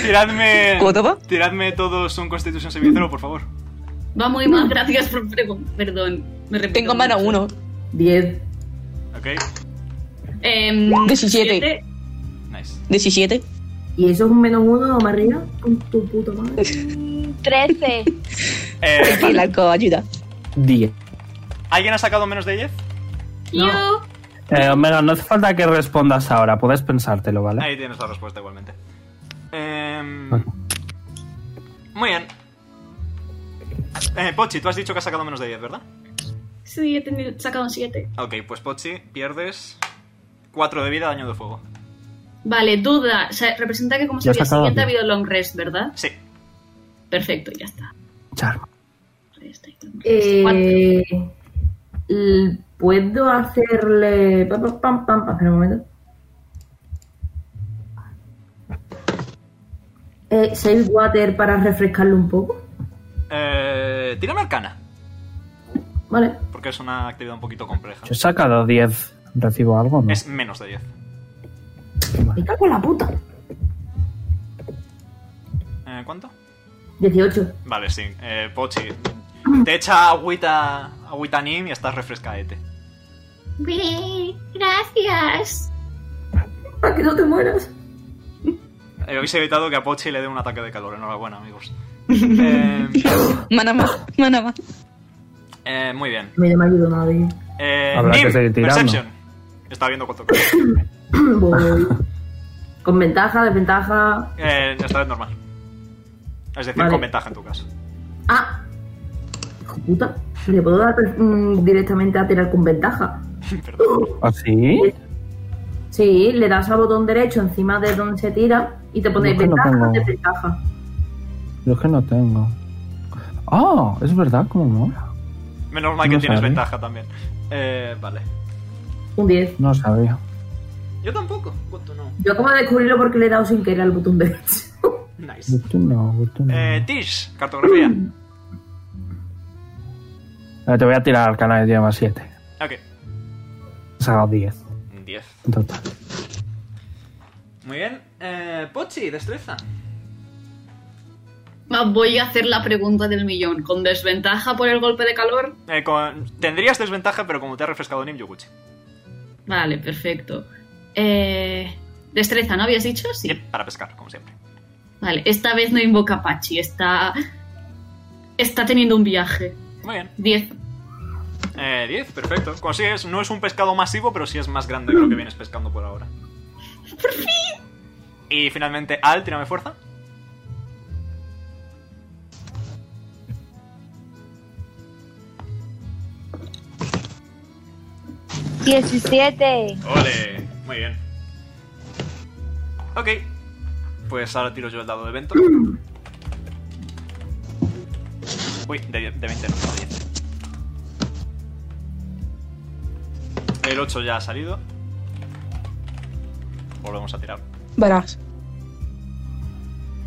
Speaker 3: tiradme,
Speaker 8: ¿Córdoba?
Speaker 3: tiradme todos un Constitution Saving Throw, por favor.
Speaker 4: Va muy mal, gracias por pregun- Perdón, me repito.
Speaker 8: Tengo mano
Speaker 4: mucho.
Speaker 8: uno.
Speaker 2: Diez.
Speaker 3: Ok,
Speaker 4: Em,
Speaker 8: 17.
Speaker 4: siete.
Speaker 3: nice.
Speaker 8: 17.
Speaker 2: ¿Y eso es un menos uno más arriba? Con tu puta madre.
Speaker 5: Trece.
Speaker 3: Eh,
Speaker 8: El alcohol ayuda.
Speaker 6: Diez.
Speaker 3: ¿Alguien ha sacado menos de 10?
Speaker 4: No.
Speaker 6: Eh, Omega, no hace falta que respondas ahora, puedes pensártelo, ¿vale?
Speaker 3: Ahí tienes la respuesta igualmente. Em, muy bien. Eh, Pochi, tú has dicho que has sacado menos de 10, ¿verdad?
Speaker 4: Sí, he tenido, sacado un 7.
Speaker 3: Ok, pues Pochi, pierdes 4 de vida, daño de fuego.
Speaker 4: Vale, duda. O sea, representa que como
Speaker 3: Ya
Speaker 4: sería
Speaker 3: está
Speaker 4: el siguiente ha
Speaker 3: acabado.
Speaker 4: habido long rest, ¿verdad?
Speaker 3: Sí.
Speaker 4: Perfecto, ya está.
Speaker 2: Eh, l- ¿Puedo hacerle... Pam, pam, pam, pam, pam, espera un momento. Eh, ¿Save water para refrescarlo un poco?
Speaker 3: Eh, tírame arcana,
Speaker 2: Vale.
Speaker 3: porque es una actividad un poquito compleja.
Speaker 6: Yo he sacado 10, ¿recibo algo o no?
Speaker 3: Es menos de 10.
Speaker 2: Me cago en la puta.
Speaker 3: Eh, ¿Cuánto?
Speaker 2: 18.
Speaker 3: Vale, sí. Eh, Pochi, te echa agüita, agüita Nim y estás refrescaete.
Speaker 7: Güey, gracias.
Speaker 2: Para que no te mueras.
Speaker 3: Eh, habéis evitado que a Pochi le dé un ataque de calor. Enhorabuena, amigos.
Speaker 8: Mana más, mana más.
Speaker 3: Eh, muy bien.
Speaker 2: Me llama ayuda nadie.
Speaker 3: Eh,
Speaker 6: Habrá
Speaker 3: Nim,
Speaker 6: que seguir tirando.
Speaker 3: Perception. Está viendo cuánto cae.
Speaker 2: Voy. Con ventaja, desventaja.
Speaker 3: Eh, esta vez normal. Es decir,
Speaker 2: Vale.
Speaker 3: con ventaja en tu caso.
Speaker 2: Ah. Hijo puta. Le puedo dar mm, directamente a tirar con ventaja.
Speaker 6: ¿Ah, sí?
Speaker 2: Sí, le das al botón derecho encima de donde se tira y te pone
Speaker 6: Yo que no
Speaker 2: ventaja,
Speaker 6: tengo.
Speaker 2: desventaja.
Speaker 6: Yo es que no tengo. ¡Ah! es verdad, como mola.
Speaker 3: Menos mal que
Speaker 6: No
Speaker 3: tienes
Speaker 6: sabía.
Speaker 3: ventaja también. Eh, vale.
Speaker 2: Un 10.
Speaker 6: No sabía.
Speaker 3: Yo tampoco. Guto no.
Speaker 2: Yo acabo de descubrirlo porque le he dado sin querer al botón derecho.
Speaker 3: Nice. Mm.
Speaker 6: Gusto no, gusto no.
Speaker 3: Eh, Tish, cartografía.
Speaker 6: Eh, te voy a tirar al canal de más 7.
Speaker 3: Ok.
Speaker 6: He sacado 10.
Speaker 3: 10.
Speaker 6: En total.
Speaker 3: Muy bien. Eh, Pochi, destreza.
Speaker 4: Va, Voy a hacer la pregunta del millón. ¿Con desventaja por el golpe de calor?
Speaker 3: Eh, con- Tendrías desventaja, pero como te ha refrescado Nim Yoguchi.
Speaker 4: Vale, perfecto. Eh, destreza, ¿no habías dicho? Sí.
Speaker 3: Para pescar, como siempre.
Speaker 4: Vale, esta vez no invoca a Pachi. Está. Está teniendo un viaje.
Speaker 3: Muy bien.
Speaker 4: 10.
Speaker 3: Eh, 10, perfecto. Consigues, no es un pescado masivo, pero sí es más grande que lo que vienes pescando por ahora. Y finalmente, Al, tírame fuerza.
Speaker 5: ¡17!
Speaker 3: Ole, muy bien. Ok, pues ahora tiro yo el dado de 20. Uy, de, de 20 no, no, 10. El 8 ya ha salido. Volvemos a tirar.
Speaker 8: Verás.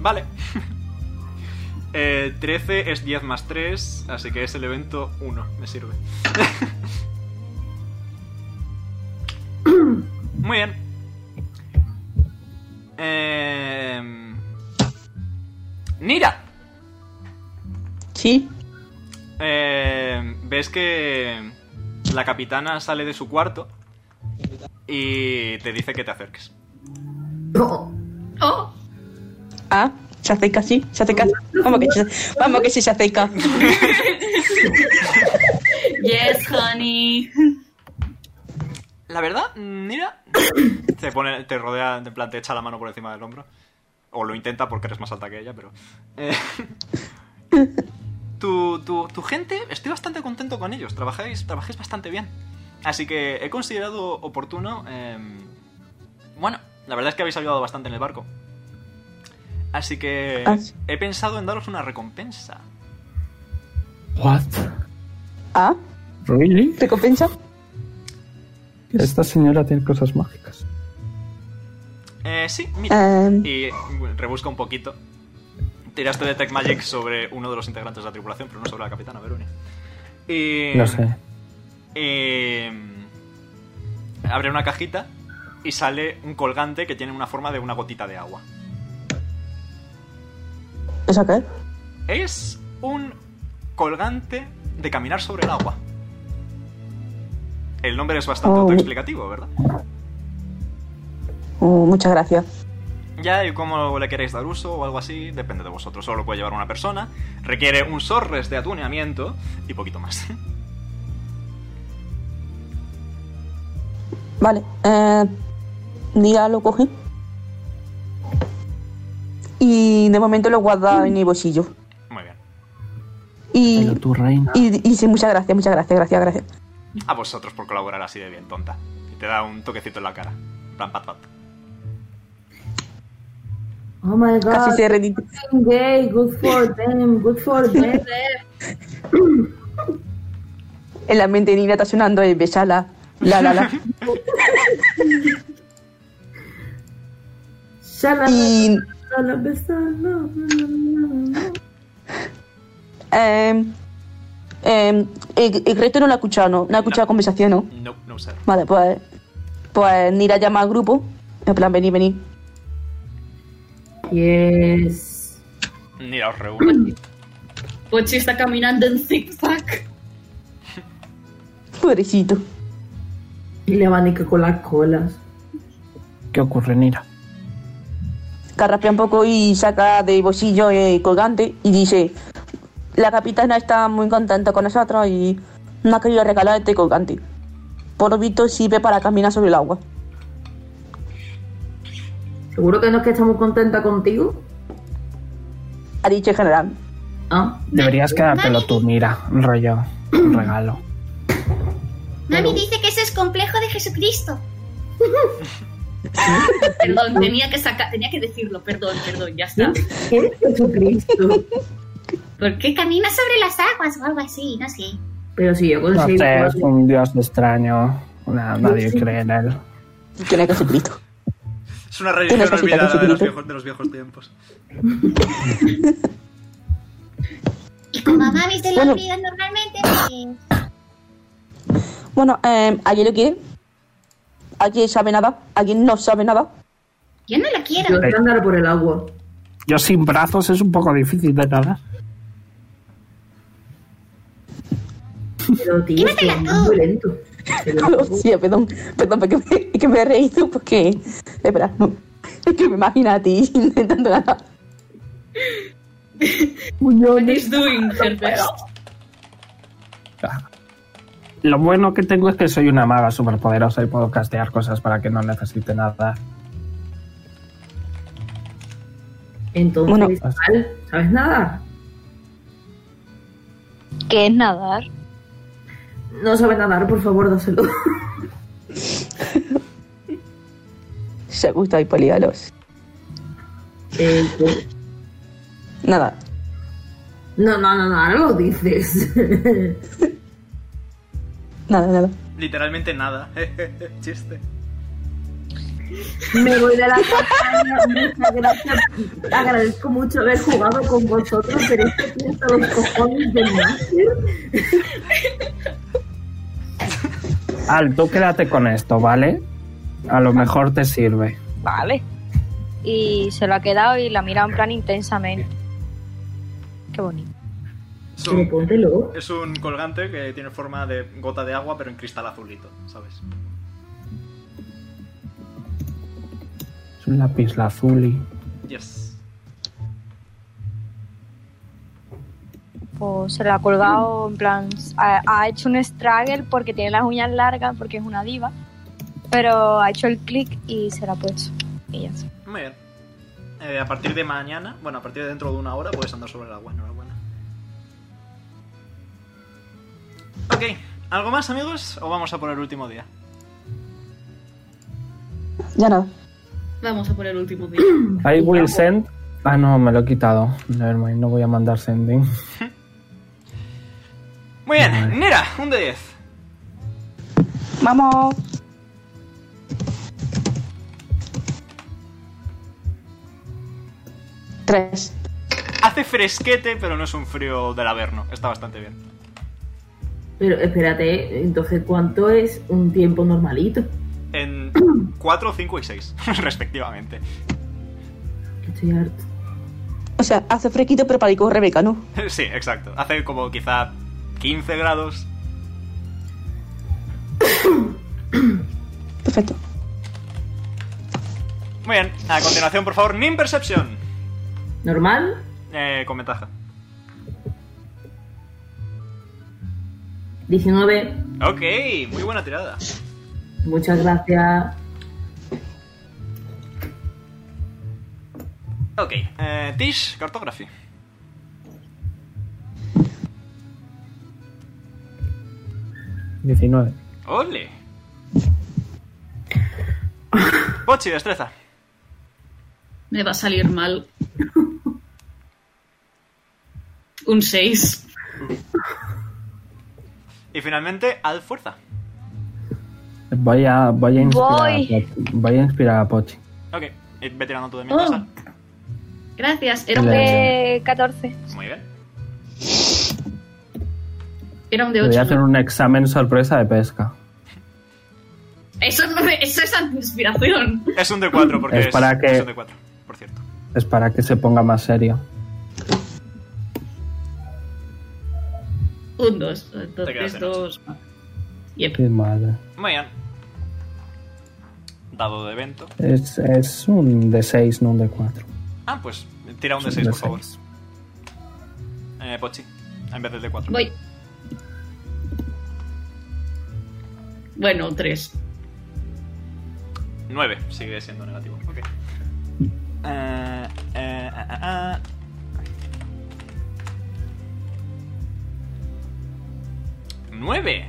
Speaker 3: Vale. Eh, 13 es 10 más 3, así que es el evento 1, me sirve. Muy bien. Em, Nira.
Speaker 8: Sí.
Speaker 3: Em, Ves que la capitana sale de su cuarto y te dice que te acerques.
Speaker 4: ¡Oh!
Speaker 8: Ah, se acerca, sí, se acerca. Vamos que, se- vamos que sí se acerca.
Speaker 4: Yes, honey.
Speaker 3: La verdad, mira. Te pone, te rodea, en plan, te echa la mano por encima del hombro. O lo intenta porque eres más alta que ella, pero. eh, tu, tu- tu gente, estoy bastante contento con ellos. Trabajáis, trabajáis bastante bien. Así que he considerado oportuno. em, bueno, la verdad es que habéis ayudado bastante en el barco. Así que
Speaker 8: Ah, sí.
Speaker 3: he pensado en daros una recompensa.
Speaker 6: ¿What?
Speaker 8: Ah,
Speaker 6: ¿Really?
Speaker 8: recompensa.
Speaker 6: Esta señora tiene cosas mágicas.
Speaker 3: Eh, sí, mira.
Speaker 8: Em.
Speaker 3: Y bueno, rebusca un poquito. Tiraste de Tech Magic sobre uno de los integrantes de la tripulación, pero no sobre la capitana, Verónica. Y.
Speaker 6: Lo sé.
Speaker 3: y, mm, abre una cajita y sale un colgante que tiene una forma de una gotita de agua.
Speaker 8: ¿Eso qué?
Speaker 3: Es un colgante de caminar sobre el agua. El nombre es bastante
Speaker 8: Oh.
Speaker 3: autoexplicativo, ¿verdad?
Speaker 8: Oh, muchas gracias.
Speaker 3: Ya, y cómo le queréis dar uso o algo así, depende de vosotros. Solo lo puede llevar una persona. Requiere un sorres de atuneamiento y poquito más.
Speaker 8: Vale. Eh, Nia lo coge. Y de momento lo guarda en el bolsillo.
Speaker 3: Muy bien.
Speaker 8: Y,
Speaker 6: tu reina.
Speaker 8: y, y sí, muchas gracias, muchas gracias, gracias, gracias.
Speaker 3: A vosotros por colaborar así de bien, tonta. Y te da un toquecito en la cara. En Plan, pat, pat.
Speaker 2: Oh my god.
Speaker 8: Casi se redite.
Speaker 2: Gay, good for them, good for them.
Speaker 8: En la mente de Nina está sonando el besala. La la la.
Speaker 2: Shala,
Speaker 8: Y
Speaker 2: shala, besala.
Speaker 8: eh, eh, el, el resto no la ha escuchado, ¿no? No ha escuchado
Speaker 3: No.
Speaker 8: conversación, ¿no?
Speaker 3: No, no, sir.
Speaker 8: Vale, pues. Pues Nira llama al grupo. En plan, venid, venid.
Speaker 2: Yes.
Speaker 3: Mira, os reúne.
Speaker 4: Pochi está caminando en zigzag.
Speaker 8: Pobrecito.
Speaker 2: Y le van a ir con las colas.
Speaker 6: ¿Qué ocurre, Nira?
Speaker 8: carraspea un poco y saca de bolsillo el colgante y dice la capitana está muy contenta con nosotros y no ha querido regalar este colgante. Por lo visto sirve para caminar sobre el agua.
Speaker 2: ¿Seguro que no es que estamos contenta contigo?
Speaker 8: Ha dicho el general.
Speaker 2: Ah,
Speaker 6: Deberías quedártelo tú, Nira. Rollo. Un regalo.
Speaker 7: Mami dice que eso es complejo de Jesucristo.
Speaker 4: Perdón, tenía que sacar, tenía que decirlo, perdón, perdón, ya está.
Speaker 2: ¿qué es Jesucristo?
Speaker 4: ¿Por qué?
Speaker 7: Que camina sobre las aguas o algo así, no sé.
Speaker 2: Pero si yo
Speaker 6: No
Speaker 2: consigo.
Speaker 6: sé, es un dios extraño. Na- nadie cree en él.
Speaker 8: Tiene que ser Cristo.
Speaker 3: Es una religión
Speaker 8: Necesita
Speaker 3: olvidada de los,
Speaker 8: Jesucristo.
Speaker 3: viejos, de los viejos tiempos.
Speaker 7: Y como a Mami se le
Speaker 8: Bueno.
Speaker 7: olvida normalmente, pues,
Speaker 8: Bueno, eh, ¿alguien lo quiere? ¿Alguien sabe nada? ¿Alguien no sabe nada?
Speaker 7: yo no lo
Speaker 2: Yo
Speaker 7: quiero.
Speaker 2: voy a andar por el agua.
Speaker 6: Yo sin brazos es un poco difícil de nadar.
Speaker 2: Pero tío, es que es muy violento. Pero-
Speaker 8: Sí, perdón, perdón, porque me, que me he reído porque... Espera, no. Es que me imagino a ti intentando ganar.
Speaker 4: What is doing her best?
Speaker 6: Lo bueno que tengo es que soy una maga superpoderosa y puedo castear cosas para que no necesite nada.
Speaker 8: Bueno.
Speaker 2: Entonces, Val, ¿sabes nada?
Speaker 10: ¿Qué es nadar?
Speaker 2: No sabes nadar, por favor, dáselo.
Speaker 8: Se gusta y polígalos.
Speaker 2: Eh, ¿qué?
Speaker 8: Nada,
Speaker 2: no, no, no, no, no lo dices.
Speaker 8: nada, nada.
Speaker 3: Literalmente nada. Chiste.
Speaker 2: Me voy de la campaña, muchas gracias. Agradezco mucho haber jugado con vosotros, pero es que pienso los cojones del máster.
Speaker 6: Al, tú quédate con esto, ¿vale? A lo mejor te sirve.
Speaker 10: Vale. Y se lo ha quedado y la mira en plan intensamente. Qué bonito.
Speaker 3: Es
Speaker 2: Pero
Speaker 3: un,
Speaker 2: póntelo.
Speaker 3: es un colgante que tiene forma de gota de agua, pero en cristal azulito, ¿sabes?
Speaker 6: Es un lápiz lazuli.
Speaker 3: Yes.
Speaker 10: O Pues se la ha colgado en plan. Ha, ha hecho un struggle porque tiene las uñas largas, porque es una diva. Pero ha hecho el clic y se la ha puesto. Y ya está.
Speaker 3: Muy bien. Eh, a partir de mañana, bueno, a partir de dentro de una hora puedes andar sobre el agua, enhorabuena. Ok, ¿algo más amigos? ¿O vamos a por el último día?
Speaker 8: Ya nada.
Speaker 4: Vamos a por el último día.
Speaker 6: I will send. Ah, no, me lo he quitado. Nevermind, no voy a mandar sending.
Speaker 3: Muy bien, Nira, un de 10.
Speaker 8: Vamos. Tres.
Speaker 3: Hace fresquete, pero no es un frío del averno. Está bastante bien.
Speaker 2: Pero espérate, entonces, ¿cuánto es un tiempo normalito?
Speaker 3: En 4, 5 y 6, respectivamente.
Speaker 2: Estoy harto.
Speaker 8: O sea, hace fresquito pero para ir con Rebeca, ¿no?
Speaker 3: Sí, exacto. Hace como quizá 15 grados.
Speaker 8: Perfecto.
Speaker 3: Muy bien, a continuación, por favor, Nim Perception.
Speaker 2: ¿Normal?
Speaker 3: Eh, con ventaja.
Speaker 2: 19.
Speaker 3: Ok, muy buena tirada.
Speaker 2: Muchas gracias.
Speaker 3: Ok, eh, Tish, cartography.
Speaker 6: Diecinueve.
Speaker 3: ¡Ole! Pochi, destreza.
Speaker 4: Me va a salir mal. Un 6.
Speaker 3: Y finalmente, al fuerza.
Speaker 6: Voy a, voy a inspirar
Speaker 4: Voy.
Speaker 6: a Pochi. Voy a inspirar a Pochi.
Speaker 3: Ok, y ve tirando tú de mi
Speaker 4: Oh.
Speaker 3: cosa.
Speaker 4: Gracias, era un
Speaker 6: Le-
Speaker 4: de...
Speaker 10: Eh, 14.
Speaker 3: Muy bien.
Speaker 4: Era un de
Speaker 6: Le voy
Speaker 4: 8.
Speaker 6: a hacer un examen sorpresa de pesca.
Speaker 4: Eso, no me- eso es antiinspiración.
Speaker 3: Es un D4 porque
Speaker 6: Es
Speaker 3: es,
Speaker 6: para que-
Speaker 3: es un D4, por cierto.
Speaker 6: Es para que se ponga más serio.
Speaker 4: Un 2.
Speaker 3: Te quedas
Speaker 4: Entonces,
Speaker 3: en
Speaker 4: 2.
Speaker 6: Qué madre.
Speaker 3: Muy bien. Dado de evento.
Speaker 6: Es, es un de 6, no un de 4.
Speaker 3: Ah, pues tira un
Speaker 6: Sí,
Speaker 3: D6, por
Speaker 6: D6.
Speaker 3: favor. Eh, Pochi, en vez del D4.
Speaker 4: Voy. Bueno, un 3.
Speaker 3: 9, sigue siendo negativo. Ok. Eh, eh, ah, ah, ah. ¡Nueve!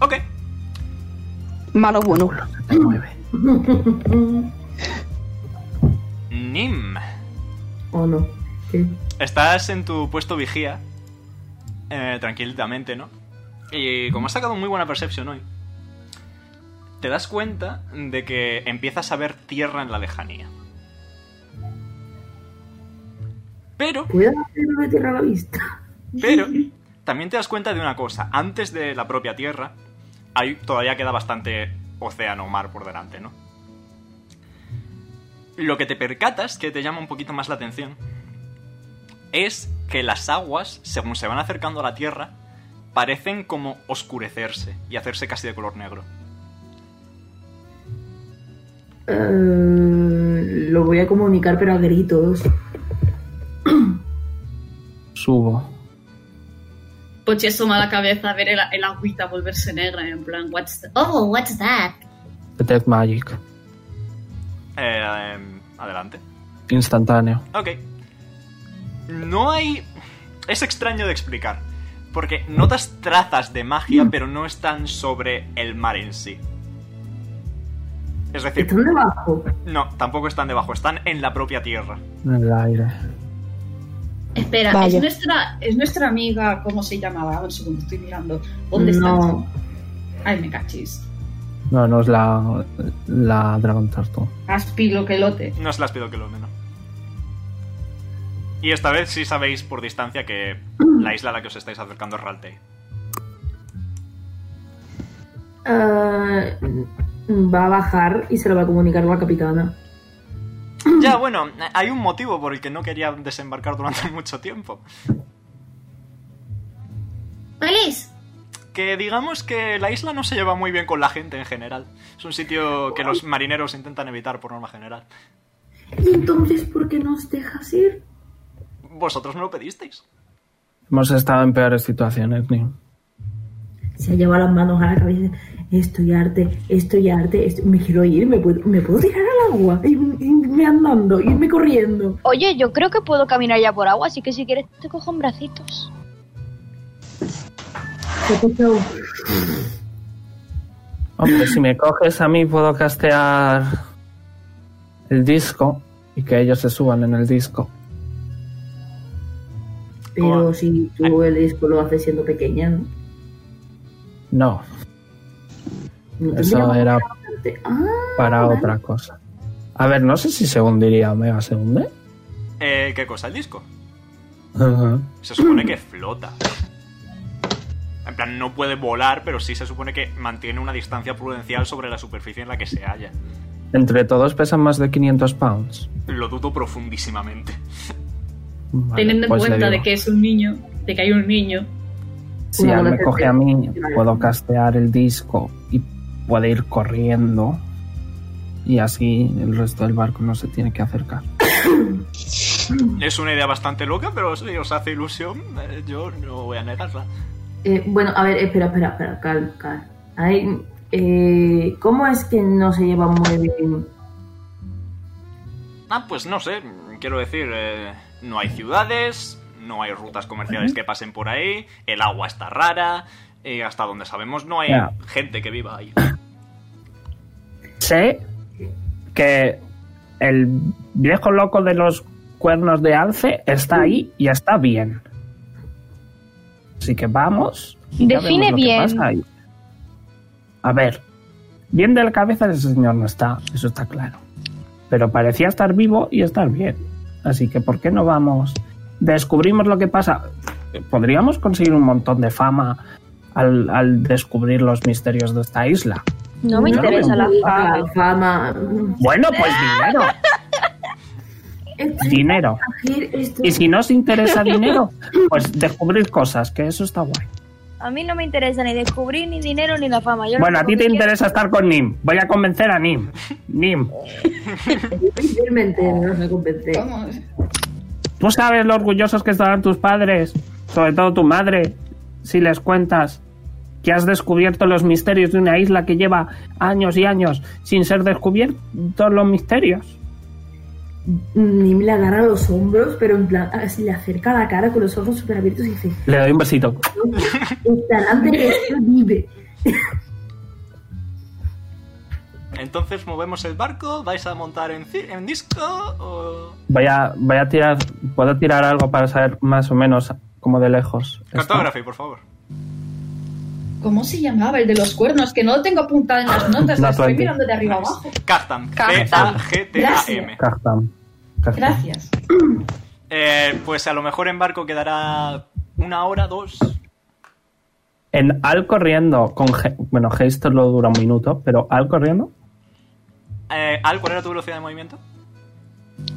Speaker 3: Ok.
Speaker 8: Malo bueno.
Speaker 3: Nim.
Speaker 2: ¿O no? ¿Qué?
Speaker 3: Estás en tu puesto vigía. eh, tranquilamente, ¿no? Y como has sacado muy buena percepción hoy, te das cuenta de que empiezas a ver tierra en la lejanía. Pero.
Speaker 2: ¿Puedo hacerlo de tierra a la vista?
Speaker 3: Pero también te das cuenta de una cosa. Antes de la propia Tierra, hay, todavía queda bastante océano o mar por delante, ¿no? Lo que te percatas, que te llama un poquito más la atención, es que las aguas, según se van acercando a la Tierra, parecen como oscurecerse y hacerse casi de color negro.
Speaker 2: Eh, lo voy a comunicar, pero a gritos.
Speaker 6: Subo.
Speaker 4: Pochi pues asoma la cabeza a ver el, el agüita volverse negra, en plan, what's the-
Speaker 7: Oh, what's that?
Speaker 6: Detect Magic.
Speaker 3: Eh, em, adelante.
Speaker 6: Instantáneo.
Speaker 3: Ok. No hay... Es extraño de explicar. Porque notas trazas de magia, pero no están sobre el mar en sí. Es decir,
Speaker 2: ¿Están debajo?
Speaker 3: no, tampoco están debajo, están en la propia tierra.
Speaker 6: En el aire.
Speaker 4: Espera,
Speaker 8: Vaya.
Speaker 4: es nuestra, es nuestra amiga, ¿cómo se llamaba? Un segundo, estoy mirando. ¿Dónde
Speaker 2: No.
Speaker 4: está? Ay, me cachis.
Speaker 6: No, no es la, la Dragon Turtle.
Speaker 4: Aspi, lo que lote.
Speaker 3: No se las pido que lo den, ¿no? Y esta vez sí sabéis por distancia que la isla a la que os estáis acercando es Raltei.
Speaker 2: Eh, va a bajar y se lo va a comunicar a la capitana.
Speaker 3: Ya, bueno, hay un motivo por el que no quería desembarcar durante mucho tiempo.
Speaker 7: ¿Cuál es?
Speaker 3: Que digamos que la isla no se lleva muy bien con la gente en general. Es un sitio que los marineros intentan evitar por norma general.
Speaker 2: ¿Y entonces por qué nos dejas ir?
Speaker 3: Vosotros me lo pedisteis.
Speaker 6: Hemos estado en peores situaciones, Nim.
Speaker 2: Se lleva las manos a la cabeza. Estoy arte, estoy arte, estoy- me quiero ir, me puedo, me puedo tirar al agua, y- y- irme andando, irme corriendo.
Speaker 10: Oye, yo creo que puedo caminar ya por agua, así que si quieres te cojo en bracitos.
Speaker 2: Se ha puesto-
Speaker 6: Hombre, si me coges a mí puedo castear el disco y que ellos se suban en el disco.
Speaker 2: Pero si tú el disco lo haces siendo pequeña, ¿no?
Speaker 6: No,
Speaker 2: No te
Speaker 6: eso
Speaker 2: llamas
Speaker 6: era
Speaker 2: arte. Ah,
Speaker 6: para otra cosa. A ver, no sé si se hundiría Omega, ¿se hunde?
Speaker 3: Eh, ¿Qué cosa? ¿El disco?
Speaker 6: Ajá.
Speaker 3: Se supone que flota. En plan, no puede volar, pero sí se supone que mantiene una distancia prudencial sobre la superficie en la que se halla.
Speaker 6: Entre todos pesan más de 500 pounds.
Speaker 3: Lo dudo profundísimamente.
Speaker 6: Vale,
Speaker 4: Teniendo en
Speaker 6: pues le
Speaker 4: cuenta de
Speaker 6: digo,
Speaker 4: que es un niño, de que hay un niño.
Speaker 6: Si
Speaker 2: Una
Speaker 6: él
Speaker 2: bola
Speaker 6: me
Speaker 2: de
Speaker 6: coge
Speaker 2: té.
Speaker 6: a mí,
Speaker 2: Vale.
Speaker 6: puedo castear el disco y puede ir corriendo. Y así el resto del barco no se tiene que acercar.
Speaker 3: Es una idea bastante loca, pero si os hace ilusión, eh, yo no voy a negarla.
Speaker 2: eh, bueno, a ver, espera, espera, espera, cal, cal. Ay, eh, ¿Cómo es que no se lleva muy bien?
Speaker 3: Ah, pues no sé. Quiero decir, eh, no hay ciudades, no hay rutas comerciales que pasen por ahí, el agua está rara, eh, hasta donde sabemos no hay
Speaker 11: Ya.
Speaker 3: gente que viva ahí.
Speaker 11: Sé que el viejo loco de los cuernos de alce
Speaker 10: Mm.
Speaker 11: está ahí y está bien. Así que vamos. y ya
Speaker 10: Define
Speaker 11: vemos lo que
Speaker 10: bien.
Speaker 11: pasa ahí. A ver, bien de la cabeza ese señor no está, eso está claro. Pero parecía estar vivo y estar bien. Así que, ¿por qué no vamos? Descubrimos lo que pasa. Podríamos conseguir un montón de fama al, al descubrir los misterios de esta isla.
Speaker 10: No me
Speaker 11: Yo lo
Speaker 10: interesa la
Speaker 11: veo.
Speaker 10: fama.
Speaker 11: Bueno, pues dinero. dinero. Y si no os interesa dinero, pues descubrir cosas, que eso está guay.
Speaker 10: A mí no me interesa ni descubrir ni dinero ni la fama. Yo lo
Speaker 11: Bueno, a
Speaker 10: único
Speaker 11: ti te
Speaker 10: que quiero-
Speaker 11: interesa estar con Nim. Voy a convencer a Nim. Nim,
Speaker 2: Difícilmente no me convencé.
Speaker 11: tú sabes lo orgullosos que estarán tus padres, sobre todo tu madre, si les cuentas que has descubierto los misterios de una isla que lleva años y años sin ser descubiertos los misterios.
Speaker 2: Nim le agarra los hombros, pero en plan, así le acerca la cara con los ojos súper abiertos y dice:
Speaker 11: Le doy un besito.
Speaker 2: Estarán de esto vive.
Speaker 3: Entonces movemos el barco, vais a montar en, ci- en disco o...
Speaker 6: Voy a, voy a tirar. Puedo tirar algo para saber más o menos como de lejos.
Speaker 3: Cartography, por favor.
Speaker 4: ¿Cómo se llamaba el de los cuernos? Que no lo tengo apuntado en las notas, lo
Speaker 6: No,
Speaker 4: estoy
Speaker 6: Twenty.
Speaker 4: mirando de arriba abajo.
Speaker 3: Cactam.
Speaker 4: Cactam.
Speaker 3: C-A-G-T-A-M.
Speaker 6: Cajtam.
Speaker 4: Gracias.
Speaker 3: Eh, pues a lo mejor en barco quedará una hora, dos.
Speaker 6: En Al corriendo, con Ge- bueno, Haste lo dura un minuto, pero Al corriendo,
Speaker 3: Eh, Al, ¿cuál era tu velocidad de movimiento?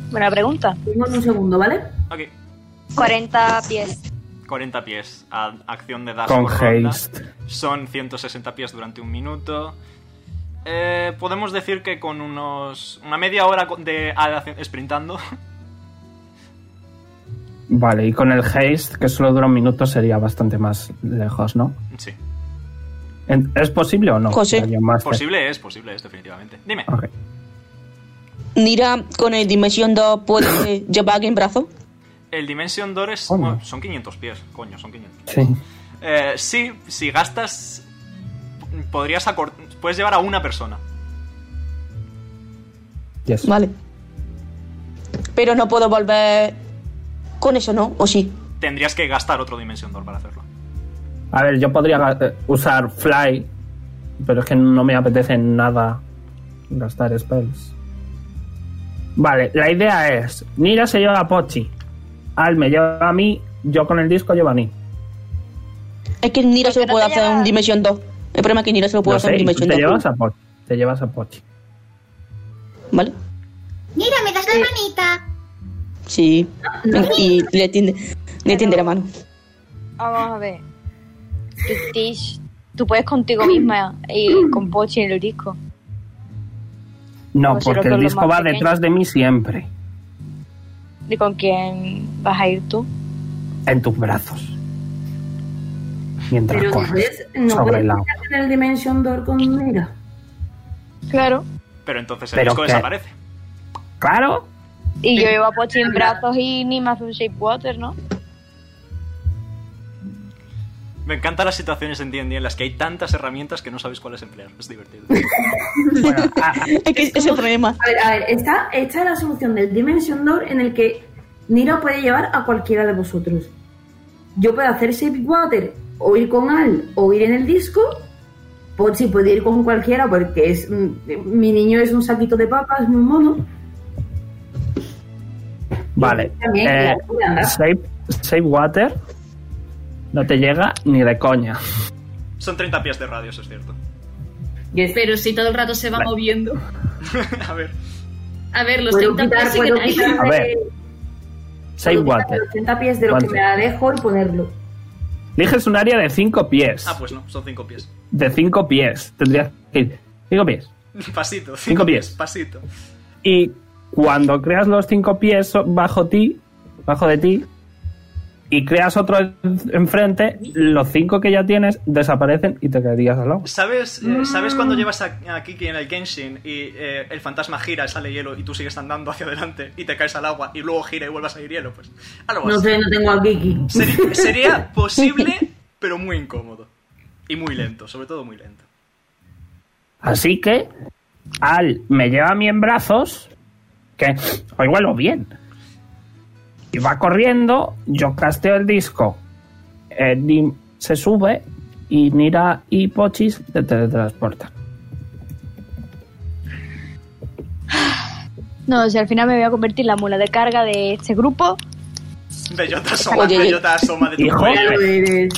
Speaker 10: Buena pregunta.
Speaker 2: Tengo un segundo, ¿vale?
Speaker 3: Ok.
Speaker 10: 40 pies.
Speaker 3: 40 pies. A- acción de dash
Speaker 6: con
Speaker 3: por ronda.
Speaker 6: Haste.
Speaker 3: Son 160 pies durante un minuto. Eh, podemos decir que con unos una media hora co- de Al haci- sprintando.
Speaker 6: Vale, y con el Haste, que solo dura un minuto, sería bastante más lejos, ¿no?
Speaker 3: sí.
Speaker 6: En- ¿Es posible o no?
Speaker 8: José.
Speaker 6: Darío Master?
Speaker 3: Posible es, posible es, definitivamente. Dime.
Speaker 6: Ok.
Speaker 8: Nira con el Dimension 2 puede llevar en brazo.
Speaker 3: El Dimension Door es...
Speaker 8: Coño.
Speaker 3: bueno, son 500 pies. Coño, son 500.
Speaker 6: Sí.
Speaker 3: Eh, sí, si gastas... Podrías acor- Puedes llevar a una persona.
Speaker 8: Vale. Pero no puedo volver con eso, ¿no? ¿O sí?
Speaker 3: Tendrías que gastar otro Dimension Door para hacerlo.
Speaker 6: A ver, yo podría eh, usar Fly, pero es que no me apetece nada gastar spells. Vale, la idea es, Nira se lleva a Pochi, Al me lleva a mí, yo con el disco llevo a Ni.
Speaker 8: Es que Nira solo puede hacer un Dimension 2. El problema es que Nira solo puede
Speaker 6: Lo sé,
Speaker 8: hacer un
Speaker 6: y tú
Speaker 8: Dimension
Speaker 6: te
Speaker 8: 2.
Speaker 6: llevas a Pochi. Te llevas a Pochi.
Speaker 8: ¿Vale?
Speaker 7: Mira, me das la manita.
Speaker 8: Sí. Y le tiende, le tiende la mano.
Speaker 10: Ah, Vamos a ver. Que Tish, tú puedes contigo misma y con Pochi en el disco.
Speaker 6: No,
Speaker 10: Pues yo creo
Speaker 6: porque
Speaker 10: que
Speaker 6: el
Speaker 10: lo
Speaker 6: disco
Speaker 10: más
Speaker 6: va
Speaker 10: pequeño.
Speaker 6: detrás de mí siempre,
Speaker 10: ¿Y con quién vas a ir tú?
Speaker 6: en tus brazos. Mientras
Speaker 2: Pero no
Speaker 6: corres
Speaker 2: puedes, no
Speaker 6: sobre
Speaker 2: puedes
Speaker 6: el agua.
Speaker 2: meterte en el Dimension Door con Mira.
Speaker 10: Claro.
Speaker 3: Pero entonces el
Speaker 6: Pero
Speaker 3: disco
Speaker 6: que-
Speaker 3: desaparece.
Speaker 6: Claro,
Speaker 10: Y yo llevo a Pochi en brazos y ni más un shape water, ¿no?
Speaker 3: Me encantan las situaciones en D&D en las que hay tantas herramientas que no sabes cuáles emplear. Es divertido.
Speaker 6: ah,
Speaker 8: Es que es el problema.
Speaker 2: A ver, a ver, esta, esta es la solución del Dimension Door en el que Nira puede llevar a cualquiera de vosotros. Yo puedo hacer Shape Water, o ir con Al, o ir en el disco. Pochi puede ir con cualquiera porque es mm, mi niño es un saquito de papas, muy mono.
Speaker 6: Vale.
Speaker 2: También,
Speaker 6: Eh,
Speaker 2: claro, anda.
Speaker 6: save, save Water no te llega ni de coña.
Speaker 3: Son 30 pies de radio, eso es cierto.
Speaker 4: Pero si todo el rato se va moviendo.
Speaker 3: a ver.
Speaker 4: A ver, los
Speaker 2: Puedo
Speaker 4: 30 pies
Speaker 2: quitar,
Speaker 4: siguen
Speaker 2: puedo
Speaker 4: ahí.
Speaker 2: quitar
Speaker 6: A ver. Save
Speaker 2: puedo quitar
Speaker 6: Water.
Speaker 2: los 80 pies de lo que
Speaker 6: Water.
Speaker 2: me alejo y ponerlo.
Speaker 6: Eliges un área de 5 pies.
Speaker 3: Ah, pues no, son 5 pies.
Speaker 6: De 5 pies. Tendrías que ir. 5 pies.
Speaker 3: Pasito. 5
Speaker 6: Cinco pies.
Speaker 3: Pasito.
Speaker 6: Y cuando creas los 5 pies so- bajo ti, bajo de ti, y creas otro en- enfrente, los cinco que ya tienes desaparecen y te quedarías al lado.
Speaker 3: ¿Sabes, eh, ¿Sabes cuando llevas a, a Kiki en el Genshin y eh, el fantasma gira, sale hielo y tú sigues andando hacia adelante y te caes al agua y luego gira y vuelve a salir hielo? Pues algo
Speaker 2: No
Speaker 3: así.
Speaker 2: sé, no tengo a Kiki.
Speaker 3: Seri- sería posible, pero muy incómodo. Y muy lento, sobre todo muy lento.
Speaker 6: Así que Al me lleva a mí en brazos, que hoy vuelo bien. Y va corriendo, yo casteo el disco. Eh, Nim se sube y Nira y Pochis se teletransportan.
Speaker 12: No, si al final me voy a convertir en la mula de carga de este grupo.
Speaker 3: Bellota asoma,
Speaker 12: Oye,
Speaker 3: bellota asoma de tu
Speaker 6: Hijo,
Speaker 3: cuello.
Speaker 6: pe-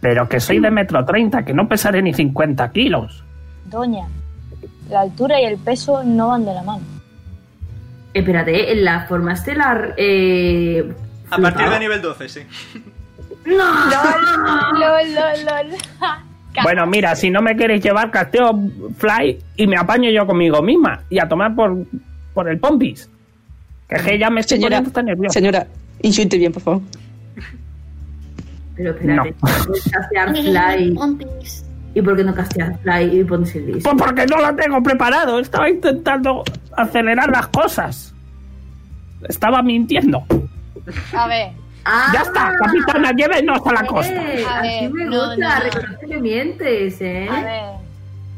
Speaker 6: pero que soy de metro 30, que no pesaré ni 50 kilos.
Speaker 5: Doña, la altura y el peso no van de la mano.
Speaker 2: Espérate, en la forma estelar. Eh,
Speaker 3: A partir de nivel 12, sí.
Speaker 2: ¡No!
Speaker 5: LOL, LOL, LOL.
Speaker 6: Bueno, mira, si no me queréis llevar, casteo Fly y me apaño yo conmigo misma y a tomar por, por el pompis. Que es que ya me estoy
Speaker 8: Señora,
Speaker 6: poniendo tan nervioso.
Speaker 8: señora, insulte bien, por favor.
Speaker 2: Pero espérate, puedes castear Fly. ¿Y por qué no castear Fly y pones el disco?
Speaker 6: Pues porque no lo tengo preparado. Estaba intentando acelerar las cosas. Estaba mintiendo.
Speaker 12: A ver.
Speaker 6: Ya está, capitana, llévenos a la costa.
Speaker 12: A
Speaker 2: Ah, eh, así
Speaker 12: ver,
Speaker 2: me
Speaker 12: no,
Speaker 2: gusta,
Speaker 12: no.
Speaker 2: reconoce que mientes, ¿eh?
Speaker 5: A ver.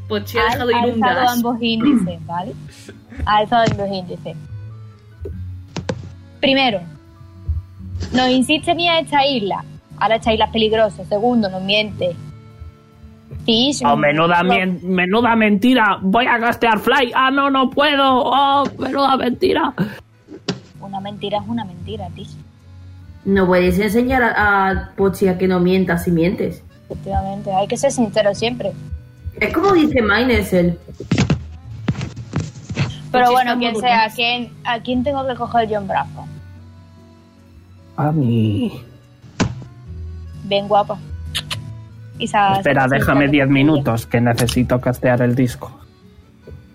Speaker 4: Pochi pues
Speaker 5: ha
Speaker 4: ha dejado ir un
Speaker 5: alzado
Speaker 4: gas.
Speaker 5: ambos índices, ¿vale? Ha alzado ambos índices. Primero, nos insiste ni a esta isla. Ahora esta isla es peligrosa. Segundo, nos miente. Tish,
Speaker 6: Oh, menuda,
Speaker 5: no-
Speaker 6: mien- menuda mentira. Voy a gastear fly. Ah, no, no puedo. Oh, menuda mentira.
Speaker 5: Una mentira es una mentira, Tish.
Speaker 2: No puedes enseñar a, a Pochi a que no mientas si mientes.
Speaker 5: Efectivamente, hay que ser sincero siempre.
Speaker 2: Es como dice Mines él.
Speaker 5: Pero
Speaker 4: Pochi
Speaker 5: bueno,
Speaker 4: está
Speaker 5: quien
Speaker 4: muy
Speaker 5: sea, ¿a
Speaker 4: burlón.
Speaker 5: quién, ¿a quién tengo que coger yo en brazos?
Speaker 6: A mí.
Speaker 5: Bien guapa. Y sa-
Speaker 6: Espera,
Speaker 5: se-
Speaker 6: déjame 10 minutos que necesito castear el disco.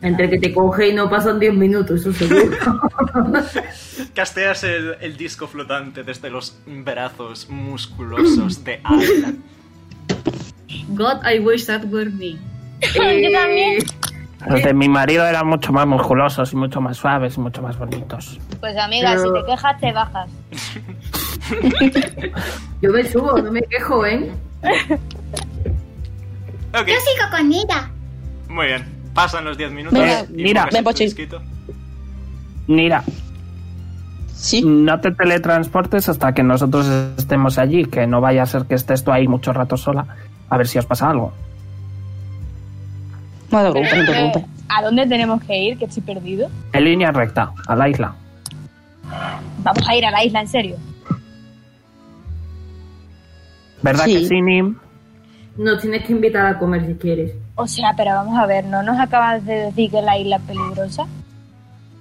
Speaker 2: Entre que te coge y no pasan 10 minutos, eso seguro.
Speaker 3: Casteas el, el disco flotante desde los brazos musculosos de Al.
Speaker 4: God, I wish that were me.
Speaker 5: Yo también.
Speaker 6: Los de mi marido eran mucho más musculosos y mucho más suaves y mucho más bonitos.
Speaker 5: Pues amiga,
Speaker 2: Pero-
Speaker 5: si te quejas, te bajas.
Speaker 2: Yo me subo, no me quejo, ¿eh?
Speaker 3: Ok,
Speaker 7: Yo sigo con ella.
Speaker 3: muy bien. Pasan los 10 minutos.
Speaker 8: Venga,
Speaker 3: y
Speaker 6: mira,
Speaker 3: pongas
Speaker 8: ven,
Speaker 3: en tu
Speaker 8: Pochi.
Speaker 3: disquito.
Speaker 6: Mira,
Speaker 8: Sí.
Speaker 6: no te teletransportes hasta que nosotros estemos allí, que no vaya a ser que estés tú ahí mucho rato sola, a ver si os pasa algo.
Speaker 8: No te preocupes, no te
Speaker 5: Eh,
Speaker 8: preocupes.
Speaker 5: ¿A dónde tenemos que ir? Que estoy perdido.
Speaker 6: En línea recta, a la isla.
Speaker 5: Vamos a ir a la isla, en serio.
Speaker 6: ¿Verdad
Speaker 8: Sí.
Speaker 6: que sí, Nim?
Speaker 2: Nos tienes que invitar a comer si quieres.
Speaker 5: O sea, pero vamos a ver, ¿no nos acabas de decir que la isla es peligrosa?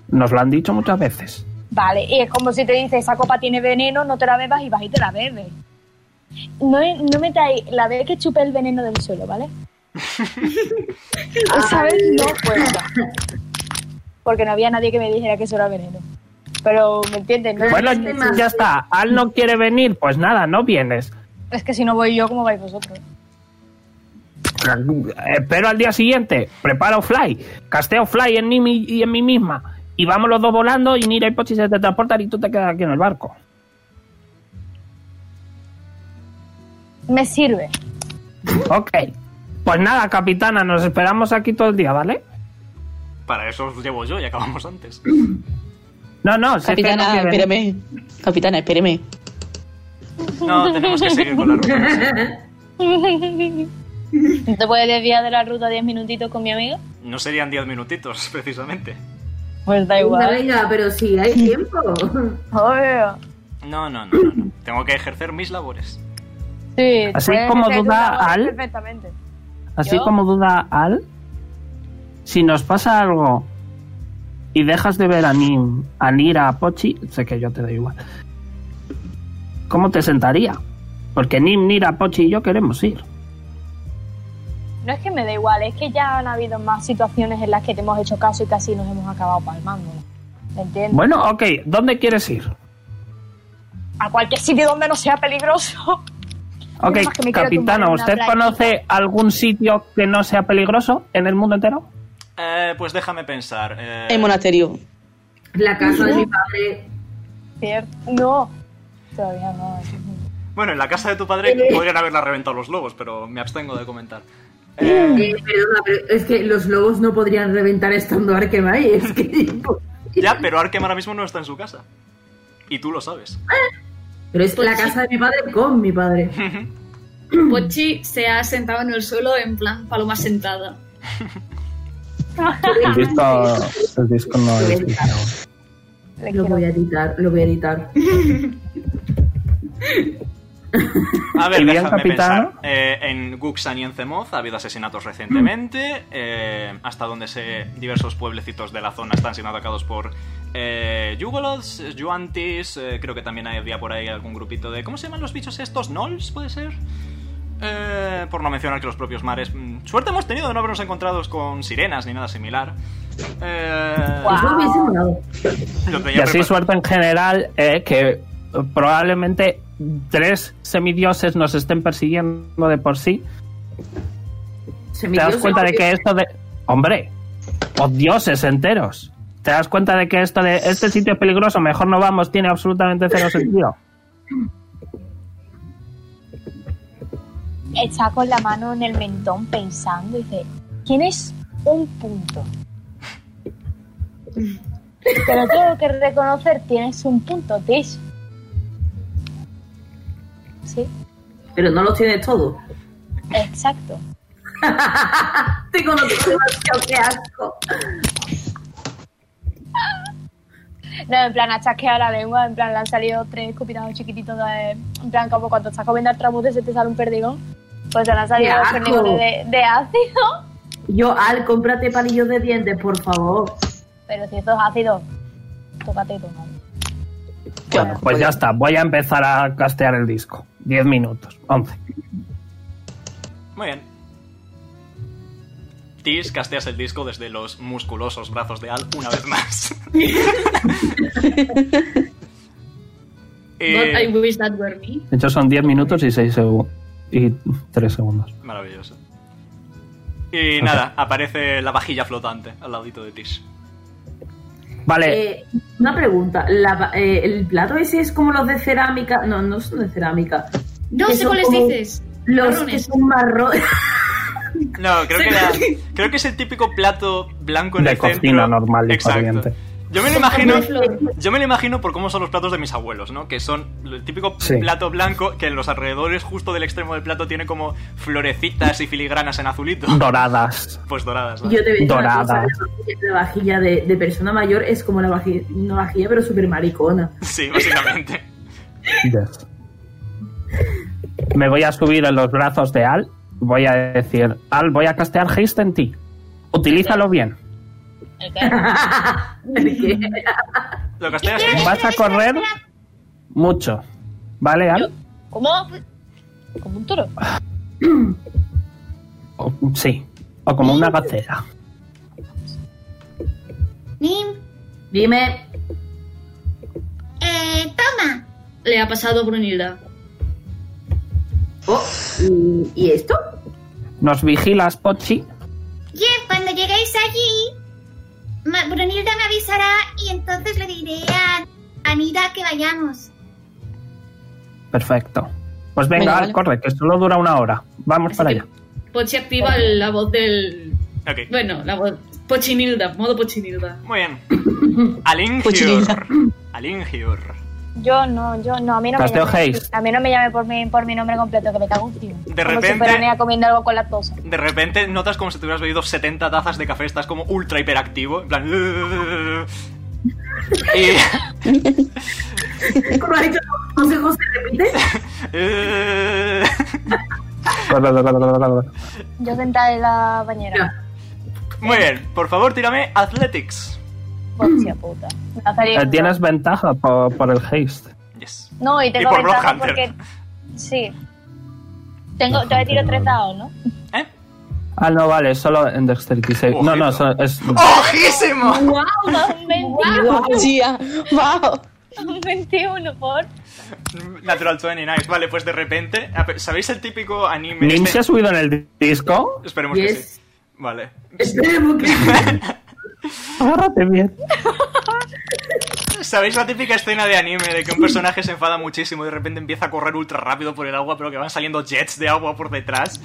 Speaker 6: Nos lo han dicho muchas veces.
Speaker 5: Vale, y es como si te dice, esa copa tiene veneno, no te la bebas y vas y te la bebes. No, no metáis la vez que chupe el veneno del suelo, ¿vale? Esa vez no cuenta. Porque no había nadie que me dijera que eso era veneno. Pero, ¿me entiendes? No?
Speaker 6: Bueno,
Speaker 2: este más-
Speaker 6: ya está. Al no quiere venir, pues nada, no vienes.
Speaker 5: Es que si no voy yo, ¿cómo vais vosotros?
Speaker 6: Espero al día siguiente. Preparo fly. Casteo fly en Nim y y en mí misma. Y vamos los dos volando y Nira y Pochi se teletransportan y tú te quedas aquí en el barco.
Speaker 5: Me sirve.
Speaker 6: Ok. Pues nada, capitana, nos esperamos aquí todo el día, ¿vale?
Speaker 3: Para eso os llevo yo y acabamos antes.
Speaker 6: No, no, sé que no
Speaker 8: Capitana,
Speaker 6: quiere venir.
Speaker 8: espéreme. Capitana, espéreme.
Speaker 3: No, tenemos que seguir con la ruta.
Speaker 5: ¿No te puedes desviar de la ruta 10 minutitos con mi amiga?
Speaker 3: No serían 10 minutitos, precisamente.
Speaker 5: Pues da
Speaker 2: Venga,
Speaker 5: igual.
Speaker 2: venga, pero sí, hay tiempo.
Speaker 5: Obvio.
Speaker 3: No, no, no, no, no. Tengo que ejercer mis labores.
Speaker 5: Sí,
Speaker 6: Así
Speaker 5: puedes
Speaker 6: como
Speaker 5: hacer tu
Speaker 6: duda
Speaker 5: labor
Speaker 6: al-
Speaker 5: Perfectamente.
Speaker 6: Así
Speaker 5: ¿Yo?
Speaker 6: como duda Al, si nos pasa algo y dejas de ver a Nim, a Nira, a Pochi, sé que yo te da igual. ¿Cómo te sentaría? Porque Nim, Nira, Pochi y yo queremos ir.
Speaker 5: No es que me da igual, es que ya han habido más situaciones en las que te hemos hecho caso y casi nos hemos acabado palmando. ¿Me entiendes?
Speaker 6: Bueno, ok, ¿dónde quieres ir?
Speaker 5: a cualquier sitio donde no sea peligroso.
Speaker 6: Ok,
Speaker 5: Nada más que me quiero
Speaker 6: capitana,
Speaker 5: tumbar en una
Speaker 6: ¿usted
Speaker 5: playa.
Speaker 6: conoce algún sitio que no sea peligroso en el mundo entero?
Speaker 3: Eh, pues déjame pensar. eh,
Speaker 8: El monasterio.
Speaker 2: La casa de mi padre.
Speaker 5: Cierto. No. Todavía no.
Speaker 3: Bueno, en la casa de tu padre podrían haberla reventado los lobos, pero me abstengo de comentar.
Speaker 2: Eh, perdona, pero es que los lobos no podrían reventar estando Arkemay. Es que.
Speaker 3: Ya, pero Arkham ahora mismo no está en su casa. Y tú lo sabes.
Speaker 2: Pero es
Speaker 6: Pues
Speaker 2: la casa de mi padre con mi padre.
Speaker 4: Pochi se ha sentado en el suelo en plan paloma sentada.
Speaker 13: El disco, el disco no es.
Speaker 2: Lo voy a editar, lo voy a editar.
Speaker 3: A ver,
Speaker 6: ¿El bien
Speaker 3: déjame
Speaker 6: capitán?
Speaker 3: pensar. Eh, en Guxan y en Zemoz ha habido asesinatos recientemente, eh, hasta donde sé diversos pueblecitos de la zona están siendo atacados por eh, Yugoloths, Yuantis, eh, creo que también había por ahí algún grupito de... ¿Cómo se llaman los bichos estos? ¿Nols, puede ser? Eh, por no mencionar que los propios mares... mm, Suerte hemos tenido de no habernos encontrado con sirenas ni nada similar. Eh,
Speaker 2: Pues
Speaker 3: lo tenía
Speaker 6: Y así
Speaker 3: preparado.
Speaker 6: suerte en general eh, que eh, probablemente tres semidioses nos estén persiguiendo de por sí. ¿Te das cuenta de que esto de... Hombre, o dioses enteros. ¿Te das cuenta de que esto de... Este sitio es peligroso, mejor no vamos, tiene absolutamente cero sentido.
Speaker 5: Está con la mano en el mentón pensando y dice, tienes un punto. Te lo tengo que reconocer, tienes un punto, Tish. Sí,
Speaker 2: Pero no los tienes todos.
Speaker 5: exacto.
Speaker 2: Te conozco demasiado, qué asco.
Speaker 5: No, en plan, ha chasqueado la lengua, en plan, le han salido tres escupitados chiquititos de... En plan, como cuando estás comiendo el tramute se te sale un perdigón. Pues te le han salido
Speaker 2: ¡Qué
Speaker 5: los
Speaker 2: asco!
Speaker 5: perdigones de, de ácido.
Speaker 2: Yo, Al, cómprate palillos de dientes, por favor.
Speaker 5: Pero si esto es ácido, tócate tú, ¿no?
Speaker 6: Bueno, pues ya está, voy a empezar a castear el disco. Diez minutos, once.
Speaker 3: Muy bien. Tis, casteas el disco desde los musculosos brazos de Al una vez más.
Speaker 4: But I
Speaker 3: Eh,
Speaker 4: wish that were me.
Speaker 6: De hecho son diez minutos y seis segu- y tres segundos.
Speaker 3: Eh, maravilloso. Y nada, aparece la vajilla flotante al ladito de Tis.
Speaker 6: Vale,
Speaker 2: Eh, una pregunta. La- eh, ¿El plato ese es como los de cerámica? No, no son de cerámica.
Speaker 4: No
Speaker 2: Que
Speaker 4: sé
Speaker 2: son
Speaker 4: cuáles
Speaker 2: como
Speaker 4: dices.
Speaker 2: Los
Speaker 4: Marrones.
Speaker 2: que son marrones.
Speaker 3: No, creo que, era- creo que es el típico plato blanco en
Speaker 6: de
Speaker 3: el centro.
Speaker 6: cocina normal y
Speaker 3: Exacto.
Speaker 6: corriente.
Speaker 3: Yo me lo imagino,
Speaker 4: Con flor.
Speaker 3: yo me lo imagino por cómo son los platos de mis abuelos, ¿no? Que son el típico
Speaker 6: Sí.
Speaker 3: plato blanco que en los alrededores justo del extremo del plato tiene como florecitas y filigranas en azulito.
Speaker 6: Doradas.
Speaker 3: Pues doradas. ¿no?
Speaker 2: Yo te veo
Speaker 6: Dorada.
Speaker 2: la vajilla de, de persona mayor es como la vajilla, una vajilla, pero súper maricona.
Speaker 3: Sí, básicamente.
Speaker 6: Yes. Me voy a subir en los brazos de Al. Voy a decir, Al, voy a castear Haste en ti. Utilízalo bien.
Speaker 2: Porque
Speaker 3: Lo casteas, ¿eh?
Speaker 6: Vas a correr mucho. ¿Vale, Al?
Speaker 5: ¿Cómo? Como un toro.
Speaker 6: O- sí. O como una gacela.
Speaker 7: Nim,
Speaker 2: Dime,
Speaker 7: eh, toma.
Speaker 4: Le ha pasado a Brunilda.
Speaker 2: oh, ¿y, y esto?
Speaker 6: Nos vigilas, Pochi.
Speaker 7: Jeff, cuando lleguéis allí, Ma- Brunilda me avisará y entonces le diré a Anita que vayamos.
Speaker 6: Perfecto. Pues venga,
Speaker 14: Venga,
Speaker 6: Al,
Speaker 14: vale.
Speaker 6: corre, que solo dura una hora. Vamos para allá.
Speaker 4: Pochi activa la voz del.
Speaker 3: Ok.
Speaker 4: Bueno, la voz. Pochinilda, modo Pochinilda.
Speaker 3: Muy bien. Alingior.
Speaker 14: Cuchillinda.
Speaker 3: Alingior.
Speaker 5: Yo no, yo no, a mí no
Speaker 6: Casteo
Speaker 5: me llame,
Speaker 6: Haze.
Speaker 5: a mí no me llame por mi, por mi nombre completo, que me cago un tío.
Speaker 3: De
Speaker 5: Como
Speaker 3: repente-
Speaker 5: si fuera nena comiendo algo con lactosa.
Speaker 3: De repente notas como si te hubieras bebido 70 tazas de café, estás como ultra hiperactivo. En plan. Y.
Speaker 2: Como ha dicho, los consejos se repiten.
Speaker 5: Yo sentada en la bañera.
Speaker 3: Muy bien, por favor, tírame Athletics.
Speaker 5: Pues, Hostia puta. Me ha salido
Speaker 6: Eh,
Speaker 5: un
Speaker 6: Tienes ventaja por, por el haste.
Speaker 3: Yes.
Speaker 5: dos. No, y tengo
Speaker 3: por
Speaker 5: ventaja
Speaker 3: Bloodhunter.
Speaker 5: porque. Sí. Tengo, todavía tiro tres dados, ¿no?
Speaker 3: ¿Eh?
Speaker 6: Ah, no, vale, solo en Dexterity save. No, no,
Speaker 3: Ojito.
Speaker 6: so- es.
Speaker 3: ¡Ojísimo!
Speaker 5: ¡Wow!
Speaker 8: Wow, tía. Wow.
Speaker 10: Un 21, por.
Speaker 3: Natural 20, nice. Vale, pues de repente. a ver, ¿Sabéis el típico anime?
Speaker 11: ¿Nim
Speaker 3: este?
Speaker 11: se ha subido en el disco?
Speaker 3: Esperemos que
Speaker 11: Yes.
Speaker 3: sí. Vale.
Speaker 2: Esperemos que
Speaker 11: Agárrate bien.
Speaker 3: ¿Sabéis la típica escena de anime de que un personaje se enfada muchísimo y de repente empieza a correr ultra rápido por el agua, pero que van saliendo jets de agua por detrás?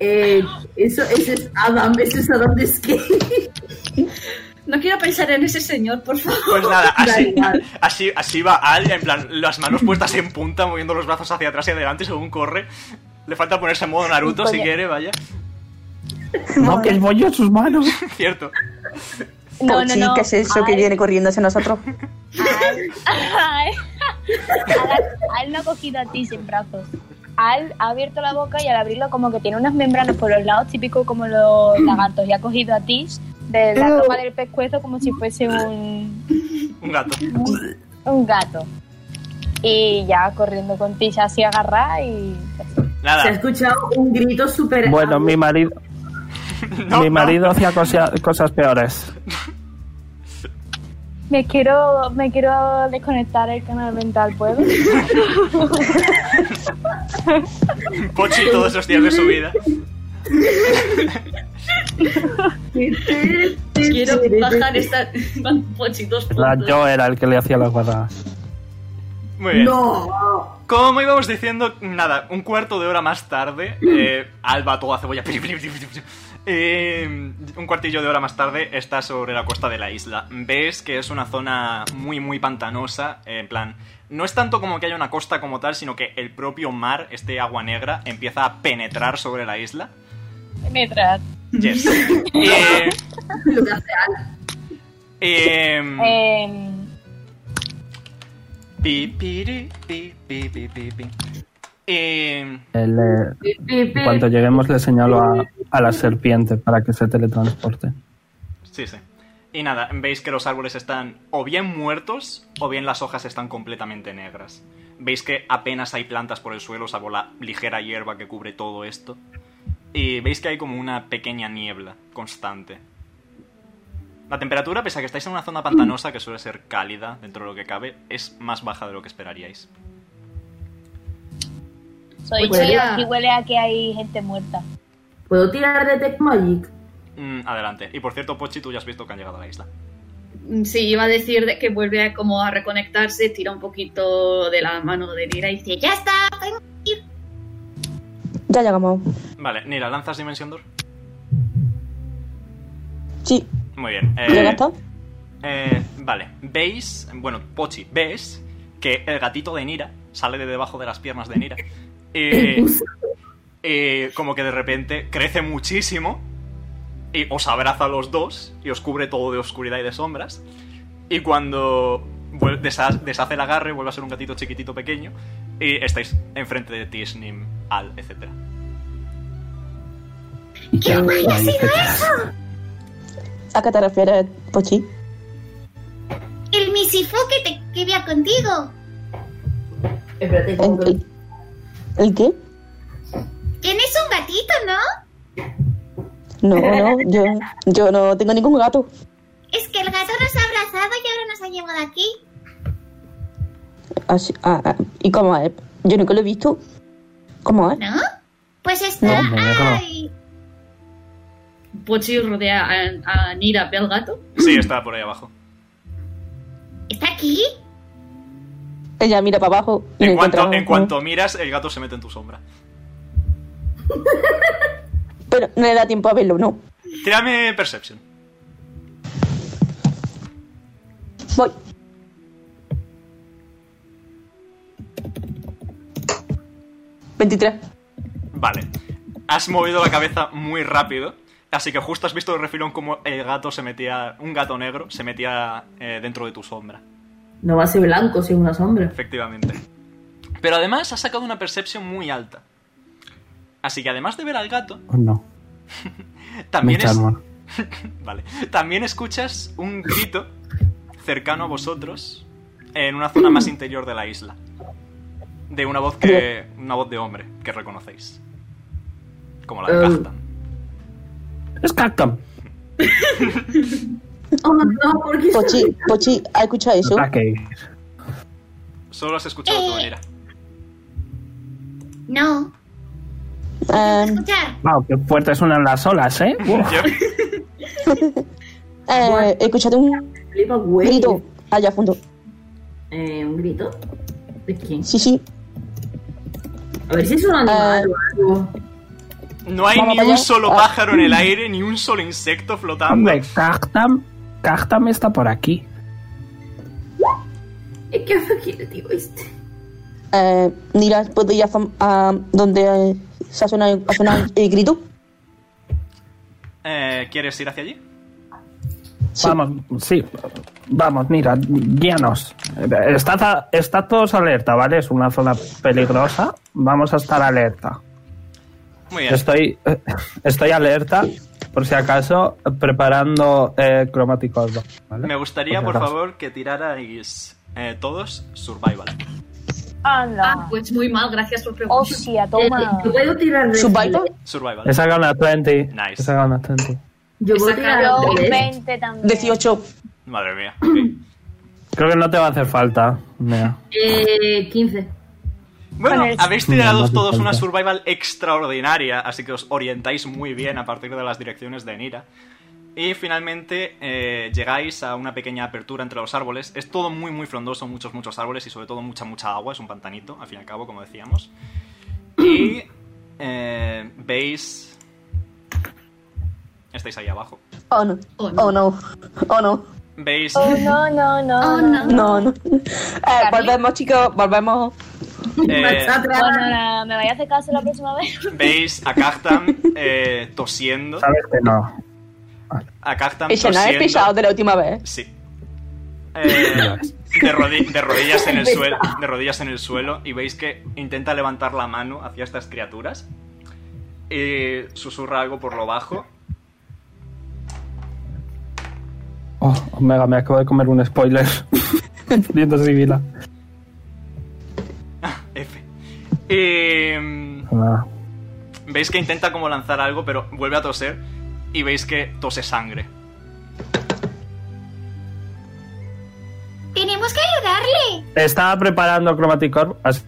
Speaker 2: Eh, eso, eso es Adam, eso es Adam de Skate.
Speaker 4: No quiero pensar en ese señor, por favor.
Speaker 3: Pues nada, así, así, así va Al, en plan, las manos puestas en punta, moviendo los brazos hacia atrás y adelante según corre. Le falta ponerse en modo Naruto si
Speaker 5: Oye.
Speaker 3: quiere, vaya.
Speaker 11: No, que el bollo en sus manos.
Speaker 3: Cierto.
Speaker 10: No,
Speaker 8: Pochi,
Speaker 10: no, no.
Speaker 8: Pues ¿qué es eso que
Speaker 10: Ay.
Speaker 8: viene corriendo hacia nosotros?
Speaker 10: Ay.
Speaker 5: Al, Al no ha cogido a ti sin brazos. Al ha abierto la boca y al abrirlo como que tiene unas membranas por los lados, típico como los lagartos. Y ha cogido a ti de la toma del pescuezo como si fuese un,
Speaker 3: Un gato.
Speaker 5: un gato. Y ya corriendo con Tish así agarrada y...
Speaker 2: Se ha escuchado un grito súper.
Speaker 11: Bueno, mi marido. mi marido hacía cosa- cosas peores.
Speaker 5: Me quiero, me quiero desconectar el canal mental, ¿puedo?
Speaker 3: Pochi todos los días de su vida.
Speaker 4: Quiero bajar esta. Pochi, dos
Speaker 11: La-
Speaker 4: puntos.
Speaker 11: yo era el que le hacía las guardadas.
Speaker 3: Muy bien.
Speaker 2: No.
Speaker 3: Como íbamos diciendo, nada, un cuarto de hora más tarde, eh, Alba toda cebolla. piri, piri, piri, piri. Eh, un cuartillo de hora más tarde está sobre la costa de la isla. Ves que es una zona muy, muy pantanosa. eh, En plan, no es tanto como que haya una costa como tal, sino que el propio mar, este agua negra, empieza a penetrar sobre la isla.
Speaker 5: Mientras.
Speaker 3: Yes. Eh, em,
Speaker 5: Eh,
Speaker 3: pi, piri, pi, pi, pi, pi, pi. Em,
Speaker 11: El, eh, en cuanto lleguemos le señalo a, a la serpiente para que se teletransporte.
Speaker 3: Sí, sí. Y nada, veis que los árboles están o bien muertos o bien las hojas están completamente negras. Veis que apenas hay plantas por el suelo, salvo la ligera hierba que cubre todo esto. Y veis que hay como una pequeña niebla constante. La temperatura, pese a que estáis en una zona pantanosa que suele ser cálida dentro de lo que cabe, es más baja de lo que esperaríais.
Speaker 5: soy
Speaker 4: Pues
Speaker 5: yo
Speaker 4: ya.
Speaker 5: y huele a que hay gente muerta.
Speaker 2: ¿Puedo tirar de Tech Magic?
Speaker 3: Mm, adelante. Y por cierto, Pochi, tú ya has visto que han llegado a la isla.
Speaker 4: Sí, iba a decir de que vuelve a, como a reconectarse, tira un poquito de la mano de Nira y dice, ya está.
Speaker 8: Ya llegamos.
Speaker 3: Vale, Nira, ¿lanzas Dimensión Door?
Speaker 8: Sí.
Speaker 3: Muy bien. eh,
Speaker 8: ¿Ya gastó?
Speaker 3: Eh, vale, veis, bueno, Pochi, ves que el gatito de Nira sale de debajo de las piernas de Nira. Eh, eh, como que de repente crece muchísimo y os abraza a los dos y os cubre todo de oscuridad y de sombras. Y cuando vuel- desha- deshace el agarre, vuelve a ser un gatito chiquitito pequeño y estáis enfrente de ti, Snim, Al, etc.
Speaker 7: ¿Qué guay ha sido eso?
Speaker 8: ¿A qué te refieres, Pues Pochi?
Speaker 7: El misifú que, te, que había contigo.
Speaker 9: Espérate,
Speaker 8: ¿El, el, el qué?
Speaker 7: Tienes un gatito, ¿no?
Speaker 8: No, no, yo, yo no tengo ningún gato.
Speaker 7: Es que el gato nos ha abrazado y ahora nos ha llevado aquí.
Speaker 8: Así, ah, ah, ¿Y cómo es? Yo nunca lo he visto. ¿Cómo es?
Speaker 7: ¿No? Pues está
Speaker 8: No, negro.
Speaker 7: ahí.
Speaker 4: Pochi rodea a, a Nira, ve al gato.
Speaker 3: Sí, está por ahí abajo.
Speaker 7: ¿Está aquí?
Speaker 8: Ella mira para abajo. y
Speaker 3: En
Speaker 8: no
Speaker 3: cuanto,
Speaker 8: encuentra-
Speaker 3: en cuanto miras, el gato se mete en tu sombra.
Speaker 8: Pero no le da tiempo a verlo, no.
Speaker 3: Tírame Perception.
Speaker 8: Voy. ¿23?
Speaker 3: Vale. Has movido la cabeza muy rápido. Así que justo has visto de refilón como el gato se metía. Un gato negro se metía eh, dentro de tu sombra.
Speaker 2: No va a ser blanco, si es una sombra.
Speaker 3: Efectivamente. Pero además has sacado una percepción muy alta. Así que además de ver al gato,
Speaker 11: ¿O Oh, no?
Speaker 3: también
Speaker 11: Me
Speaker 3: es-
Speaker 11: calmo.
Speaker 3: Vale. También escuchas un grito cercano a vosotros en una zona más interior de la isla. De una voz que. una voz de hombre que reconocéis. Como la de
Speaker 11: Eh.
Speaker 3: Kaftan.
Speaker 11: Es Cactum.
Speaker 2: Oh, no, porque
Speaker 8: Pues, Pochi, Pochi, ¿ha escuchado eso?
Speaker 11: Ok.
Speaker 3: Solo lo has escuchado tú,
Speaker 7: Eh.
Speaker 3: Venera.
Speaker 7: No.
Speaker 8: Eh,
Speaker 7: Escuchar.
Speaker 6: Wow, qué fuerte suenan las olas, ¿eh? Wow.
Speaker 8: eh, escuchate un
Speaker 2: Flipa, güey.
Speaker 8: grito allá a fondo.
Speaker 2: Eh, ¿Un grito? ¿De quién?
Speaker 8: Sí, sí.
Speaker 2: A ver si Pues es un animal o algo.
Speaker 3: No hay
Speaker 2: Vamos
Speaker 3: ni
Speaker 2: allá.
Speaker 3: un solo
Speaker 2: Ah.
Speaker 3: pájaro en el aire, ni un solo insecto flotando.
Speaker 6: Hombre, Cactam, Cactam está por aquí.
Speaker 2: ¿Y Eh, ¿Qué hace aquí el tío este?
Speaker 8: Eh, Nira, ¿puedo ir a, fam- a donde eh, se ha sonado, ha sonado el grito?
Speaker 3: Eh, ¿Quieres ir hacia allí?
Speaker 6: Vamos, sí. Vamos, mira, guíanos. Eh, Estad, a- estad todos alerta, ¿vale? Es una zona peligrosa. Vamos a estar alerta.
Speaker 3: Muy bien.
Speaker 6: Estoy, estoy alerta, por si acaso, preparando eh, cromáticos. ¿vale?
Speaker 3: Me gustaría,
Speaker 6: si
Speaker 2: Pues
Speaker 3: por
Speaker 6: acaso.
Speaker 3: favor, que tirarais eh, todos Survival.
Speaker 4: Ah, pues muy mal, gracias por preguntar.
Speaker 5: Hostia,
Speaker 2: toma. Eh,
Speaker 10: Eh,
Speaker 2: Yo puedo tirar de-
Speaker 3: Survival.
Speaker 6: He sacado una 20.
Speaker 3: Nice.
Speaker 6: He sacado una 20.
Speaker 2: Yo puedo tirar
Speaker 10: eh,
Speaker 5: Yo
Speaker 2: de-
Speaker 5: 20 también.
Speaker 8: 18.
Speaker 3: Madre mía.
Speaker 6: Creo que no te va a hacer falta. Mira.
Speaker 2: Eh, 15.
Speaker 3: Bueno,
Speaker 2: Con el-
Speaker 3: habéis
Speaker 6: No, no
Speaker 3: tirado
Speaker 6: hace
Speaker 3: todos una
Speaker 6: falta.
Speaker 3: survival extraordinaria, así que os orientáis muy bien a partir de las direcciones de Nira. Y finalmente eh, llegáis a una pequeña apertura entre los árboles. Es todo muy, muy frondoso, muchos, muchos árboles y sobre todo mucha, mucha agua. Es un pantanito, al fin y al cabo, como decíamos. Y eh, veis... Estáis ahí abajo.
Speaker 8: Oh no.
Speaker 4: Oh no.
Speaker 8: Oh no. Oh no.
Speaker 3: Veis...
Speaker 5: Oh, no, no, no. no.
Speaker 8: No, no. Eh, volvemos, chicos, volvemos.
Speaker 3: eh,
Speaker 5: Bueno, la- me vaya a hacer caso la próxima vez.
Speaker 3: veis a Cactam eh, tosiendo.
Speaker 6: Sabes que no.
Speaker 3: A Cactam
Speaker 8: Ella no es
Speaker 3: tosiendo.
Speaker 8: pisado de la última vez.
Speaker 3: Sí. Eh, de, rodi- de rodillas en el suelo, de rodillas en el suelo y veis que intenta levantar la mano hacia estas criaturas y susurra algo por lo bajo.
Speaker 6: Oh, Omega, me acabo de comer un spoiler. Viendo Sibila.
Speaker 3: F. Y mm,
Speaker 6: Ah,
Speaker 3: veis que intenta como lanzar algo, pero vuelve a toser y veis que tose sangre.
Speaker 7: Tenemos que ayudarle.
Speaker 6: Estaba preparando Chromaticor. Así.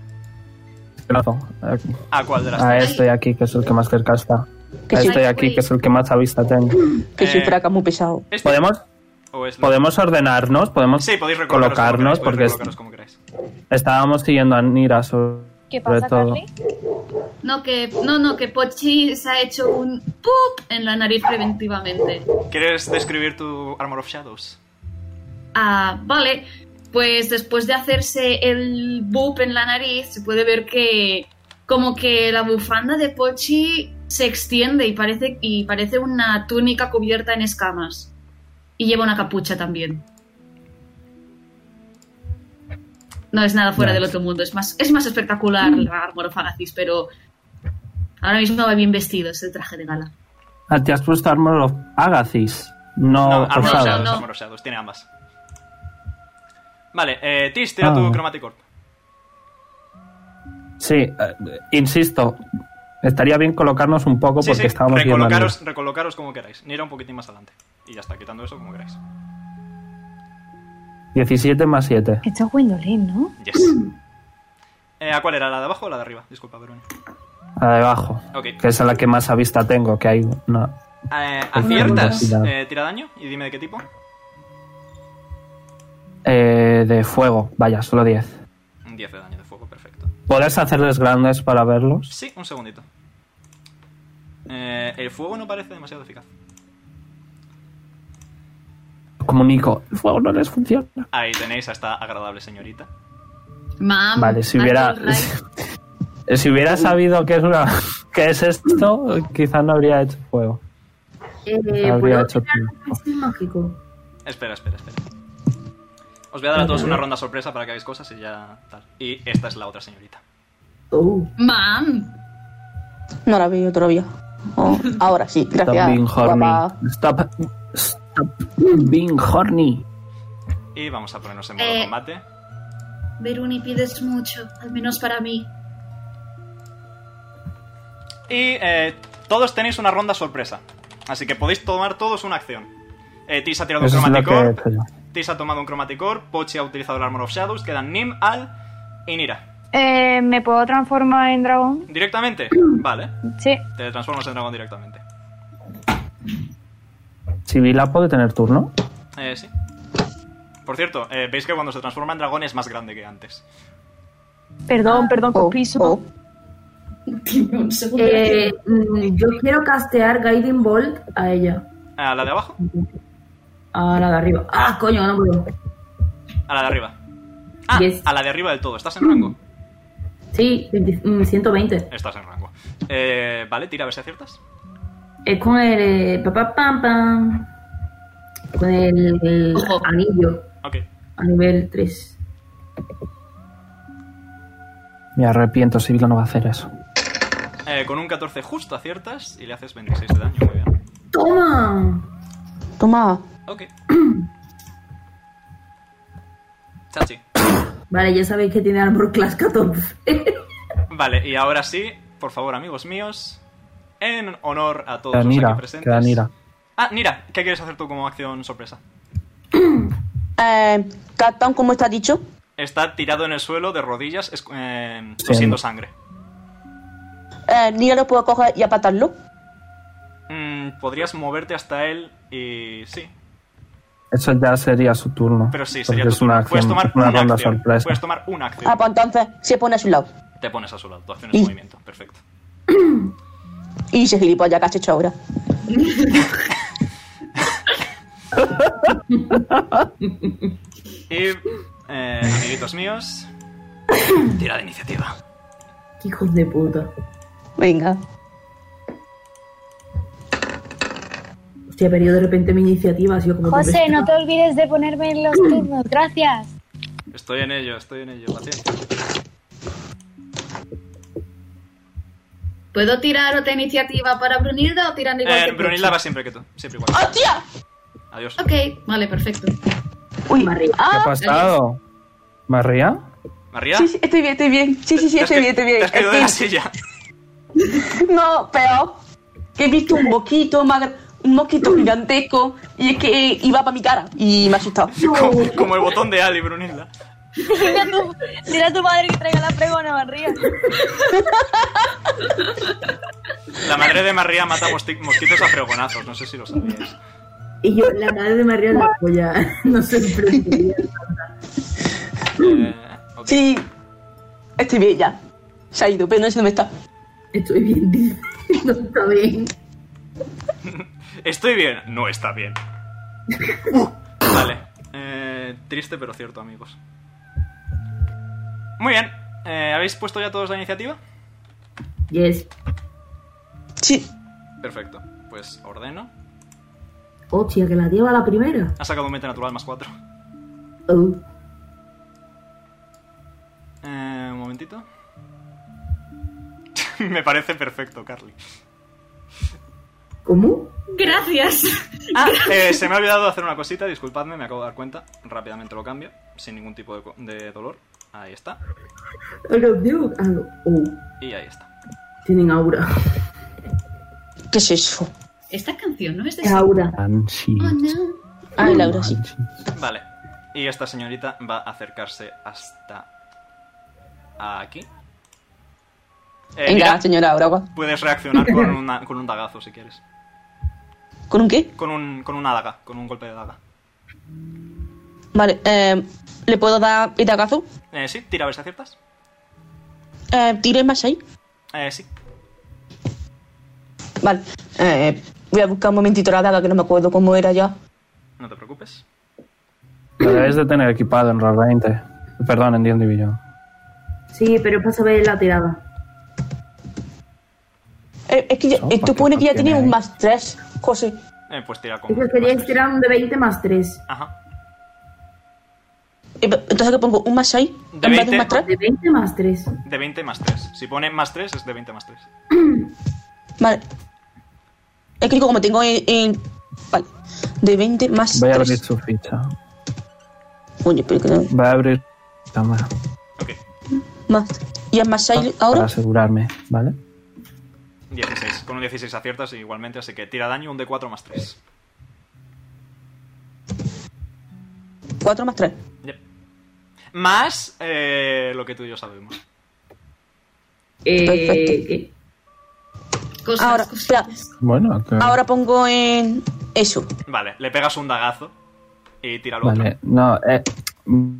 Speaker 6: brazo. Eh,
Speaker 3: ¿A cuál de las
Speaker 6: A
Speaker 3: tres?
Speaker 6: este de aquí, que es el que más cerca está.
Speaker 8: Que
Speaker 6: A
Speaker 8: sí.
Speaker 6: este de aquí, que es el que más avista tengo.
Speaker 8: Que soy
Speaker 3: Eh,
Speaker 8: fraca, muy pesado.
Speaker 6: ¿Podemos,
Speaker 3: ¿O es la-
Speaker 6: podemos ordenarnos? ¿Podemos
Speaker 3: Sí, podéis recolocaros como
Speaker 6: colocarnos?
Speaker 3: queráis, podéis
Speaker 6: Porque es-
Speaker 3: recolocaros como queráis.
Speaker 6: estábamos siguiendo a Nira sobre,
Speaker 5: ¿Qué pasa,
Speaker 6: sobre todo.
Speaker 5: Carly?
Speaker 4: No, que, no, no, que Pochi se ha hecho un ¡pup! en la nariz preventivamente.
Speaker 3: ¿Quieres describir tu Armor of Shadows?
Speaker 4: Ah, vale. Pues después de hacerse el boop en la nariz, se puede ver que como que la bufanda de Pochi se extiende y parece, y parece una túnica cubierta en escamas. Y lleva una capucha también. No es nada fuera
Speaker 6: Nice.
Speaker 4: del otro mundo, es más, es más espectacular la Armor of Agathis, pero ahora mismo va bien vestido, es el traje de gala.
Speaker 6: Ah, te has puesto Armor of Agathis. No,
Speaker 3: Armor of
Speaker 6: Osadas.
Speaker 3: Shadows, Armor of Shadows, tiene ambas. Vale, eh, Tis, tira tu
Speaker 6: Ah.
Speaker 3: Chromatic Orb.
Speaker 6: Sí, eh, insisto. Estaría bien colocarnos un poco
Speaker 3: Sí,
Speaker 6: porque
Speaker 3: sí,
Speaker 6: estábamos siguiendo a Nira.
Speaker 3: recolocaros, recolocaros como queráis. Nira un poquitín más adelante. Y ya está, quitando eso como queráis.
Speaker 6: 17 más 7.
Speaker 15: Esto es Gwendolyn, ¿no?
Speaker 3: Yes. Eh, ¿A cuál era? ¿La de abajo o la de arriba? Disculpa, Verónica.
Speaker 6: La de abajo.
Speaker 3: Ok.
Speaker 6: Que es a la que más avista tengo, que hay Pues una.
Speaker 3: Eh,
Speaker 6: Pues
Speaker 3: ¿Aciertas?
Speaker 6: no, no, no.
Speaker 3: Eh, tira daño y dime de qué tipo.
Speaker 6: eh, de fuego. Vaya, solo 10.
Speaker 3: Un 10 de daño de fuego, perfecto.
Speaker 6: ¿Podés hacerles grandes para verlos?
Speaker 3: Sí, un segundito. Eh, el fuego no parece demasiado eficaz.
Speaker 6: Comunico. El fuego no les funciona.
Speaker 3: Ahí tenéis a esta agradable señorita.
Speaker 4: Mam,
Speaker 6: Vale, si
Speaker 4: Michael
Speaker 6: hubiera.
Speaker 4: Wright.
Speaker 6: Si hubiera sabido que es una. que es esto, quizás no habría hecho fuego.
Speaker 2: Eh,
Speaker 6: Habría
Speaker 2: ¿Puedo
Speaker 6: hecho
Speaker 2: tirar un misil mágico?
Speaker 3: Espera, espera, espera. Os voy a dar a todos una ronda sorpresa para que hagáis cosas y ya tal. Y esta es la otra señorita.
Speaker 2: Oh.
Speaker 4: Mam,
Speaker 8: No la veo todavía. Oh, ahora sí,
Speaker 6: Stop
Speaker 8: gracias.
Speaker 6: being horny.
Speaker 8: guapa.
Speaker 6: Stop. Stop being horny.
Speaker 3: Y vamos a ponernos en modo
Speaker 4: Eh.
Speaker 3: combate.
Speaker 4: Veruni pides mucho, al menos para mí.
Speaker 3: Y eh, todos tenéis una ronda sorpresa. Así que podéis tomar todos una acción. Eh, Tis ha tirado
Speaker 6: Eso
Speaker 3: un
Speaker 6: es lo
Speaker 3: Chromatic
Speaker 6: que he
Speaker 3: Orb.
Speaker 6: hecho yo.
Speaker 3: Tis ha tomado un Chromatic Orb. Pochi ha utilizado el Armor of Shadows. Quedan Nim, Al, Inira,
Speaker 10: Eh, ¿Me puedo transformar en dragón?
Speaker 3: directamente. Vale.
Speaker 10: Sí.
Speaker 3: Te transformas en dragón directamente.
Speaker 6: Sibila puede tener turno.
Speaker 3: Eh, sí. Por cierto, eh, veis que cuando se transforma en dragón es más grande que antes.
Speaker 5: Ah.
Speaker 10: Perdón, perdón, copiso.
Speaker 8: Oh,
Speaker 2: Eh, mm, yo quiero castear Guiding Bolt a ella.
Speaker 3: ¿A Eh, la de abajo?
Speaker 2: A la de arriba. ¡Ah, coño! No puedo.
Speaker 3: A la de arriba. Ah, a la de arriba del todo. ¿Estás en rango?
Speaker 2: Sí, 20 mm, 120.
Speaker 3: Estás en rango. Eh, vale, tira a ver si aciertas.
Speaker 2: Es con el. eh, pa, pa, pam, pam. Con el, el anillo.
Speaker 3: Ok.
Speaker 2: A nivel 3.
Speaker 6: Me arrepiento, Sibila no va a hacer eso.
Speaker 3: Eh, con un 14 justo aciertas y le haces 26 de daño. Muy bien.
Speaker 2: ¡Toma!
Speaker 8: Toma.
Speaker 3: Ok. Chachi.
Speaker 2: Vale, ya sabéis que tiene Armor Class 14.
Speaker 3: Vale, y ahora sí, por favor, amigos míos, en honor a todos
Speaker 6: Queda
Speaker 3: los
Speaker 6: Nira,
Speaker 3: aquí presentes.
Speaker 6: queda Nira.
Speaker 3: Ah, Nira, ¿qué quieres hacer tú como acción sorpresa?
Speaker 8: Eh, Captain, ¿cómo está dicho?
Speaker 3: Está tirado en el suelo de rodillas, es- eh,
Speaker 8: Sí.
Speaker 3: tosiendo sangre.
Speaker 8: Eh, Nira lo puedo coger y apatarlo.
Speaker 3: Mm, podrías moverte hasta él y. sí.
Speaker 6: Eso ya sería su turno.
Speaker 3: Pero sí, sería tu
Speaker 6: porque es una
Speaker 3: turno. Puedes
Speaker 6: acción,
Speaker 3: tomar
Speaker 6: una
Speaker 3: una
Speaker 6: ronda
Speaker 3: acción.
Speaker 6: sorpresa.
Speaker 3: Puedes tomar una acción.
Speaker 8: Ah, pues entonces se pone a su lado.
Speaker 3: Te pones a su lado, tu acción es movimiento. Perfecto.
Speaker 8: Y se gilipollas que has hecho ahora.
Speaker 3: Y. eh, amiguitos míos. Tira de iniciativa.
Speaker 2: Hijos de puta.
Speaker 8: Venga.
Speaker 2: Hostia, pero yo de repente mi iniciativa ha sido como.
Speaker 5: José, no te olvides de ponerme en los turnos, gracias.
Speaker 3: Estoy en ello, estoy en ello, paciencia.
Speaker 4: ¿Puedo tirar otra iniciativa para Brunilda o tiran igual
Speaker 3: Eh,
Speaker 4: que
Speaker 3: Brunilda va
Speaker 4: Pochi?
Speaker 3: siempre que tú. Siempre igual.
Speaker 8: ¡Hostia! Ah,
Speaker 3: Adiós.
Speaker 4: Ok, vale, perfecto.
Speaker 8: Uy, Ah,
Speaker 6: ¿Qué ha pasado? ¿María?
Speaker 3: ¿María?
Speaker 8: Sí, sí, estoy bien, estoy bien. Sí, sí, sí, estoy bien, estoy bien.
Speaker 3: Te has caído de la
Speaker 8: Estoy-
Speaker 3: silla.
Speaker 8: No, pero que he visto un mosquito, mag- un mosquito
Speaker 3: Mm.
Speaker 8: gigantesco y es que iba para mi cara y me ha asustado.
Speaker 3: Como, como el botón de Ali, Brunilda.
Speaker 10: Dile a, tu, dile a tu madre que traiga la pregona, María.
Speaker 3: La madre de María mata mosti- mosquitos a fregonazos, no sé si lo sabíais.
Speaker 2: Y yo, la madre de María la polla. No sé, pero.
Speaker 3: Eh,
Speaker 8: Sí, estoy bien ya. Se ha ido, pero no sé dónde está.
Speaker 2: Estoy bien, No está bien.
Speaker 3: Estoy bien. No está bien. Vale. Eh, triste pero cierto, amigos. Muy bien. Eh, ¿Habéis puesto ya todos la iniciativa?
Speaker 2: Yes.
Speaker 8: Sí.
Speaker 3: Perfecto. Pues ordeno.
Speaker 2: Hostia, que la lleva la primera.
Speaker 3: Ha sacado un 20 natural más 4.
Speaker 2: Oh.
Speaker 3: Eh, un momentito. Me parece perfecto, Carly.
Speaker 2: ¿Cómo?
Speaker 4: Gracias.
Speaker 3: Ah, eh, se me ha olvidado hacer una cosita, disculpadme, me acabo de dar cuenta. Rápidamente lo cambio, sin ningún tipo de, co- de dolor. Ahí está.
Speaker 2: Oh, no, Dios. Ah, no. Oh,
Speaker 3: Y ahí está.
Speaker 2: tienen aura.
Speaker 8: ¿Qué es eso?
Speaker 4: Esta canción no es de...
Speaker 2: Es aura.
Speaker 4: Oh, no.
Speaker 8: Ay, Ah, Laura, sí.
Speaker 3: Vale. Y esta señorita va a acercarse hasta aquí. Eh,
Speaker 8: Venga,
Speaker 3: mira,
Speaker 8: señora Aragua.
Speaker 3: puedes reaccionar con, una- con un dagazo si quieres.
Speaker 8: ¿Con un qué?
Speaker 3: Con, un, con una daga, con un golpe de daga.
Speaker 8: Vale, eh, ¿le puedo dar este el tagazo?
Speaker 3: Eh, sí, tira a ver si aciertas.
Speaker 8: Eh, ¿Tiro el más ahí?
Speaker 3: Eh, sí.
Speaker 8: Vale. Eh, voy a buscar un momentito la daga que no me acuerdo cómo era ya.
Speaker 3: No te preocupes.
Speaker 6: Lo debes de tener equipado en Roll 20. Perdón, en D&D Beyond.
Speaker 2: Sí, pero es para saber la tirada.
Speaker 8: Eh, es que ya- esto pone que ya tiene un más 3, José.
Speaker 3: Eh, pues tira con.
Speaker 2: Eso sería tirar un de 20 más 3.
Speaker 3: Ajá.
Speaker 8: Eh, pero Entonces, ¿qué pongo? ¿Un más 6?
Speaker 3: De
Speaker 8: ¿En vez de un
Speaker 3: 20.
Speaker 8: más 3?
Speaker 2: De 20 más 3.
Speaker 3: De 20 más 3. Si pone más 3, es de 20 más 3.
Speaker 8: Vale. Es que yo como tengo en... en- Vale. De 20 más
Speaker 6: Voy a abrir
Speaker 8: 3.
Speaker 6: su ficha.
Speaker 8: Oye, pero que no...
Speaker 6: Voy a abrir su cámara
Speaker 8: Más. ¿Y es más 6
Speaker 6: para
Speaker 8: ahora?
Speaker 6: asegurarme, ¿vale?
Speaker 3: 16. Con un 16 aciertas igualmente, así que tira daño un de 4 más 3.
Speaker 8: 4 más 3.
Speaker 3: Más eh, lo que tú y yo sabemos.
Speaker 8: Perfecto.
Speaker 4: Pues
Speaker 8: ahora, espera,
Speaker 6: Bueno, que-
Speaker 8: ahora pongo en eso.
Speaker 3: Vale, le pegas un dagazo y tira lo
Speaker 6: Vale, no, eh, mm,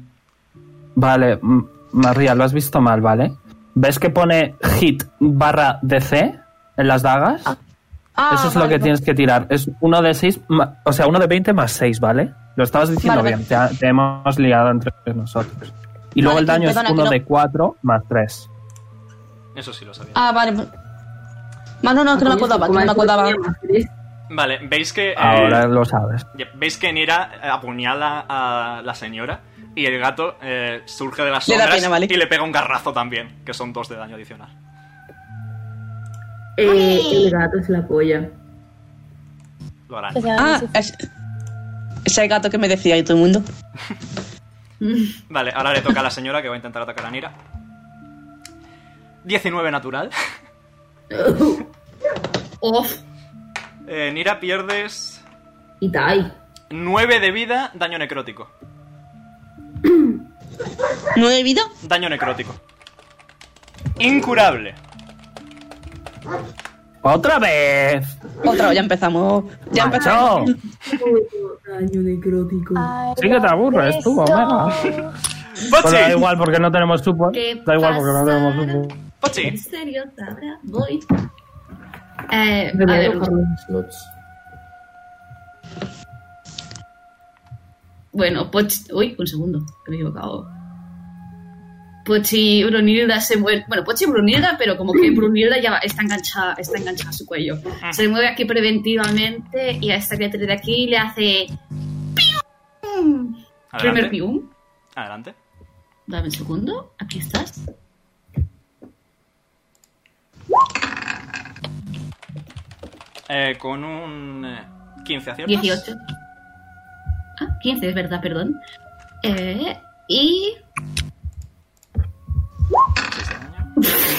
Speaker 6: Vale, mm, María, lo has visto mal, ¿vale? ¿Ves que pone hit barra DC en las dagas?
Speaker 8: Ah,
Speaker 6: Eso es lo
Speaker 8: vale,
Speaker 6: que
Speaker 8: vale.
Speaker 6: tienes que tirar. Es uno de 6, o sea, uno de 20 más 6, ¿vale? Lo estabas diciendo
Speaker 8: Vale,
Speaker 6: bien, Te, te hemos liado entre nosotros. Y luego
Speaker 8: Vale,
Speaker 6: el daño es
Speaker 8: perdona, que
Speaker 6: uno
Speaker 8: no-
Speaker 6: de 4 más 3.
Speaker 3: Eso sí lo sabía.
Speaker 8: Ah, vale. Más no, no, que no me acordaba, que no me acordaba.
Speaker 3: Vale, veis que. eh,
Speaker 6: Ahora lo sabes.
Speaker 3: Ya, Veis que Nira eh, apuñala a la señora y el gato eh, surge de las
Speaker 8: Le da
Speaker 3: sombras
Speaker 8: pena, vale.
Speaker 3: y le pega un garrazo también, que son dos de daño adicional.
Speaker 2: Eh, el gato es la polla.
Speaker 3: Lo harán.
Speaker 8: Ah, es, es el gato que me decía y todo el mundo.
Speaker 3: Vale, ahora le toca a la señora que va a intentar atacar a Nira. 19 natural.
Speaker 4: Off.
Speaker 3: Eh, Nira pierdes
Speaker 2: Y Tai.
Speaker 3: 9 de vida, daño necrótico.
Speaker 8: ¿No he vida?
Speaker 3: Daño necrótico. Incurable.
Speaker 6: ¡Otra vez!
Speaker 8: Otra, ya empezamos. Ya
Speaker 6: ¡Macho!
Speaker 8: empezamos.
Speaker 2: Daño necrótico.
Speaker 7: Ah,
Speaker 6: Sí que te aburres tú, Omega. Pero da igual porque no tenemos support.
Speaker 4: ¿Qué
Speaker 6: Da igual porque no tenemos support.
Speaker 4: ¿En serio? Ahora voy. Eh, a
Speaker 9: Debería
Speaker 4: ver,
Speaker 9: tocar los slots.
Speaker 4: bueno, Pochi... Uy, un segundo, que me he equivocado. Pochi y Brunilda se mueven... Bueno, Pochi y Brunilda, pero como que Brunilda ya está enganchada, está enganchada a su cuello. Se mueve aquí preventivamente y a esta criatura de aquí le hace... ¡Pium! Primer
Speaker 3: Adelante.
Speaker 4: pium.
Speaker 3: Adelante.
Speaker 4: Dame un segundo. Aquí estás.
Speaker 3: Eh, con un eh, 15 aciertas.
Speaker 4: 18. Ah, 15, es verdad, perdón. Eh, y...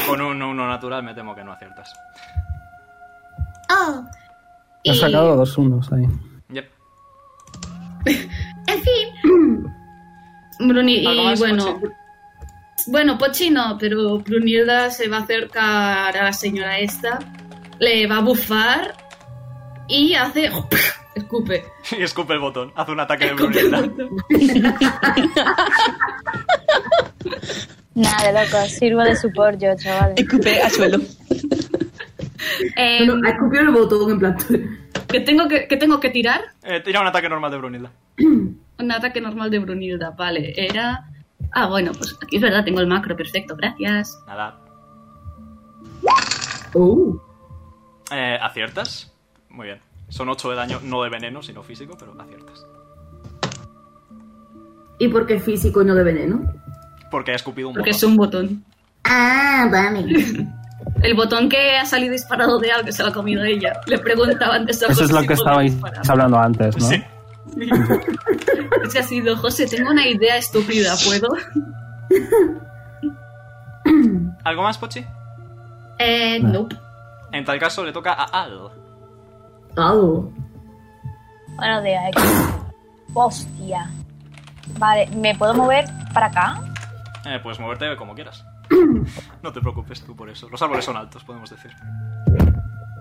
Speaker 3: Con un 1 natural me temo que no aciertas.
Speaker 7: Oh,
Speaker 6: He sacado dos unos ahí.
Speaker 3: Yep.
Speaker 7: en fin.
Speaker 4: Bruni,
Speaker 3: ¿Algo
Speaker 4: y
Speaker 3: más,
Speaker 4: bueno. Bueno, Pochi no, pero Brunilda se va a acercar a la señora esta, le va a bufar y hace. Escupe.
Speaker 3: Y escupe el botón. Hace un ataque de
Speaker 4: Escupe el
Speaker 3: brunilda.
Speaker 5: Nada, loco, sirvo de support yo, chaval.
Speaker 8: Escupé al suelo.
Speaker 4: Eh,
Speaker 2: No, ha escupido el botón en plan.
Speaker 4: ¿qué, tengo que, qué tengo que tirar?
Speaker 3: Eh, tira un ataque normal de brunilda.
Speaker 4: Un ataque normal de Brunilda, vale. Era. Ah, bueno, pues aquí es verdad, tengo el macro, perfecto, gracias.
Speaker 3: Nada.
Speaker 2: Uh,
Speaker 3: Eh, ¿Aciertas? Muy bien. Son 8 de daño, no de veneno, sino físico, pero aciertas.
Speaker 2: ¿Y por qué físico y no de veneno?
Speaker 3: Porque ha escupido un
Speaker 4: Porque
Speaker 3: botón.
Speaker 4: es un botón.
Speaker 7: Ah, vale.
Speaker 4: El botón que ha salido disparado de algo que se lo ha comido ella. Le preguntaba antes a
Speaker 6: Eso es
Speaker 4: José
Speaker 6: lo
Speaker 4: si
Speaker 6: que
Speaker 4: podía
Speaker 6: estabais
Speaker 4: disparar.
Speaker 6: hablando antes, ¿no?
Speaker 3: Sí.
Speaker 4: Es que ha sido, José, tengo una idea estúpida, ¿puedo?
Speaker 3: ¿Algo más, Pochi?
Speaker 4: Eh, nope.
Speaker 3: En tal caso le toca a Al.
Speaker 2: Algo.
Speaker 5: Buenos días, Héctor. Hostia. Vale, ¿me puedo mover para acá?
Speaker 3: Eh, puedes moverte como quieras. No te preocupes tú por eso. Los árboles son altos, podemos decir.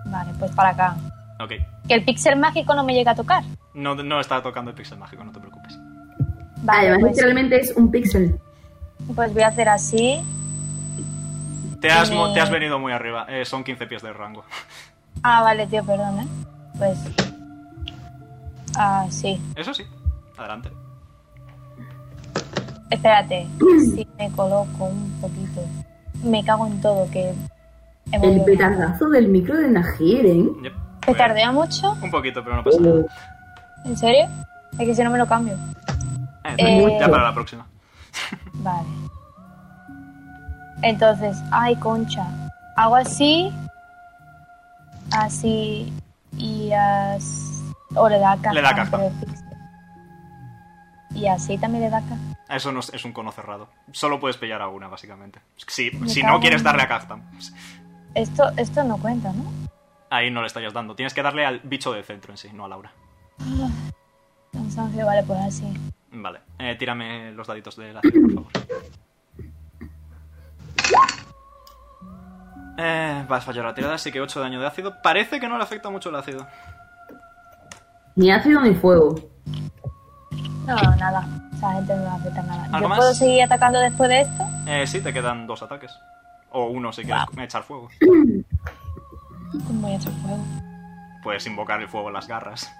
Speaker 5: Vale, pues para acá.
Speaker 3: Ok.
Speaker 5: Que el pixel mágico no me llega a tocar.
Speaker 3: No, no está tocando el pixel mágico, no te preocupes.
Speaker 5: Vale,
Speaker 2: Además, este
Speaker 5: pues,
Speaker 2: literalmente es un píxel.
Speaker 5: pues voy a hacer así.
Speaker 3: Te has, mo-
Speaker 5: Eh.
Speaker 3: te has venido muy arriba. Eh, son 15 pies de rango.
Speaker 5: Ah, vale, tío, perdón, ¿eh? Pues. Ah, sí.
Speaker 3: Eso sí. Adelante.
Speaker 5: Espérate. Si me coloco un poquito. Me cago en todo, que. he
Speaker 2: El
Speaker 5: movido bien.
Speaker 2: petardazo del micro de Najir, ¿eh?
Speaker 3: Yep. Eh,
Speaker 5: ¿Te tardea mucho?
Speaker 3: Un poquito, pero no pasa nada.
Speaker 5: ¿En serio? Es que si no me lo cambio.
Speaker 3: Eh,
Speaker 5: Eh.
Speaker 3: Ya para la próxima.
Speaker 5: Vale. Entonces, ay, concha. Hago así. Así. Y así. O le da caja.
Speaker 3: Le da caja.
Speaker 5: pero fixe. Y así también le da caja.
Speaker 3: Eso no es, es un cono cerrado. Solo puedes pillar a una, básicamente. Si,
Speaker 5: Me
Speaker 3: si
Speaker 5: cago
Speaker 3: no
Speaker 5: en-
Speaker 3: quieres darle a Kaztam.
Speaker 5: Esto, esto no cuenta, ¿no?
Speaker 3: Ahí no le estarías dando. Tienes que darle al bicho del centro en sí, no a Laura.
Speaker 5: Cansancio, vale, pues así.
Speaker 3: Vale, eh, tírame los daditos de la por favor. Eh, vas a fallar la tirada, así que 8 daño de ácido. Parece que no le afecta mucho el ácido.
Speaker 2: Ni ácido ni fuego.
Speaker 5: No, nada. Esa gente no va a afectar nada.
Speaker 3: ¿Algo
Speaker 5: ¿Yo
Speaker 3: más?
Speaker 5: puedo seguir atacando después de esto?
Speaker 3: Eh, sí, te quedan dos ataques. O uno si quieres echar fuego.
Speaker 5: ¿Cómo voy a echar fuego?
Speaker 3: Puedes invocar el fuego en las garras.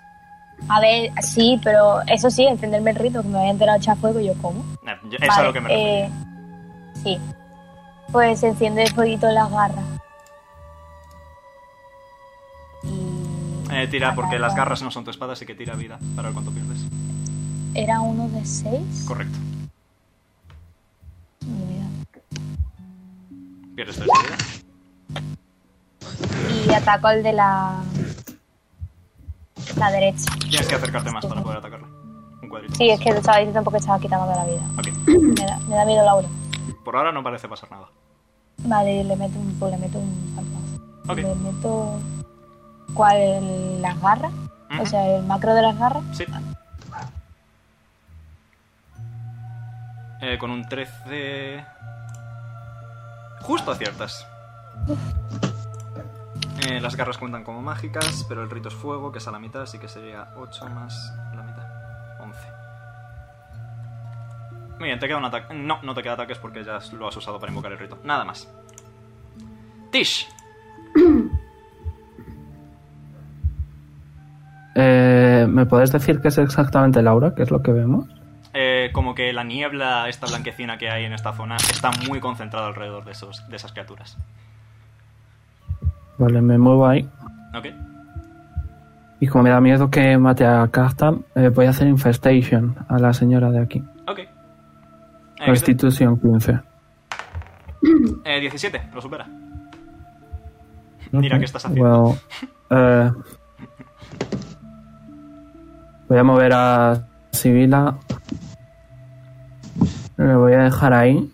Speaker 5: A ver, sí, pero eso sí, encenderme el rito, que me voy a enterar a echar fuego y yo como.
Speaker 3: Eh, yo- es a lo que me refiero.
Speaker 5: eh, sí. Pues se enciende el fueguito en las garras.
Speaker 3: Eh, tira, porque las garras no son tu espada, así que tira vida para ver cuánto pierdes.
Speaker 5: ¿Era uno de seis?
Speaker 3: Correcto.
Speaker 5: Ni idea.
Speaker 3: Pierdes tres de vida.
Speaker 5: Y ataco al de la... La derecha.
Speaker 3: Tienes que acercarte más para poder atacarla. Un cuadrito.
Speaker 5: Sí, es que te estaba diciendo porque estaba quitándome la vida. Me da, me da miedo la hora.
Speaker 3: Por ahora no parece pasar nada.
Speaker 5: Vale, y le meto un... pues le meto un... zarpazo.
Speaker 3: Ok.
Speaker 5: Le meto... ¿Cuál? El- ¿Las garras? O sea, el macro de las garras.
Speaker 3: Sí. Eh, con un 13. Justo aciertas. Eh, las garras cuentan como mágicas, pero el rito es fuego, que es a la mitad, así que sería 8 más la mitad. 11. Muy bien, te queda un ataque. No, no te queda ataques porque ya lo has usado para invocar el rito. Nada más. Tish.
Speaker 6: Eh, ¿Me puedes decir qué es exactamente el aura? ¿Qué es lo que vemos?
Speaker 3: Eh, como que la niebla, esta blanquecina que hay en esta zona, está muy concentrada alrededor de, esos, de esas criaturas.
Speaker 6: Vale, me muevo ahí.
Speaker 3: ¿Ok?
Speaker 6: Y como me da miedo que mate a Kaftan, eh, voy a hacer infestation a la señora de aquí.
Speaker 3: Ok. Eh,
Speaker 6: Constitución 15.
Speaker 3: eh, 17, lo supera. Mira qué estás haciendo.
Speaker 6: Well, eh, voy a mover a Sibila. Le voy a dejar ahí.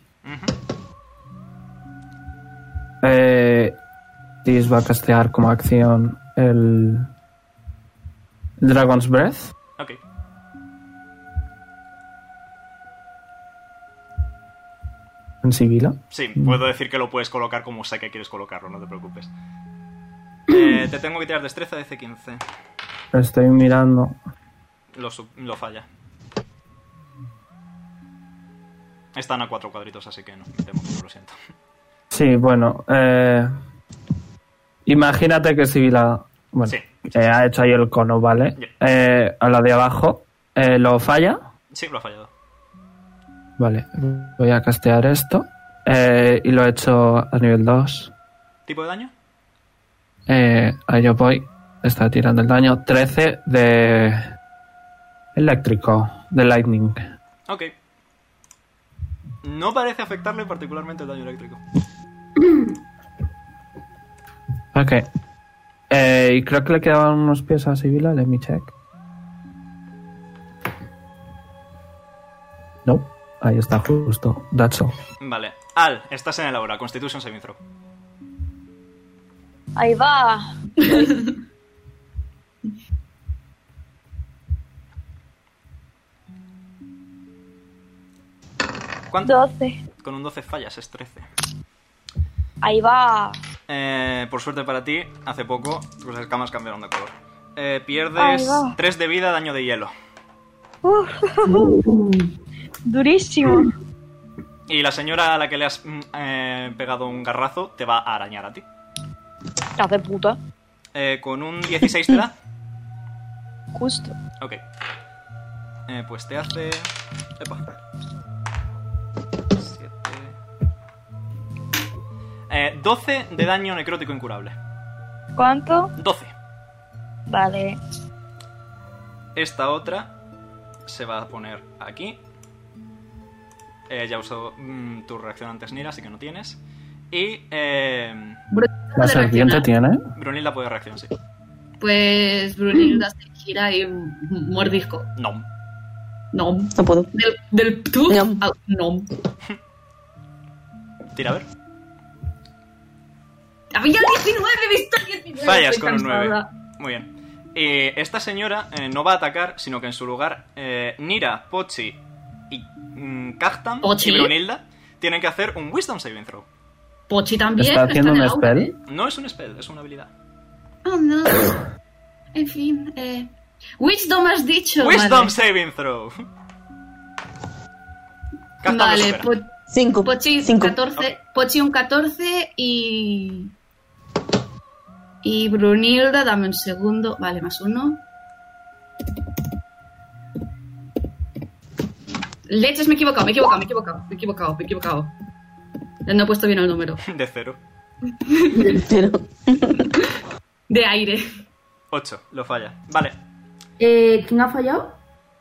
Speaker 6: Eh, Tis va a castear como acción el Dragon's Breath.
Speaker 3: Ok.
Speaker 6: En Sibila.
Speaker 3: Sí, puedo decir que lo puedes colocar como sé que quieres colocarlo, no te preocupes. Eh, te tengo que tirar destreza de C15.
Speaker 6: Estoy mirando.
Speaker 3: Lo, su- lo falla. Están a cuatro cuadritos, así que no, de momento lo siento.
Speaker 6: Sí, bueno. eh, imagínate que Sibila. Bueno,
Speaker 3: Sí,
Speaker 6: eh, ha hecho ahí el cono, ¿vale? Eh, a la de abajo. eh, lo falla.
Speaker 3: Sí, lo ha fallado.
Speaker 6: Vale, voy a castear esto. eh, y lo he hecho a nivel 2.
Speaker 3: ¿Tipo de daño?
Speaker 6: Eh, ahí yo voy. Está tirando el daño. 13 de. Eléctrico. De Lightning.
Speaker 3: Ok. No parece afectarle particularmente el daño eléctrico.
Speaker 6: Ok. Eh, y creo que le quedaban unos pies a Sibila. Let me check. No. Ahí está, justo. That's all.
Speaker 3: Vale. Al, estás en el aura. Constitution saving throw.
Speaker 5: Ahí va.
Speaker 3: ¿Cuánto?
Speaker 5: 12.
Speaker 3: Con un 12 fallas, es 13.
Speaker 5: Ahí va.
Speaker 3: Eh, por suerte para ti, hace poco tus escamas cambiaron de color. Eh,
Speaker 5: Ahí
Speaker 3: pierdes
Speaker 5: va.
Speaker 3: 3 de vida, daño de hielo.
Speaker 10: Durísimo.
Speaker 3: Mm. Y la señora a la que le has mm, eh, pegado un garrazo te va a arañar a ti.
Speaker 10: Estás de puta.
Speaker 3: Eh, con un 16 te da.
Speaker 10: Justo.
Speaker 3: Ok. Eh, pues te hace. Epa. 7. Eh, 12 de daño necrótico incurable.
Speaker 10: ¿Cuánto?
Speaker 3: 12.
Speaker 10: Vale.
Speaker 3: Esta otra se va a poner aquí. Eh, ya usó mm, tu reacción antes, Nira, así que no tienes. Y. Eh,
Speaker 6: La serpiente tiene.
Speaker 3: Brunilda puede reacción, sí.
Speaker 4: Pues Brunilda se gira y mordisco.
Speaker 3: No.
Speaker 4: No.
Speaker 8: No puedo.
Speaker 4: Del, del tú a un nom.
Speaker 3: Tira a ver.
Speaker 4: Había 19, he visto el 19.
Speaker 3: Fallas
Speaker 4: estoy
Speaker 3: con un 9.
Speaker 4: cansada.
Speaker 3: Muy bien. Eh, esta señora eh, no va a atacar, sino que en su lugar eh, Nira, Pochi y mm, Kajtan
Speaker 4: Pochi.
Speaker 3: y Brunilda tienen que hacer un Wisdom Saving Throw.
Speaker 4: Pochi también.
Speaker 6: ¿Está haciendo
Speaker 4: en
Speaker 6: un
Speaker 4: el aula, ¿eh?
Speaker 6: spell?
Speaker 3: No es un spell, es una habilidad.
Speaker 4: Oh, no. En fin, eh... Wisdom has dicho.
Speaker 3: Wisdom
Speaker 4: vale.
Speaker 3: Saving Throw. Kajtan lo
Speaker 4: Vale, pues,
Speaker 3: supera.
Speaker 4: po-
Speaker 8: Cinco.
Speaker 4: Pochi,
Speaker 8: Cinco.
Speaker 4: 14, Pochi un 14 y... Y Brunilda, dame un segundo. Vale, más uno. Leches, me he equivocado, me he equivocado, me he equivocado, me he equivocado, me he equivocado. No he puesto bien el número.
Speaker 3: De cero.
Speaker 8: Cero.
Speaker 4: De aire.
Speaker 3: 8, lo falla. Vale.
Speaker 2: Eh, ¿Quién ha fallado?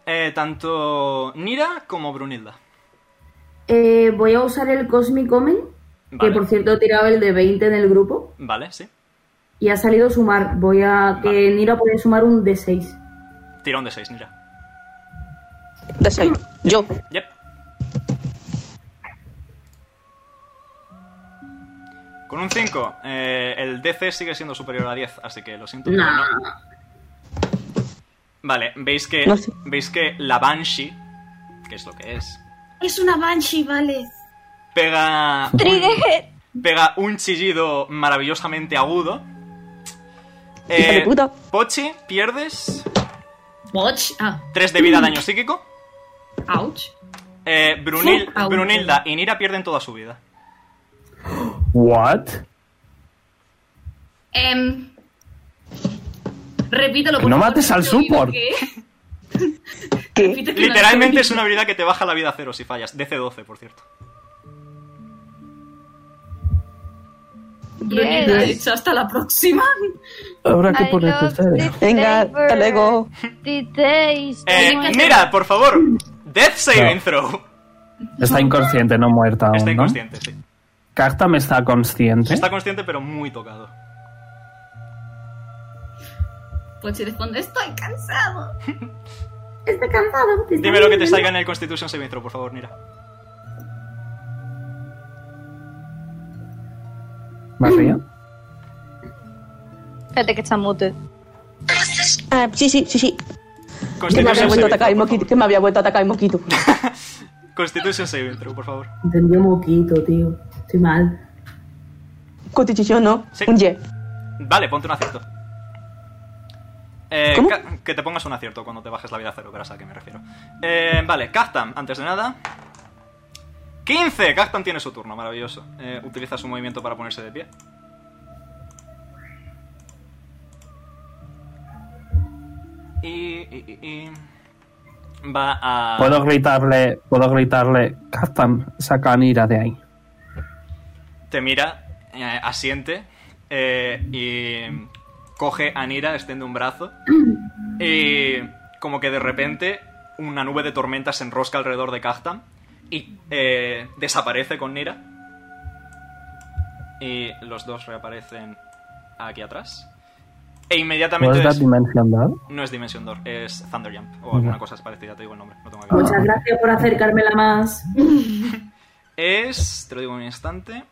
Speaker 3: Eh, tanto Nira como Brunilda.
Speaker 2: Eh, voy a usar el Cosmic Omen,
Speaker 3: Vale.
Speaker 2: que por cierto he tirado el de 20 en el grupo,
Speaker 3: Vale, sí.
Speaker 2: y ha salido sumar. Voy a que Nira puede sumar un D6.
Speaker 3: Tirón de 6, Nira.
Speaker 8: De seis. Yo.
Speaker 3: Yep. Con un 5, el DC sigue siendo superior a 10, así que lo siento. pero
Speaker 2: Nah.
Speaker 3: no. Vale, veis que,
Speaker 8: No sé.
Speaker 3: veis que la Banshee, que es lo que es,
Speaker 4: Es una Banshee, vale.
Speaker 3: pega un, pega un chillido maravillosamente agudo. Eh,
Speaker 8: Hija de puta.
Speaker 3: Pochi, pierdes
Speaker 4: Pochi, ah,
Speaker 3: 3 de vida daño psíquico.
Speaker 4: ouch.
Speaker 3: Eh, Brunil-
Speaker 4: Fuck, aún.
Speaker 3: Brunilda y Nira pierden toda su vida.
Speaker 11: ¿What?
Speaker 4: Em, repítelo, por
Speaker 11: No
Speaker 4: favor,
Speaker 11: mates al
Speaker 4: te he oído
Speaker 11: support.
Speaker 4: que-
Speaker 8: ¿Qué?
Speaker 4: repite que no
Speaker 3: Literalmente
Speaker 4: te he
Speaker 3: es una habilidad que te baja la vida a cero si fallas. DC12, por cierto.
Speaker 4: oído. Brunilda,
Speaker 3: ¿eh?
Speaker 10: Yes.
Speaker 4: ha dicho, hasta la próxima.
Speaker 6: Habrá que
Speaker 10: I
Speaker 6: poner
Speaker 10: love
Speaker 6: criterio.
Speaker 10: the
Speaker 8: Venga, hasta
Speaker 10: flavor,
Speaker 8: luego.
Speaker 10: the taste.
Speaker 3: Eh, Nira, por favor. Death Saving Throw.
Speaker 6: Está inconsciente, no muerta aún,
Speaker 3: Está
Speaker 6: ¿no?
Speaker 3: inconsciente, sí.
Speaker 6: Cacta me está consciente.
Speaker 3: Está consciente, pero muy tocado.
Speaker 16: Pues
Speaker 4: Pochi responde, estoy cansado.
Speaker 2: Está cansado. te está
Speaker 3: Dime lo que te
Speaker 2: viendo.
Speaker 3: salga en el Constitution Saving Throw, por favor, Nira.
Speaker 6: ¿María?
Speaker 10: Espérate que está mute.
Speaker 8: Ah, sí, sí, sí, sí.
Speaker 6: Pues
Speaker 8: Que me había
Speaker 3: Constitution
Speaker 8: vuelto a
Speaker 3: Saving
Speaker 8: atacar el
Speaker 3: Throw.
Speaker 8: mosquito. Que me había vuelto a atacar el mosquito.
Speaker 3: Constitution Saving Throw, por favor.
Speaker 2: Entendí un poquito, tío. Estoy mal.
Speaker 8: Constitución, ¿no?
Speaker 3: Sí.
Speaker 8: Un ye.
Speaker 3: Vale, ponte un acierto. Eh,
Speaker 8: ¿Cómo?
Speaker 3: Ca- que te pongas un acierto cuando te bajes la vida a cero, verás a qué me refiero. Eh, vale, Kaztam, antes de nada. 15, Kaztam tiene su turno, maravilloso. Eh, utiliza su movimiento para ponerse de pie. Y, y- y- y- Va a...
Speaker 6: Puedo gritarle, puedo gritarle, Captain, saca a Nira de ahí.
Speaker 3: Te mira, eh, asiente eh, y coge a Nira, extiende un brazo y como que de repente una nube de tormenta se enrosca alrededor de Kaztan y eh, desaparece con Nira. Y los dos reaparecen aquí atrás. E
Speaker 6: ¿Puedes
Speaker 3: inmediatamente...
Speaker 6: dar
Speaker 3: des-
Speaker 6: dimensión dado?
Speaker 3: no es Dimension Door, es Thunder Jump o alguna cosa parecida, te digo el nombre, no tengo aquí.
Speaker 2: Muchas gracias por acercármela más.
Speaker 3: Es, te lo digo en un instante,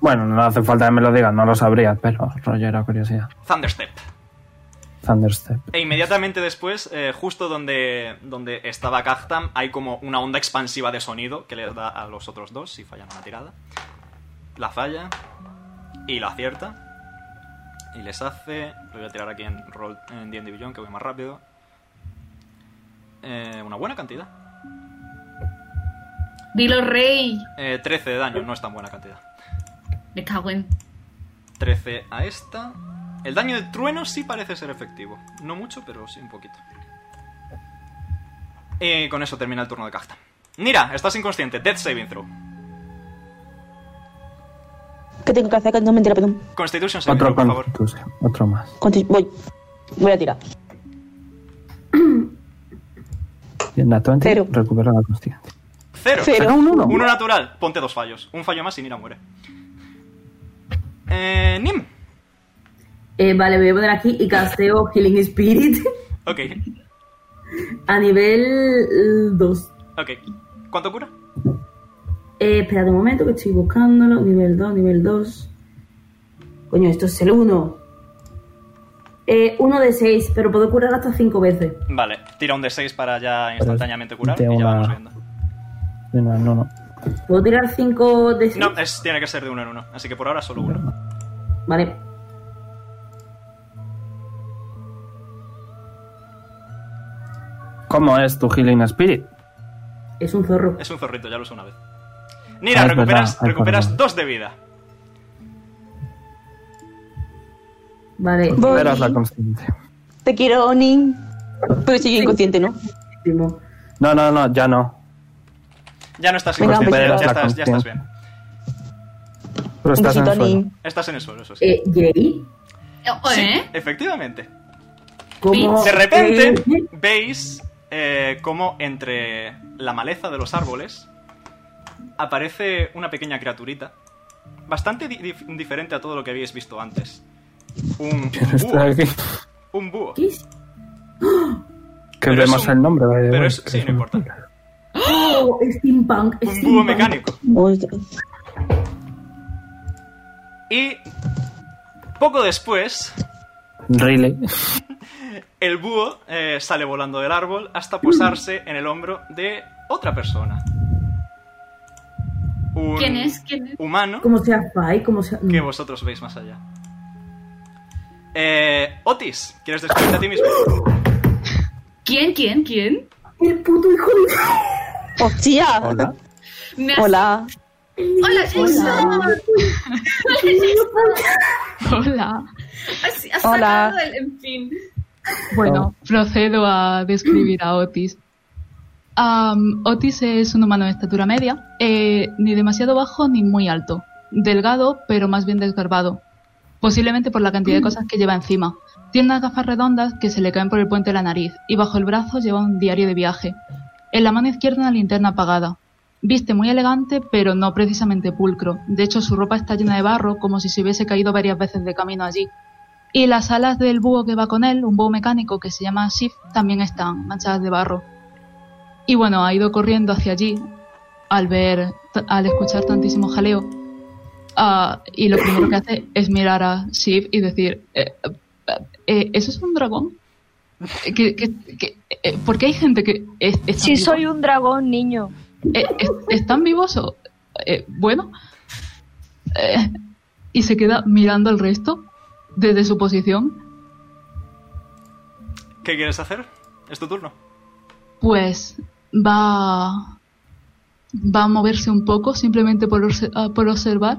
Speaker 6: Bueno, no hace falta que me lo digan, no lo sabría, pero rollo era curiosidad.
Speaker 3: Thunderstep.
Speaker 6: Thunderstep.
Speaker 3: E inmediatamente después, eh, justo donde, donde estaba Kaztam, hay como una onda expansiva de sonido que le da a los otros dos si fallan una tirada. La falla y la acierta. Y les hace. Lo voy a tirar aquí en roll en D&D Beyond, que voy más rápido. Eh, una buena cantidad.
Speaker 4: Dilo, rey.
Speaker 3: Eh, 13 de daño, no es tan buena cantidad.
Speaker 4: Me cago en...
Speaker 3: 13 a esta. El daño de trueno sí parece ser efectivo. No mucho, pero sí un poquito. Y con eso termina el turno de Kazta. Nira, estás inconsciente. Death saving throw.
Speaker 8: ¿Qué tengo que hacer? Que No mentira, perdón.
Speaker 3: Constitution saving
Speaker 6: Otro
Speaker 3: throw, por favor.
Speaker 6: Constitution, otro más.
Speaker 8: Conti- Voy. Voy a tirar.
Speaker 6: Y en la 20
Speaker 8: Cero.
Speaker 6: recupera la consciencia.
Speaker 3: Cero.
Speaker 8: Cero.
Speaker 6: Saca un uno.
Speaker 3: Uno natural. Ponte dos fallos. Un fallo más y Nira muere. Eh, Nim.
Speaker 2: Eh, vale, voy a poner aquí y casteo Healing Spirit
Speaker 3: Ok.
Speaker 2: a nivel 2.
Speaker 3: Ok. ¿Cuánto cura?
Speaker 2: Eh, esperad un momento que estoy buscándolo. Nivel 2, nivel 2. Coño, esto es el 1. Eh, uno de seis, pero puedo curar hasta cinco veces.
Speaker 3: Vale, tira un de 6 para ya instantáneamente curar
Speaker 6: de
Speaker 3: y ya
Speaker 6: una-
Speaker 3: vamos viendo.
Speaker 6: de una- no, no.
Speaker 2: ¿Puedo tirar cinco de seis?
Speaker 3: No, es- tiene que ser de uno en uno, así que por ahora solo uno.
Speaker 2: Vale.
Speaker 6: ¿Cómo es tu Healing Spirit?
Speaker 2: Es un zorro.
Speaker 3: Es un zorrito, ya lo usé una vez. Nira,
Speaker 6: Ah, es
Speaker 3: recuperas,
Speaker 6: verdad, ay,
Speaker 3: recuperas
Speaker 6: perdón.
Speaker 3: dos de vida.
Speaker 2: Vale.
Speaker 6: Recuperas la consciente.
Speaker 8: Te quiero, Onin. Pero sigue inconsciente, ¿no?
Speaker 6: No, no, no, ya no.
Speaker 3: Ya no estás
Speaker 8: Venga,
Speaker 3: inconsciente, ya
Speaker 6: recuperas la
Speaker 3: estás, ya estás
Speaker 6: consciente.
Speaker 3: bien.
Speaker 6: Pero estás en el suelo.
Speaker 3: Estás en el suelo, eso sí.
Speaker 2: Eh, ¿Jerry?
Speaker 16: Oh,
Speaker 4: ¿eh?
Speaker 16: ¿eh?
Speaker 3: Sí, efectivamente.
Speaker 2: ¿Cómo?
Speaker 3: De repente
Speaker 2: eh,
Speaker 3: veis eh, cómo entre la maleza de los árboles aparece una pequeña criaturita. Bastante di- dif- diferente a todo lo que habéis visto antes. Un búho.
Speaker 6: Está aquí.
Speaker 3: Un búho.
Speaker 6: Que
Speaker 3: Pero es
Speaker 6: vemos
Speaker 3: un-
Speaker 6: el nombre, vale.
Speaker 3: Pero
Speaker 6: vale,
Speaker 3: es,
Speaker 6: que
Speaker 3: sí,
Speaker 6: es
Speaker 3: no
Speaker 6: un-
Speaker 3: importa.
Speaker 2: ¡Oh! Steampunk.
Speaker 3: Un búho
Speaker 2: steampunk.
Speaker 3: mecánico. Y poco después,
Speaker 6: Riley.
Speaker 3: el búho eh, sale volando del árbol hasta posarse en el hombro de otra persona. Un
Speaker 16: ¿Quién es? ¿Quién es?
Speaker 3: humano
Speaker 2: Como sea Fai, como sea.
Speaker 3: que vosotros veis más allá. Eh, Otis, ¿quieres descubrirte a ti mismo?
Speaker 16: ¿Quién, quién, quién?
Speaker 2: El puto hijo
Speaker 8: ¡Hostia!
Speaker 6: Hola.
Speaker 16: Me has-
Speaker 8: Oh, Hola.
Speaker 16: Hola, Jason.
Speaker 8: Hola.
Speaker 4: Hola.
Speaker 16: Has, has
Speaker 4: Hola.
Speaker 16: sacado el. En fin.
Speaker 4: Bueno, procedo a describir a Otis. Am, Otis es un humano de estatura media, eh, ni demasiado bajo ni muy alto. Delgado, pero más bien desgarbado. Posiblemente por la
Speaker 16: Mm.
Speaker 4: cantidad de cosas que lleva encima. Tiene unas gafas redondas que se le caen por el puente de la nariz y bajo el brazo lleva un diario de viaje. En la mano izquierda una linterna apagada. Viste muy elegante, pero no precisamente pulcro. De hecho, su ropa está llena de barro, como si se hubiese caído varias veces de camino allí. Y las alas del búho que va con él, un búho mecánico que se llama Sif, también están manchadas de barro. Y bueno, ha ido corriendo hacia allí al ver, t- al escuchar tantísimo jaleo. Ah, y lo primero que hace es mirar a Sif y decir, eh, eh, ¿eso es un dragón? ¿Qué, qué- qué- eh, por qué hay gente que... Es,
Speaker 5: Sí, soy un dragón, niño.
Speaker 4: Eh, ¿Están vivos o...? eh, bueno. Eh, y se queda mirando al resto desde su posición.
Speaker 3: ¿Qué quieres hacer? Es tu turno.
Speaker 4: Pues va, va a moverse un poco simplemente por, obse- ah, por observar,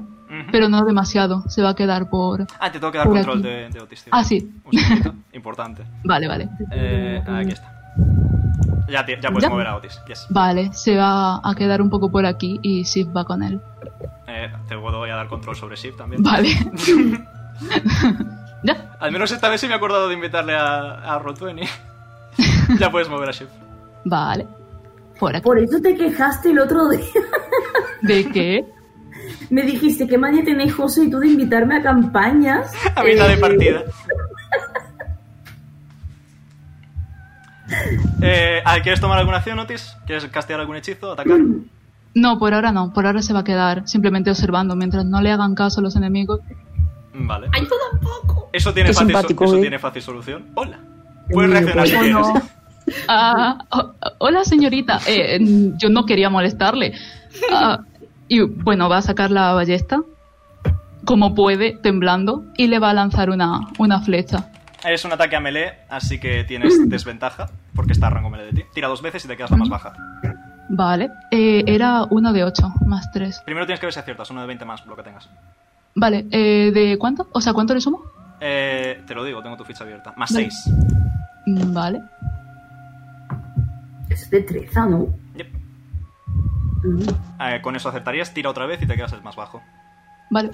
Speaker 4: pero no demasiado. Se va a quedar por.
Speaker 3: Ah, te tengo que dar
Speaker 4: por
Speaker 3: control
Speaker 4: aquí.
Speaker 3: de, de Otis. tío.
Speaker 4: Ah, sí.
Speaker 3: Un segundito, importante.
Speaker 4: Vale, vale.
Speaker 3: Eh, aquí está. Ya, te- ya puedes
Speaker 4: ¿Ya?
Speaker 3: mover a Otis. Yes.
Speaker 4: Vale, se va a quedar un poco por aquí y Sif va con él.
Speaker 3: Eh, te voy a dar control sobre Shift también.
Speaker 4: Vale.
Speaker 3: Al menos esta vez sí me he acordado de invitarle a, a Roll20. ya puedes mover a Shift.
Speaker 4: Vale. Por,
Speaker 2: eso te quejaste el otro día.
Speaker 4: ¿De qué?
Speaker 2: Me dijiste que maña tenéis José y tú de invitarme a campañas.
Speaker 3: A mitad de partida. Eh, ah, ¿Quieres tomar alguna acción, Otis? ¿Quieres castear algún hechizo? ¿Atacar?
Speaker 4: No, por ahora no. Por ahora se va a quedar simplemente observando mientras no le hagan caso a los enemigos.
Speaker 3: Vale. Eso tiene,
Speaker 4: Qué
Speaker 3: fácil, so-
Speaker 4: simpático,
Speaker 3: eso
Speaker 4: eh.
Speaker 3: tiene fácil solución. Hola. Puedes reaccionar si quieres.
Speaker 4: Ah, ho- hola señorita, Eh, mm, yo no quería molestarle. Ah, y bueno, va a sacar la ballesta, como puede, temblando, y le va a lanzar una, una flecha.
Speaker 3: Es un ataque a melee, así que tienes desventaja, porque está a rango melee de ti. Tira dos veces y te quedas la más baja.
Speaker 4: Vale, Eh, era una de 8, más 3.
Speaker 3: Primero tienes que ver si aciertas, uno de 20 más, lo que tengas.
Speaker 4: Vale, eh, ¿de cuánto? O sea, ¿cuánto le sumo?
Speaker 3: Eh, te lo digo, tengo tu ficha abierta. Más
Speaker 4: Vale.
Speaker 3: 6.
Speaker 4: Mm, Vale,
Speaker 2: Es de treza, ¿no? Mm.
Speaker 3: Eh, con eso acertarías, tira otra vez y te quedas el más bajo.
Speaker 4: vale.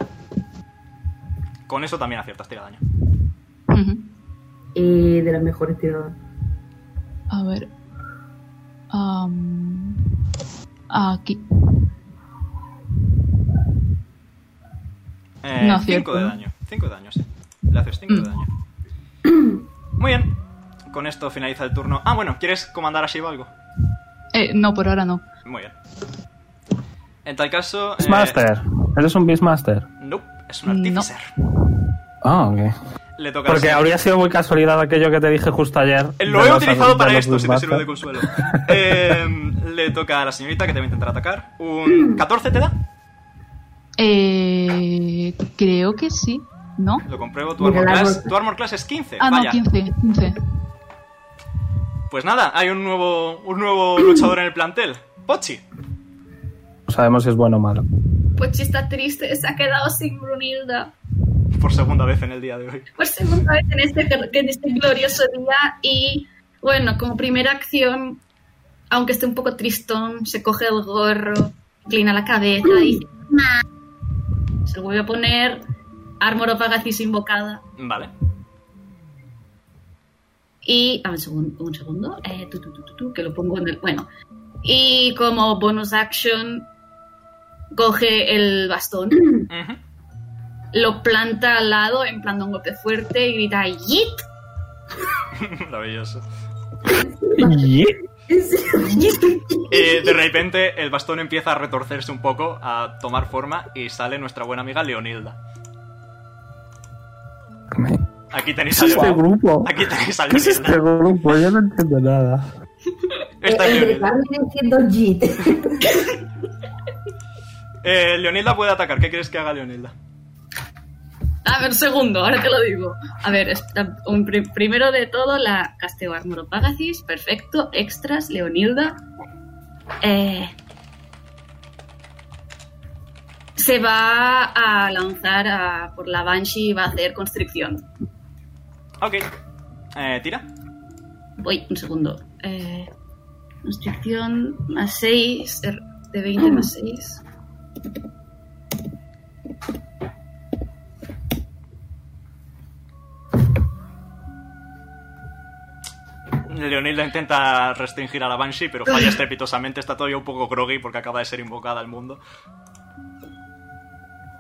Speaker 3: Con eso también aciertas, tira daño.
Speaker 2: Eh, de las mejores tiradas.
Speaker 4: A ver. Am, aquí.
Speaker 3: Eh,
Speaker 4: No
Speaker 3: 5
Speaker 4: acierto,
Speaker 3: de
Speaker 4: ¿no?
Speaker 3: daño. 5 de daño, sí. Le haces 5
Speaker 17: Mm.
Speaker 3: de daño. Muy bien. Con esto finaliza el turno. Ah, bueno, ¿quieres comandar a Shiva algo?
Speaker 4: Eh, no, por ahora no.
Speaker 3: Muy bien. En tal caso. eh,
Speaker 6: Beastmaster. Eres un Beastmaster.
Speaker 3: nope, es un artificer.
Speaker 6: Ah, ok.
Speaker 3: le toca
Speaker 6: Porque
Speaker 3: a Sid.
Speaker 6: habría sido muy casualidad aquello que te dije justo ayer.
Speaker 3: Eh, Lo
Speaker 6: de
Speaker 3: he
Speaker 6: los
Speaker 3: utilizado
Speaker 6: de
Speaker 3: para
Speaker 6: los
Speaker 3: esto, si te
Speaker 6: Bushmaster.
Speaker 3: sirve de consuelo. Eh, le toca a la señorita que te va a intentar atacar. ¿Un 14 te da?
Speaker 17: Eh, creo que sí, ¿no?
Speaker 3: Lo compruebo. Tu
Speaker 17: Mira
Speaker 3: armor,
Speaker 17: la
Speaker 3: class,
Speaker 17: bolsa.
Speaker 3: tu armor class es 15.
Speaker 17: Ah,
Speaker 3: Eh, Vaya.
Speaker 17: no, 15, 15.
Speaker 3: Pues nada, hay un nuevo, un nuevo luchador en el plantel. Pochi.
Speaker 6: No sabemos si es bueno o malo.
Speaker 4: Pochi está triste, se ha quedado sin Brunilda.
Speaker 3: Por segunda vez en el día de hoy.
Speaker 4: Por segunda vez en este, en este glorioso día y, bueno, como primera acción, aunque esté un poco tristón, se coge el gorro, inclina la cabeza y se lo vuelve a poner Armor of Agathis invocada.
Speaker 3: Vale.
Speaker 4: Y, a un segundo, un segundo eh, tu, tu, tu, tu, tu, que lo pongo en el... Bueno, y como bonus action coge el bastón, lo planta al lado, en plan de un golpe fuerte y grita ¡Yit!
Speaker 3: Maravilloso. Eh, de repente el bastón empieza a retorcerse un poco, a tomar forma y sale nuestra buena amiga Leonilda. Aquí
Speaker 6: ¿Qué
Speaker 3: tenéis
Speaker 6: es
Speaker 3: a
Speaker 6: este
Speaker 3: Leonilda.
Speaker 6: grupo?
Speaker 3: Aquí tenéis a
Speaker 6: ¿Qué es
Speaker 3: Leonilda.
Speaker 6: este grupo? Yo no entiendo nada.
Speaker 3: Esta
Speaker 6: Eh,
Speaker 3: es
Speaker 2: el de
Speaker 3: Leonilda.
Speaker 2: Carmen diciendo JIT.
Speaker 3: Eh, Leonilda puede atacar. ¿Qué quieres que haga Leonilda?
Speaker 4: A ver, segundo, ahora te lo digo. A ver, espera, un pri- primero de todo la Casteo Armor of Agathis, perfecto, extras, Leonilda. Eh, se va a lanzar a- por la Banshee y va a hacer constricción.
Speaker 3: Ok. Eh, tira.
Speaker 4: Voy, un segundo. Eh, constricción más 6, de 20 más 6.
Speaker 3: Leonilda intenta restringir a la Banshee, pero falla estrepitosamente. Está todavía un poco groggy porque acaba de ser invocada al mundo.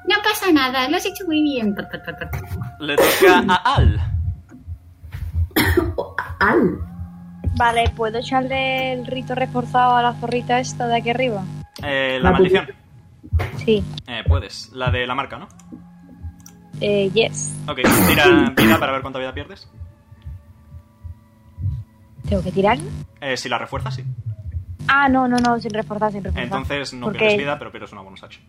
Speaker 7: No pasa nada, lo has hecho muy bien. Pa, pa, pa, pa.
Speaker 3: Le toca a Al.
Speaker 5: Vale, ¿puedo echarle el rito reforzado a la zorrita esta de aquí arriba?
Speaker 3: Eh, la maldición.
Speaker 5: Sí.
Speaker 3: Eh, puedes. La de la marca, ¿no?
Speaker 5: Eh, yes.
Speaker 3: Ok, tira vida para ver cuánta vida pierdes.
Speaker 5: ¿Tengo que tirar?
Speaker 3: Eh, si la refuerzas, sí.
Speaker 5: Ah, no, no, no, sin reforzar, sin reforzar.
Speaker 3: Entonces no
Speaker 5: Porque-
Speaker 3: pierdes vida, pero pierdes una bonus action.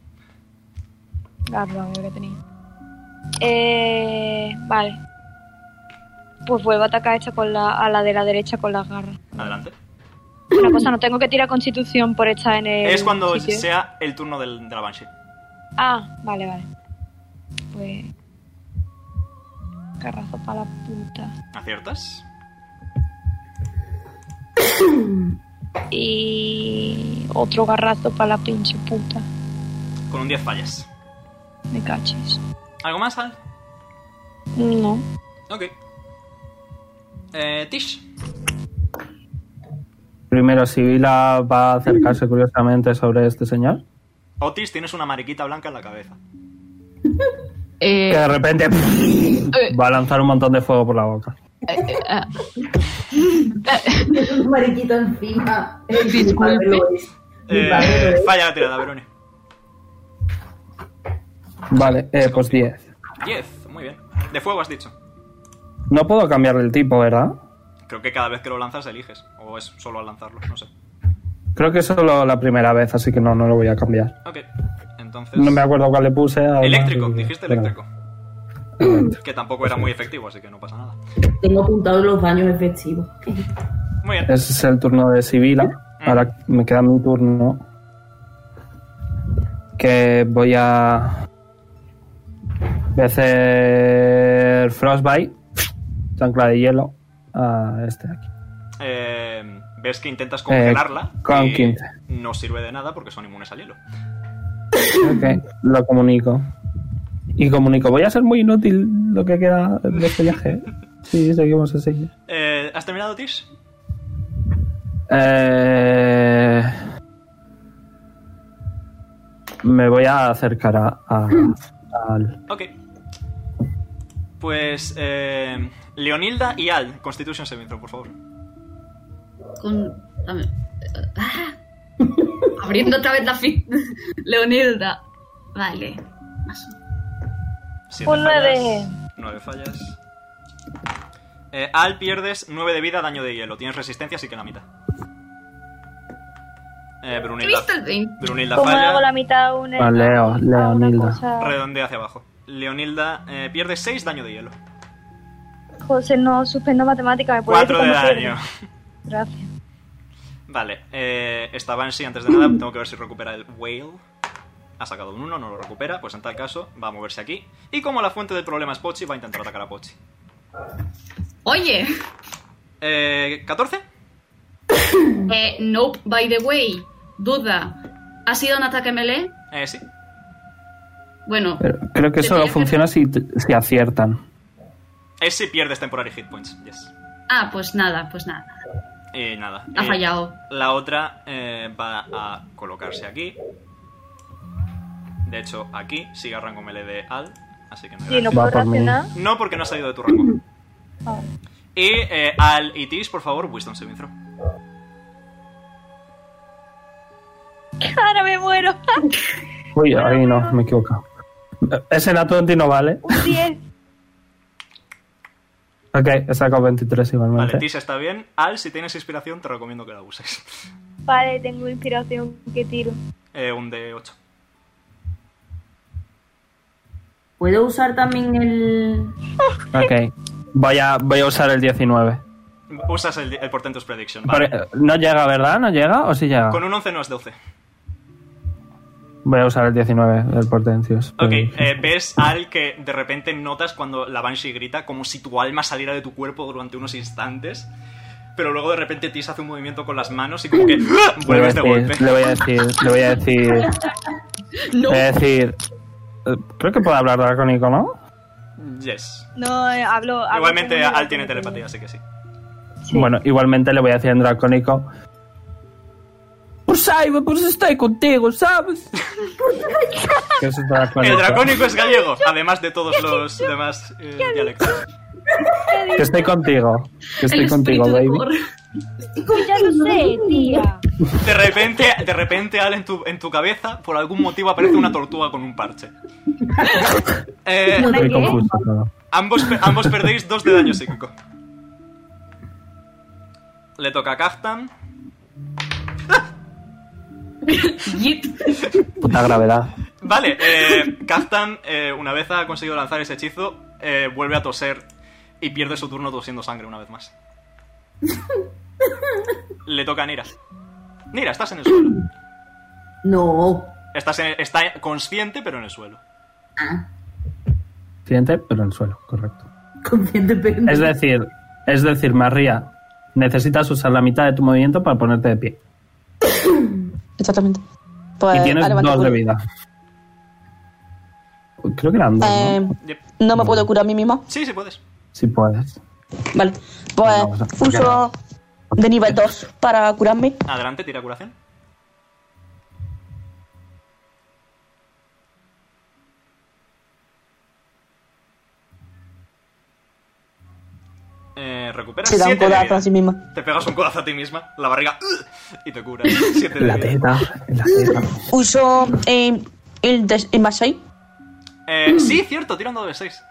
Speaker 5: Ah, perdón, creo que tenía. Eh, vale. Pues vuelvo a atacar esta con la, a la de la derecha con las garras.
Speaker 3: Adelante.
Speaker 5: Una cosa, no tengo que tirar constitución por esta en el.
Speaker 3: es cuando
Speaker 5: sitio.
Speaker 3: sea el turno del- de la Banshee.
Speaker 5: Ah, vale, vale. Pues. Carrazo para la puta.
Speaker 3: ¿Aciertas?
Speaker 5: Y. Otro garrazo para la pinche puta.
Speaker 3: Con un 10 fallas.
Speaker 5: Me caches.
Speaker 3: ¿Algo más, Al?
Speaker 5: No.
Speaker 3: Ok. Eh, Tish.
Speaker 6: Primero, Sibila va a acercarse curiosamente sobre este señor.
Speaker 3: Otis, Oh, tienes una mariquita blanca en la cabeza.
Speaker 4: Eh.
Speaker 6: Que de repente
Speaker 17: Eh.
Speaker 6: va a lanzar un montón de fuego por la boca.
Speaker 17: ah,
Speaker 2: un mariquito encima.
Speaker 17: Disculpe.
Speaker 3: Eh, falla la tirada, Verone.
Speaker 6: Vale, eh, pues 10.
Speaker 3: 10, muy bien. De fuego has dicho.
Speaker 6: No puedo cambiarle el tipo, ¿verdad?
Speaker 3: Creo que cada vez que lo lanzas eliges. O es solo al lanzarlo, no sé.
Speaker 6: Creo que es solo la primera vez, así que no, no lo voy a cambiar.
Speaker 3: Ok, entonces.
Speaker 6: No me acuerdo cuál le puse. además,
Speaker 3: Eléctrico,
Speaker 6: y-
Speaker 3: dijiste
Speaker 6: bueno,
Speaker 3: eléctrico. Que tampoco era muy efectivo, así que no pasa nada.
Speaker 2: Tengo apuntados los daños efectivos.
Speaker 3: Muy bien.
Speaker 6: Ese es el turno de Sibila. Ahora me queda mi turno. Que voy a. Voy a hacer. Frostbite. Chancla de hielo. A este de aquí.
Speaker 3: Eh, ves que intentas congelarla.
Speaker 6: Eh, con
Speaker 3: y
Speaker 6: 15.
Speaker 3: No sirve de nada porque son inmunes al hielo.
Speaker 6: Ok, lo comunico. Y comunico. Voy a ser muy inútil lo que queda de este viaje. ¿eh? Sí, seguimos así.
Speaker 3: Eh, ¿Has terminado, Tish?
Speaker 6: Eh, me voy a acercar a, a- al-
Speaker 3: Ok. Pues. eh, Leonilda y Al, Constitution Saving throw, por favor.
Speaker 4: Con. dame- ¡Ah! Abriendo otra vez la fi- Leonilda. Vale.
Speaker 3: Siete
Speaker 5: Un
Speaker 3: fallas,
Speaker 5: 9.
Speaker 3: Nueve fallas. Eh, Al, pierdes 9 de vida, daño de hielo. Tienes resistencia, así que la mitad. Eh, Brunilda.
Speaker 4: ¿Viste el 20?
Speaker 3: Brunilda
Speaker 5: ¿Cómo Pues hago
Speaker 3: falla.
Speaker 5: la mitad una,
Speaker 6: Ah, Leo, Leonilda.
Speaker 5: cosa?
Speaker 3: Redondea hacia abajo. Leonilda eh, pierde 6 daño de hielo.
Speaker 5: José, no suspendo matemática, me puede
Speaker 3: 4 de
Speaker 5: decir cómo
Speaker 3: daño.
Speaker 5: pierde? Gracias.
Speaker 3: Vale, eh, esta Banshee antes de nada, tengo que ver si recupera el Whale. Ha sacado un 1, no lo recupera, pues en tal caso va a moverse aquí. Y como la fuente del problema es Pochi, va a intentar atacar a Pochi.
Speaker 4: Oye,
Speaker 3: Eh, ¿14?
Speaker 4: eh, nope, by the way, duda. ¿Ha sido un ataque melee?
Speaker 3: Eh, sí.
Speaker 4: Bueno,
Speaker 6: Pero creo que solo funciona si, si aciertan.
Speaker 3: Es si pierdes este temporary hit points, yes.
Speaker 4: ah, pues nada, pues nada.
Speaker 3: Y nada.
Speaker 4: Ha
Speaker 3: eh,
Speaker 4: fallado.
Speaker 3: La otra eh, va a colocarse aquí. De hecho, aquí sigue a rango melee de Al, así que no hay
Speaker 5: Sí, no
Speaker 3: gracia.
Speaker 5: puedo reaccionar.
Speaker 3: No, porque no ha salido de tu rango.
Speaker 5: Ah.
Speaker 3: Y eh, Al y Tis, por favor, Wisdom Saving Throw.
Speaker 5: Ahora me muero.
Speaker 6: Uy, ahí no, me he equivocado. Ese dato 20 no vale.
Speaker 5: Un 10.
Speaker 6: Ok, he sacado 23 igualmente.
Speaker 3: Vale, Tis está bien. Al, si tienes inspiración, te recomiendo que la uses.
Speaker 5: Vale, tengo inspiración que tiro.
Speaker 3: Eh, un D8.
Speaker 2: ¿Puedo usar también el...?
Speaker 6: Ok. Voy a, voy a usar el 19.
Speaker 3: Usas el, el Portentous Prediction.
Speaker 6: Pero,
Speaker 3: Vale.
Speaker 6: eh, no llega, ¿verdad? ¿No llega o sí llega?
Speaker 3: Con un 11 no es 12.
Speaker 6: Voy a usar el 19 del Portencius.
Speaker 3: Ok, eh, ves al que de repente notas cuando la Banshee grita como si tu alma saliera de tu cuerpo durante unos instantes, pero luego de repente Tis hace un movimiento con las manos y como que ¡ah!
Speaker 6: Le voy, a
Speaker 3: vuelves de golpe.
Speaker 6: decir, le voy a decir, le voy a decir, le voy a decir, eh, creo que puedo hablar dracónico, ¿no?
Speaker 3: Yes.
Speaker 5: No, eh, hablo, hablo
Speaker 3: Igualmente
Speaker 5: como un
Speaker 3: Al tiene telepatía, así que sí.
Speaker 6: Bueno, igualmente le voy a decir en dracónico. Pues sabe, pues estoy contigo, ¿sabes? Que eso es dracónico.
Speaker 3: El dracónico es gallego, además de todos los demás eh, dialectos.
Speaker 6: Que estoy contigo, que estoy contigo, baby.
Speaker 5: Pues Ya lo sé, tía.
Speaker 3: De repente, de repente Al en tu, en tu cabeza, por algún motivo aparece una tortuga con un parche. Eh,
Speaker 6: Estoy confuso. todo.
Speaker 3: Ambos, pe- ambos perdéis dos de daño psíquico. Le toca a Kaftan.
Speaker 6: Puta gravedad.
Speaker 3: Vale, eh, Kaftan, eh, una vez ha conseguido lanzar ese hechizo, eh, vuelve a toser y pierde su turno tosiendo sangre una vez más. Le toca a Nira. Nira, estás en el suelo.
Speaker 2: No.
Speaker 3: Estás en- está consciente, pero en el suelo.
Speaker 6: Siguiente, pero en el suelo, correcto.
Speaker 2: Consciente, pero
Speaker 6: Es decir, es decir, María, necesitas usar la mitad de tu movimiento para ponerte de pie.
Speaker 8: Exactamente.
Speaker 6: y
Speaker 8: Pues,
Speaker 6: tienes
Speaker 8: a levantar
Speaker 6: dos de
Speaker 8: culo.
Speaker 6: vida. Creo que eran dos,
Speaker 8: Eh,
Speaker 6: ¿no?
Speaker 3: Yep.
Speaker 8: no me puedo curar a mí misma.
Speaker 3: Sí, sí puedes.
Speaker 6: Si puedes.
Speaker 8: Vale. Pues
Speaker 6: Vamos a-
Speaker 8: uso de nivel 2 para curarme.
Speaker 3: Adelante, tira curación. Eh, recuperas
Speaker 8: Se da un
Speaker 3: 7 de
Speaker 8: codazo a
Speaker 3: vida.
Speaker 8: sí misma.
Speaker 3: Te pegas un codazo a ti misma, la barriga ¡ugh! y te curas. 7 de vida.
Speaker 8: Uso eh, el, des- el más 6.
Speaker 3: Eh, sí, cierto, tira un dado de 6.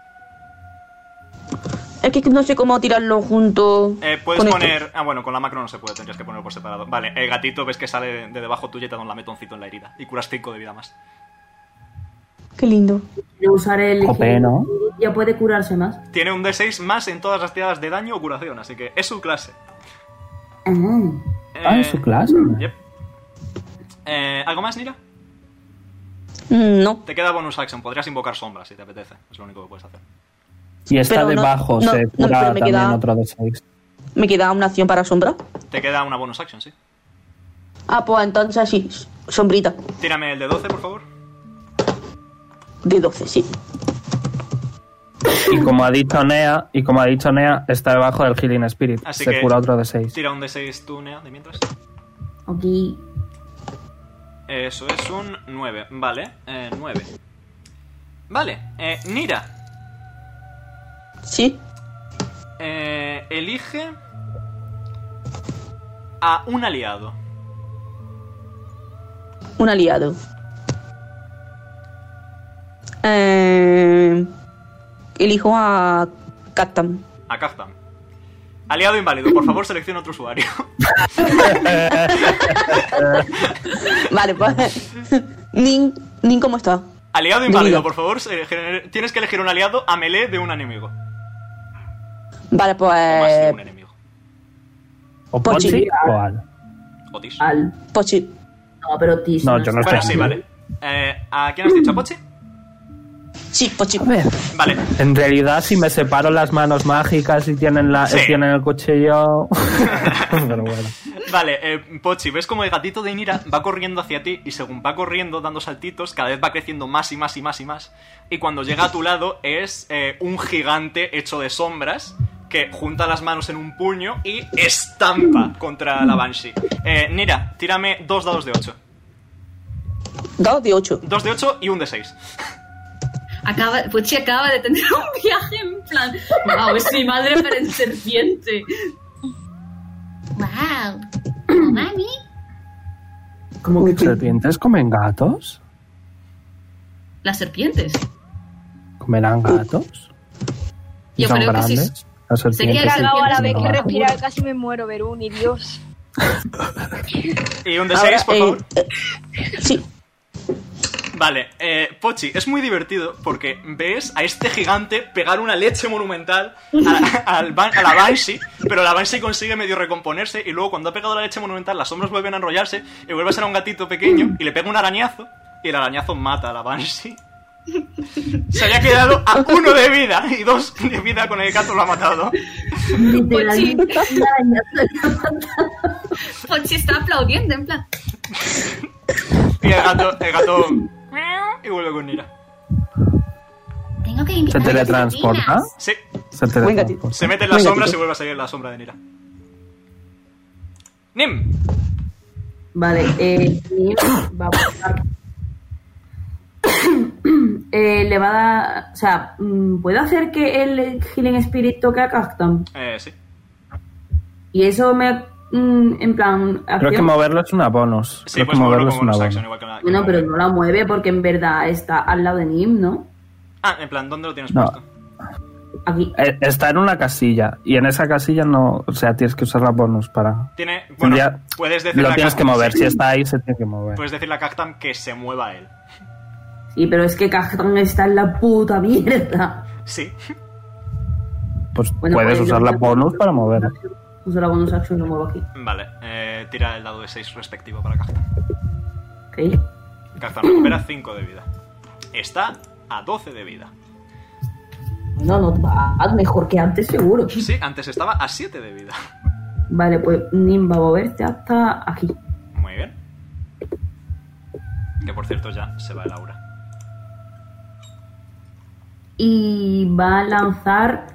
Speaker 8: Es que no sé cómo tirarlo junto.
Speaker 3: puedes
Speaker 8: con este. esto.
Speaker 3: poner. Ah, bueno, con la macro no se puede, tendrías que ponerlo por separado. Vale, el gatito ves que sale de, de debajo tuya y te da un lametoncito en la herida. Y curas 5 de vida más.
Speaker 8: Qué lindo.
Speaker 2: Quiero usar el...
Speaker 6: Jope, ¿no?
Speaker 2: Ya puede curarse más.
Speaker 3: Tiene un D6 más en todas las tiradas de daño o curación, así que es su clase.
Speaker 6: Ah,
Speaker 3: Eh,
Speaker 6: es su clase.
Speaker 3: Yep. Eh, ¿Algo más, Nira?
Speaker 8: Mm, No.
Speaker 3: Te queda bonus action. Podrías invocar sombra si te apetece. Es lo único que puedes hacer.
Speaker 6: Y está
Speaker 8: Pero no-
Speaker 6: debajo,
Speaker 8: no-
Speaker 6: se
Speaker 8: no,
Speaker 6: cura
Speaker 8: pero me
Speaker 6: también
Speaker 8: queda-
Speaker 6: otro de 6.
Speaker 8: Me queda una acción para sombra.
Speaker 3: Te queda una bonus action, sí.
Speaker 8: Ah, pues entonces sí. Sombrita.
Speaker 3: Tírame el de 12, por favor.
Speaker 8: De 12, sí.
Speaker 6: Y como ha dicho Nea, y como ha dicho Nea, está debajo del Healing Spirit.
Speaker 3: Así
Speaker 6: se
Speaker 3: que-
Speaker 6: cura otro de 6.
Speaker 3: Tira un D6 tú, Nea, de mientras.
Speaker 2: Ok.
Speaker 3: Eso es un 9. Vale, eh, 9. Vale, eh, Nira.
Speaker 8: Sí.
Speaker 3: eh, elige a un aliado.
Speaker 8: Un aliado. Eh, elijo a Captain.
Speaker 3: A Kaftan. Aliado inválido, por favor selecciona otro usuario.
Speaker 8: Vale, pues. Nin, Nin, ¿cómo está?
Speaker 3: Aliado
Speaker 8: Divido.
Speaker 3: inválido, por favor, se- gener- tienes que elegir un aliado a melee de un enemigo.
Speaker 8: Vale, pues.
Speaker 11: O
Speaker 8: Pochi.
Speaker 11: Pochi o Al.
Speaker 3: Otis.
Speaker 2: Al.
Speaker 8: Pochi.
Speaker 2: No, pero Tis.
Speaker 11: No, yo no
Speaker 3: Bueno,
Speaker 11: estoy
Speaker 3: sí,
Speaker 11: aquí.
Speaker 3: vale. Eh, ¿A quién has dicho, ¿A Pochi?
Speaker 8: Sí, Pochi.
Speaker 3: Vale.
Speaker 11: En realidad, si me separo las manos mágicas y tienen, la,
Speaker 3: Sí.
Speaker 11: tienen el cuchillo. Pero bueno.
Speaker 3: Vale, eh, Pochi, ¿ves como el gatito de Inira va corriendo hacia ti y según va corriendo dando saltitos, cada vez va creciendo más y más y más y más? Y cuando llega a tu lado es eh, un gigante hecho de sombras que junta las manos en un puño y estampa contra la Banshee. Eh, Nira, tírame dos dados de 8.
Speaker 8: Dos de 8.
Speaker 3: Dos de 8 y un de 6.
Speaker 4: Acaba, Pochi acaba de tener un viaje en plan. ¡Wow! Es mi madre, pero en serpiente.
Speaker 7: ¡Wow! ¡Mami!
Speaker 2: ¿Cómo
Speaker 6: que serpientes comen gatos?
Speaker 4: Las serpientes.
Speaker 11: ¿Comerán gatos?
Speaker 4: Yo
Speaker 11: son
Speaker 4: creo que sí.
Speaker 11: grandes. Las
Speaker 4: Sé que
Speaker 11: serpientes
Speaker 4: era
Speaker 11: sí
Speaker 4: algo
Speaker 10: a la
Speaker 11: son
Speaker 10: vez que
Speaker 11: grandes.
Speaker 10: respirar casi me muero, Veruni, Dios.
Speaker 3: Y un de
Speaker 8: Ahora,
Speaker 3: 6, por
Speaker 8: eh,
Speaker 3: favor.
Speaker 8: sí.
Speaker 3: Vale, eh, Pochi, es muy divertido porque ves a este gigante pegar una leche monumental a, al Ban- a la Banshee, pero la Banshee consigue medio recomponerse y luego cuando ha pegado la leche monumental las sombras vuelven a enrollarse y vuelve a ser un gatito pequeño y le pega un arañazo y el arañazo mata a la Banshee. Se había quedado a uno de vida y dos de vida con el gato lo ha matado.
Speaker 2: Literalmente.
Speaker 4: Pochi está aplaudiendo, en plan.
Speaker 3: Y el gato, el gato... Y vuelve con Nira.
Speaker 7: Tengo que
Speaker 11: ¿Se
Speaker 7: invitar a las
Speaker 11: teletransporta?
Speaker 7: vecinas.
Speaker 3: Sí.
Speaker 11: Se teletransporta.
Speaker 3: Se mete en las
Speaker 11: Venga,
Speaker 3: sombras y
Speaker 11: tío.
Speaker 3: vuelve a salir en la sombra de Nira. Nim,
Speaker 2: Vale, eh, Nim va a pasar. Eh, le va a dar. O sea, mm, ¿puedo hacer que el Healing Spirit toque a Cactam?
Speaker 3: Eh, sí.
Speaker 2: Y eso me. mm, en plan.
Speaker 11: Creo que
Speaker 2: acción.
Speaker 11: moverlo es una bonus.
Speaker 3: Sí,
Speaker 11: Creo
Speaker 3: puedes
Speaker 11: que
Speaker 3: moverlo
Speaker 11: moverlo
Speaker 3: como
Speaker 11: es una
Speaker 3: bonus
Speaker 11: bonus.
Speaker 3: action, igual que la- que
Speaker 2: Bueno,
Speaker 3: la-
Speaker 2: pero no la mueve porque en verdad está al lado de Nim, ¿no?
Speaker 3: Ah, en plan, ¿dónde lo tienes
Speaker 11: No.
Speaker 3: puesto?
Speaker 2: Aquí.
Speaker 11: Eh, Está en una casilla y en esa casilla no, o sea, tienes que usar la bonus para.
Speaker 3: Tiene, bueno,
Speaker 11: Tendría-
Speaker 3: puedes decirle
Speaker 11: Lo
Speaker 3: a
Speaker 11: tienes que
Speaker 3: Cactam-
Speaker 11: mover,
Speaker 3: sí,
Speaker 11: si está ahí se tiene que mover.
Speaker 3: Puedes decirle a Cactam que se mueva a él.
Speaker 2: Sí, pero es que Cactam está en la puta mierda.
Speaker 3: Sí.
Speaker 11: Pues
Speaker 2: Bueno,
Speaker 11: puedes
Speaker 2: pues yo
Speaker 11: usar la
Speaker 2: creo que-
Speaker 11: bonus para moverlo.
Speaker 2: Uso la bonus action y lo muevo aquí.
Speaker 3: Vale, eh, tira el dado de 6 respectivo para Cactam.
Speaker 2: Ok.
Speaker 3: Cactam recupera 5 de vida. Está a 12 de vida.
Speaker 2: No, no, va mejor que antes, seguro.
Speaker 3: Sí, antes estaba a 7 de vida.
Speaker 2: Vale, pues Nim va a moverse hasta aquí.
Speaker 3: Muy bien. Que por cierto ya se va el aura.
Speaker 2: y va a lanzar,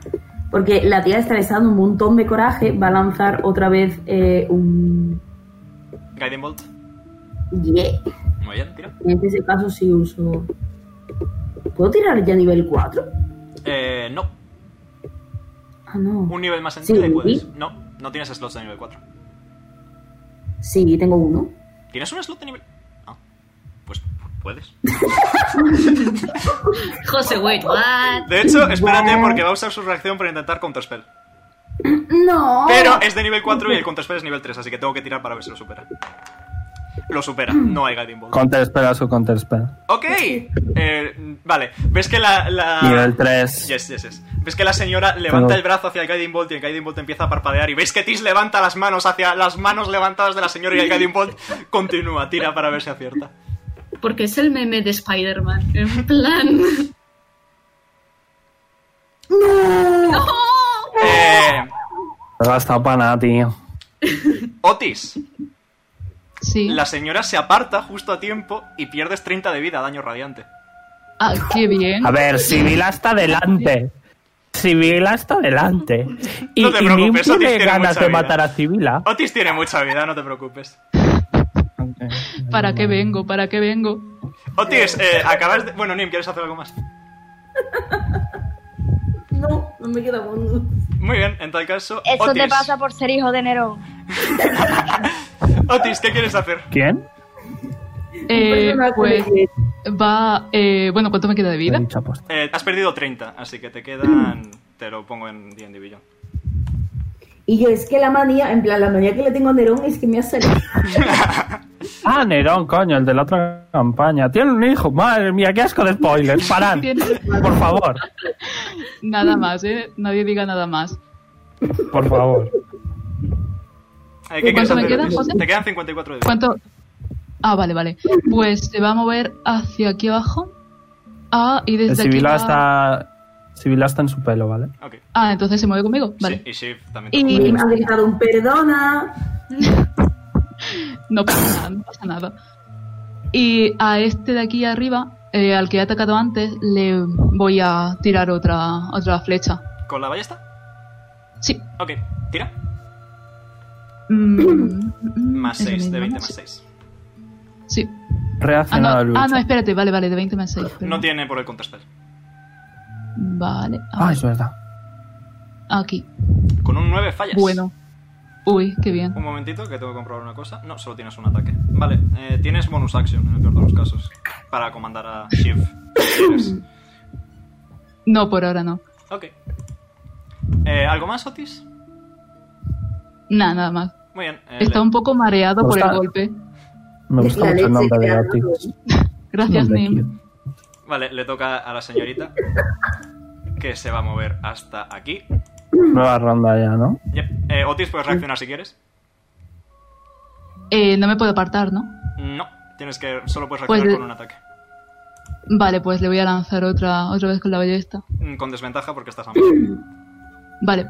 Speaker 2: porque la tía está besando un montón de coraje, va a lanzar otra vez eh, un
Speaker 3: Guiding Bolt.
Speaker 2: yeah.
Speaker 3: Muy bien, tira.
Speaker 2: En ese caso sí uso. ¿Puedo tirar ya nivel 4?
Speaker 3: Eh, no.
Speaker 2: Ah, no.
Speaker 3: Un nivel más en
Speaker 2: Sí,
Speaker 3: vida y
Speaker 2: ¿sí?
Speaker 3: puedes. No, no tienes slots de nivel 4.
Speaker 2: Sí, tengo uno.
Speaker 3: ¿Tienes un slot de nivel...? Ah, pues puedes.
Speaker 4: José, wait, what?
Speaker 3: De hecho, espérate porque va a usar su reacción para intentar counterspell.
Speaker 2: No.
Speaker 3: Pero es de nivel 4 y el counterspell es nivel 3, así que tengo que tirar para ver si lo supera. Lo supera, no hay Guiding Bolt.
Speaker 11: Counter spell a su counter spell.
Speaker 3: Ok, eh, vale. ¿Ves que la. la-
Speaker 11: Nivel 3.
Speaker 3: Yes, yes, yes. ¿Ves que la señora levanta
Speaker 11: Todo.
Speaker 3: el brazo hacia el Guiding Bolt y el Guiding Bolt empieza a parpadear? Y ves que Tis levanta las manos hacia las manos levantadas de la señora y el Guiding Bolt continúa, tira para ver si acierta.
Speaker 4: Porque es el meme de Spider-Man. En plan.
Speaker 2: ¡No!
Speaker 4: ¡No!
Speaker 3: Eh,
Speaker 11: No ha gastado para nada, tío.
Speaker 3: Otis,
Speaker 17: Sí.
Speaker 3: la señora se aparta justo a tiempo y pierdes 30 de vida, daño radiante.
Speaker 17: Ah, qué bien.
Speaker 11: A ver, Sibila está delante. Sibila está delante. Y,
Speaker 3: No te
Speaker 11: y Nim
Speaker 3: preocupes, Otis
Speaker 11: tiene
Speaker 3: tiene
Speaker 11: ganas
Speaker 3: mucha
Speaker 11: de
Speaker 3: vida.
Speaker 11: matar a Sibila.
Speaker 3: Otis tiene mucha vida, no te preocupes.
Speaker 17: ¿Para qué vengo? ¿Para qué vengo?
Speaker 3: Otis, eh, acabas de... Bueno, Nim, ¿quieres hacer algo más?
Speaker 2: No, no me queda bonus.
Speaker 3: Muy bien, en tal caso...
Speaker 10: Eso
Speaker 3: Otis,
Speaker 10: te pasa por ser hijo de Nerón.
Speaker 3: Otis, ¿qué quieres hacer?
Speaker 11: ¿Quién?
Speaker 17: Eh, pues va... eh, bueno, ¿cuánto me queda de vida?
Speaker 11: pues.
Speaker 3: Eh, has perdido 30, así que te quedan... Te lo pongo en D&D Beyond.
Speaker 2: Y yo, es que la manía, en plan, la manía que le tengo a Nerón es que me ha salido.
Speaker 6: Ah, Nerón, coño, el de la otra campaña. Tiene un hijo. Madre mía, qué asco de spoilers. Parad, por favor.
Speaker 17: Nada más, ¿eh? Nadie diga nada más.
Speaker 6: Por favor.
Speaker 3: Eh, ¿qué quieres
Speaker 17: ¿Cuánto me
Speaker 3: hacer,
Speaker 17: queda,
Speaker 3: Otis?
Speaker 17: José?
Speaker 3: Te quedan 54 de vida.
Speaker 17: ¿Cuánto? Ah, vale, vale. Pues se va a mover hacia aquí abajo. Ah, y
Speaker 6: El
Speaker 17: desde aquí.
Speaker 6: Sibila
Speaker 17: va-
Speaker 6: está, Sibila está en su pelo, ¿vale?
Speaker 17: Ah, entonces se mueve conmigo. Vale.
Speaker 3: Sí, y Shiv también.
Speaker 17: Y-
Speaker 2: Y me ha gritado un perdona.
Speaker 17: No pasa nada, no pasa nada. Y a este de aquí arriba, eh, al que he atacado antes, le voy a tirar otra, otra flecha.
Speaker 3: ¿Con la ballesta?
Speaker 17: Sí.
Speaker 3: Ok, tira.
Speaker 17: más
Speaker 3: Más 6, de 20 más 6.
Speaker 17: Mm, Sí. Ah no,
Speaker 6: Reaccionado al
Speaker 17: ah,
Speaker 6: bicho.
Speaker 17: no, espérate, vale, vale, de 20 más 6.
Speaker 3: No tiene por el contestar.
Speaker 17: Vale,
Speaker 6: Ah, es verdad.
Speaker 17: aquí.
Speaker 3: Con un 9 fallas.
Speaker 17: Bueno. Uy, qué bien.
Speaker 3: Un momentito, que tengo que comprobar una cosa. No, solo tienes un ataque. Vale, eh, tienes bonus action en el peor de los casos. Para comandar a Shiv.
Speaker 17: No, por ahora no.
Speaker 3: ok. Eh, ¿Algo más, Otis?
Speaker 17: Nada, nada más.
Speaker 3: Muy bien. eh,
Speaker 17: Está
Speaker 3: le-
Speaker 17: un poco mareado
Speaker 3: Pues
Speaker 17: por el
Speaker 3: está-
Speaker 17: golpe.
Speaker 6: Me gusta
Speaker 3: La
Speaker 6: mucho el
Speaker 3: leche
Speaker 6: nombre
Speaker 3: que
Speaker 6: de
Speaker 3: ha
Speaker 6: Otis.
Speaker 17: Gracias,
Speaker 6: Nombre
Speaker 17: Nim.
Speaker 3: Vale, le toca a la señorita. Que se va a mover hasta aquí.
Speaker 6: Nueva ronda ya, ¿no?
Speaker 3: Yep. Eh, Otis, puedes reaccionar si quieres.
Speaker 17: Eh, no me puedo apartar, ¿no?
Speaker 3: No, tienes que. Solo puedes
Speaker 17: Pues
Speaker 3: reaccionar
Speaker 17: le-
Speaker 3: con un ataque.
Speaker 17: Vale, pues le voy a lanzar otra, otra vez con la ballesta.
Speaker 3: Mm, Con desventaja porque estás a mano.
Speaker 17: Vale.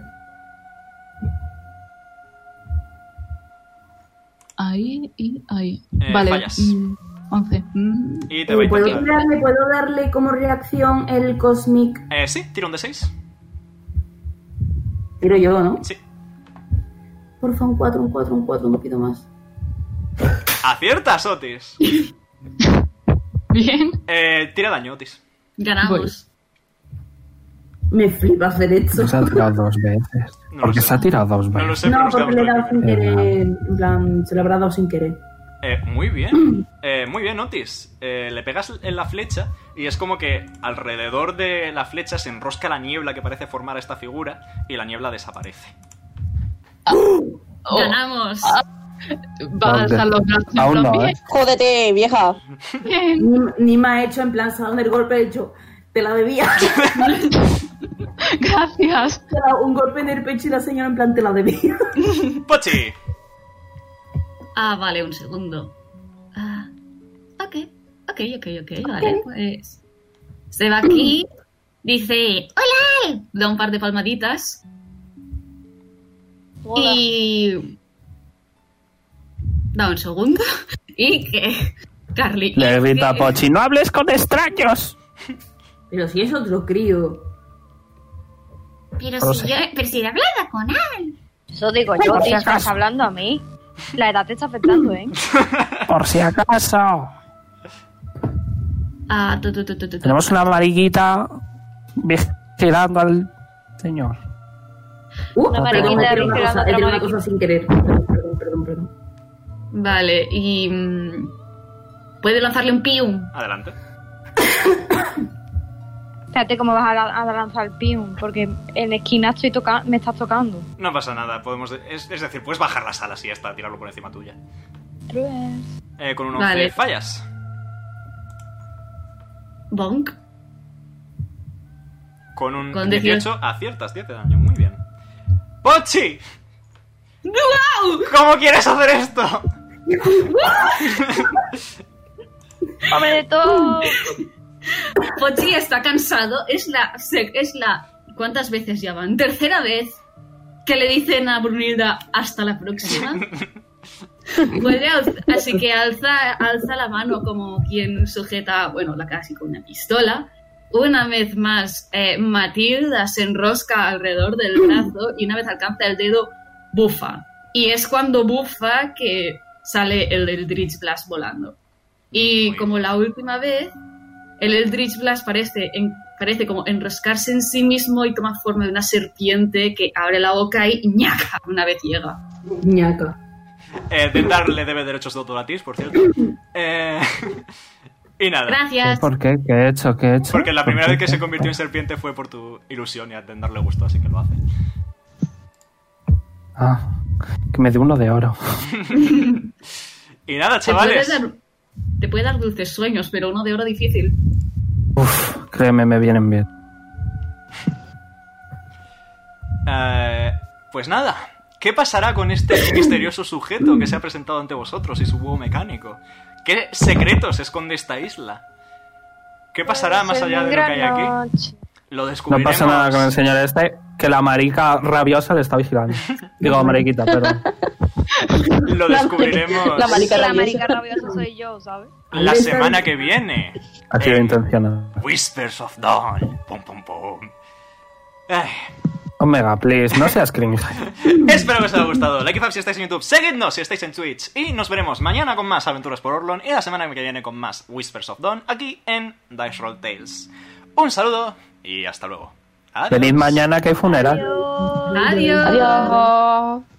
Speaker 17: Ahí y ahí.
Speaker 3: Eh,
Speaker 17: vale.
Speaker 3: fallas.
Speaker 17: mm, 11. Mm,
Speaker 3: Y te va a
Speaker 2: Eh, ¿puedo,
Speaker 3: intentar.
Speaker 2: darle, ¿Puedo darle como reacción el Cosmic?
Speaker 3: Eh, sí, tira un de 6.
Speaker 2: Tiro yo, ¿no?
Speaker 3: Sí.
Speaker 2: Porfa, un 4, un 4, un 4, un poquito más.
Speaker 3: ¡Aciertas, Otis!
Speaker 17: Bien.
Speaker 3: Eh, tira daño, Otis.
Speaker 4: Ganamos.
Speaker 2: Me flipa hacer esto.
Speaker 6: Se ha tirado dos veces. Porque se ha tirado dos
Speaker 3: No
Speaker 6: veces.
Speaker 3: lo sé, pero
Speaker 2: no,
Speaker 3: nos
Speaker 2: porque
Speaker 3: quedamos
Speaker 2: le
Speaker 3: con
Speaker 2: he
Speaker 3: el
Speaker 2: dado sin
Speaker 3: primero.
Speaker 2: querer. En plan, se lo habrá dado sin querer.
Speaker 3: Eh, muy bien. Eh, muy bien, Otis. Eh, le pegas en la flecha y es como que alrededor de la flecha se enrosca la niebla que parece formar esta figura y la niebla desaparece.
Speaker 17: Oh.
Speaker 4: Ganamos.
Speaker 17: Va a alzar los brazos. en plan,
Speaker 6: ¿eh?
Speaker 17: bien.
Speaker 2: Jódete, vieja. Ni, ni me ha hecho en plan salón el golpe, he hecho, te la debía.
Speaker 17: Gracias.
Speaker 2: Un golpe en el pecho y la señora en plan, te la debía.
Speaker 3: ¡Pochi!
Speaker 4: Ah, vale, un segundo. Ah, ok, ok, ok, ok, vale. Pues se va aquí, dice ¡Hola! Da un par de palmaditas. Y. Da un segundo. Y que. Carly.
Speaker 11: Le grita a
Speaker 4: que-
Speaker 11: Pochi, no hables con extraños.
Speaker 2: Pero si es otro crío.
Speaker 7: Pero
Speaker 11: No
Speaker 7: si,
Speaker 11: sé.
Speaker 7: yo, pero si he hablado con Al.
Speaker 5: Eso digo yo,
Speaker 11: Por
Speaker 5: te
Speaker 11: si
Speaker 5: estás
Speaker 11: acaso.
Speaker 5: hablando a mí. La edad te está afectando, ¿eh?
Speaker 11: Por si acaso.
Speaker 4: Ah, tu, tu, tu, tu, tu, tu.
Speaker 11: Tenemos una mariquita vigilando al señor.
Speaker 2: Uh,
Speaker 4: Una
Speaker 2: perdón,
Speaker 4: mariquita
Speaker 2: he tirado una cosa,
Speaker 4: vigilando otra
Speaker 2: he tirado una
Speaker 4: mariquita.
Speaker 2: cosa sin querer. Perdón, perdón, perdón. perdón.
Speaker 4: Vale, y. mm, Puede lanzarle un pium.
Speaker 3: Adelante.
Speaker 5: Espérate cómo vas a, la- a lanzar el pium, porque en la esquina estoy toca me estás tocando.
Speaker 3: No pasa nada, podemos. Es, es decir, puedes bajar las alas y ya está, tirarlo por encima tuya. Eh, con un 11
Speaker 4: Vale.
Speaker 3: fallas.
Speaker 4: Bonk.
Speaker 3: Con un
Speaker 4: Con
Speaker 3: 18,
Speaker 4: 18.
Speaker 3: aciertas 10 de daño, muy bien. ¡Pochi!
Speaker 4: ¡Guau!
Speaker 3: ¿Cómo quieres hacer esto?
Speaker 5: ¡Come de todo!
Speaker 4: Pochi está cansado. Es la, se- es la. ¿Cuántas veces ya van? Tercera vez que le dicen a Brunilda hasta la próxima. Puede alz- así que alza, alza la mano como quien sujeta, bueno, la casi con una pistola. Una vez más, eh, Matilda se enrosca alrededor del brazo y una vez alcanza el dedo, bufa. Y es cuando bufa que sale el Eldritch Blast volando. Y como la última vez, el Eldritch Blast parece, en- parece como enroscarse en sí mismo y toma forma de una serpiente que abre la boca y ñaca una vez llega.
Speaker 2: Ñaca.
Speaker 3: Eh, Dendar le debe derechos de autor a ti, por cierto. Eh, y nada.
Speaker 4: Gracias.
Speaker 6: ¿Por qué? ¿Qué he hecho? ¿Qué he hecho?
Speaker 3: Porque la
Speaker 6: ¿Por
Speaker 3: primera
Speaker 6: qué?
Speaker 3: vez que se convirtió en serpiente fue por tu ilusión y a Dendar le gustó, así que lo hace.
Speaker 6: Ah, que me dé uno de oro.
Speaker 3: Y nada,
Speaker 4: Te puede,
Speaker 3: chavales.
Speaker 4: dar, te puede dar dulces sueños, pero uno de oro difícil.
Speaker 6: Uf, créeme, me vienen bien.
Speaker 3: Eh, pues nada, ¿qué pasará con este misterioso sujeto que se ha presentado ante vosotros y su búho mecánico? ¿Qué secretos esconde esta isla? ¿Qué pasará
Speaker 5: Pues
Speaker 3: más allá de lo que hay aquí? Lo
Speaker 6: No
Speaker 3: descubriremos.
Speaker 6: pasa nada con el señor este, que la marica rabiosa le está vigilando. Digo, mariquita, perdón.
Speaker 3: Lo descubriremos
Speaker 10: La marica
Speaker 3: la,
Speaker 10: rabiosa. soy yo, ¿sabes?
Speaker 3: semana que viene.
Speaker 6: Ha sido intencionado.
Speaker 3: Whispers of Dawn. Pum, pum, pum. Ay,
Speaker 6: Omega, please, no seas cringe.
Speaker 3: Espero que os haya gustado. Like y fab si estáis en YouTube. Seguidnos si estáis en Twitch. Y nos veremos mañana con más Aventuras por Orlon y la semana que viene con más Whispers of Dawn aquí en Dice Roll Tales. Un saludo y hasta luego. Adiós.
Speaker 6: Venid mañana que hay funeral.
Speaker 4: Adiós.
Speaker 1: Adiós.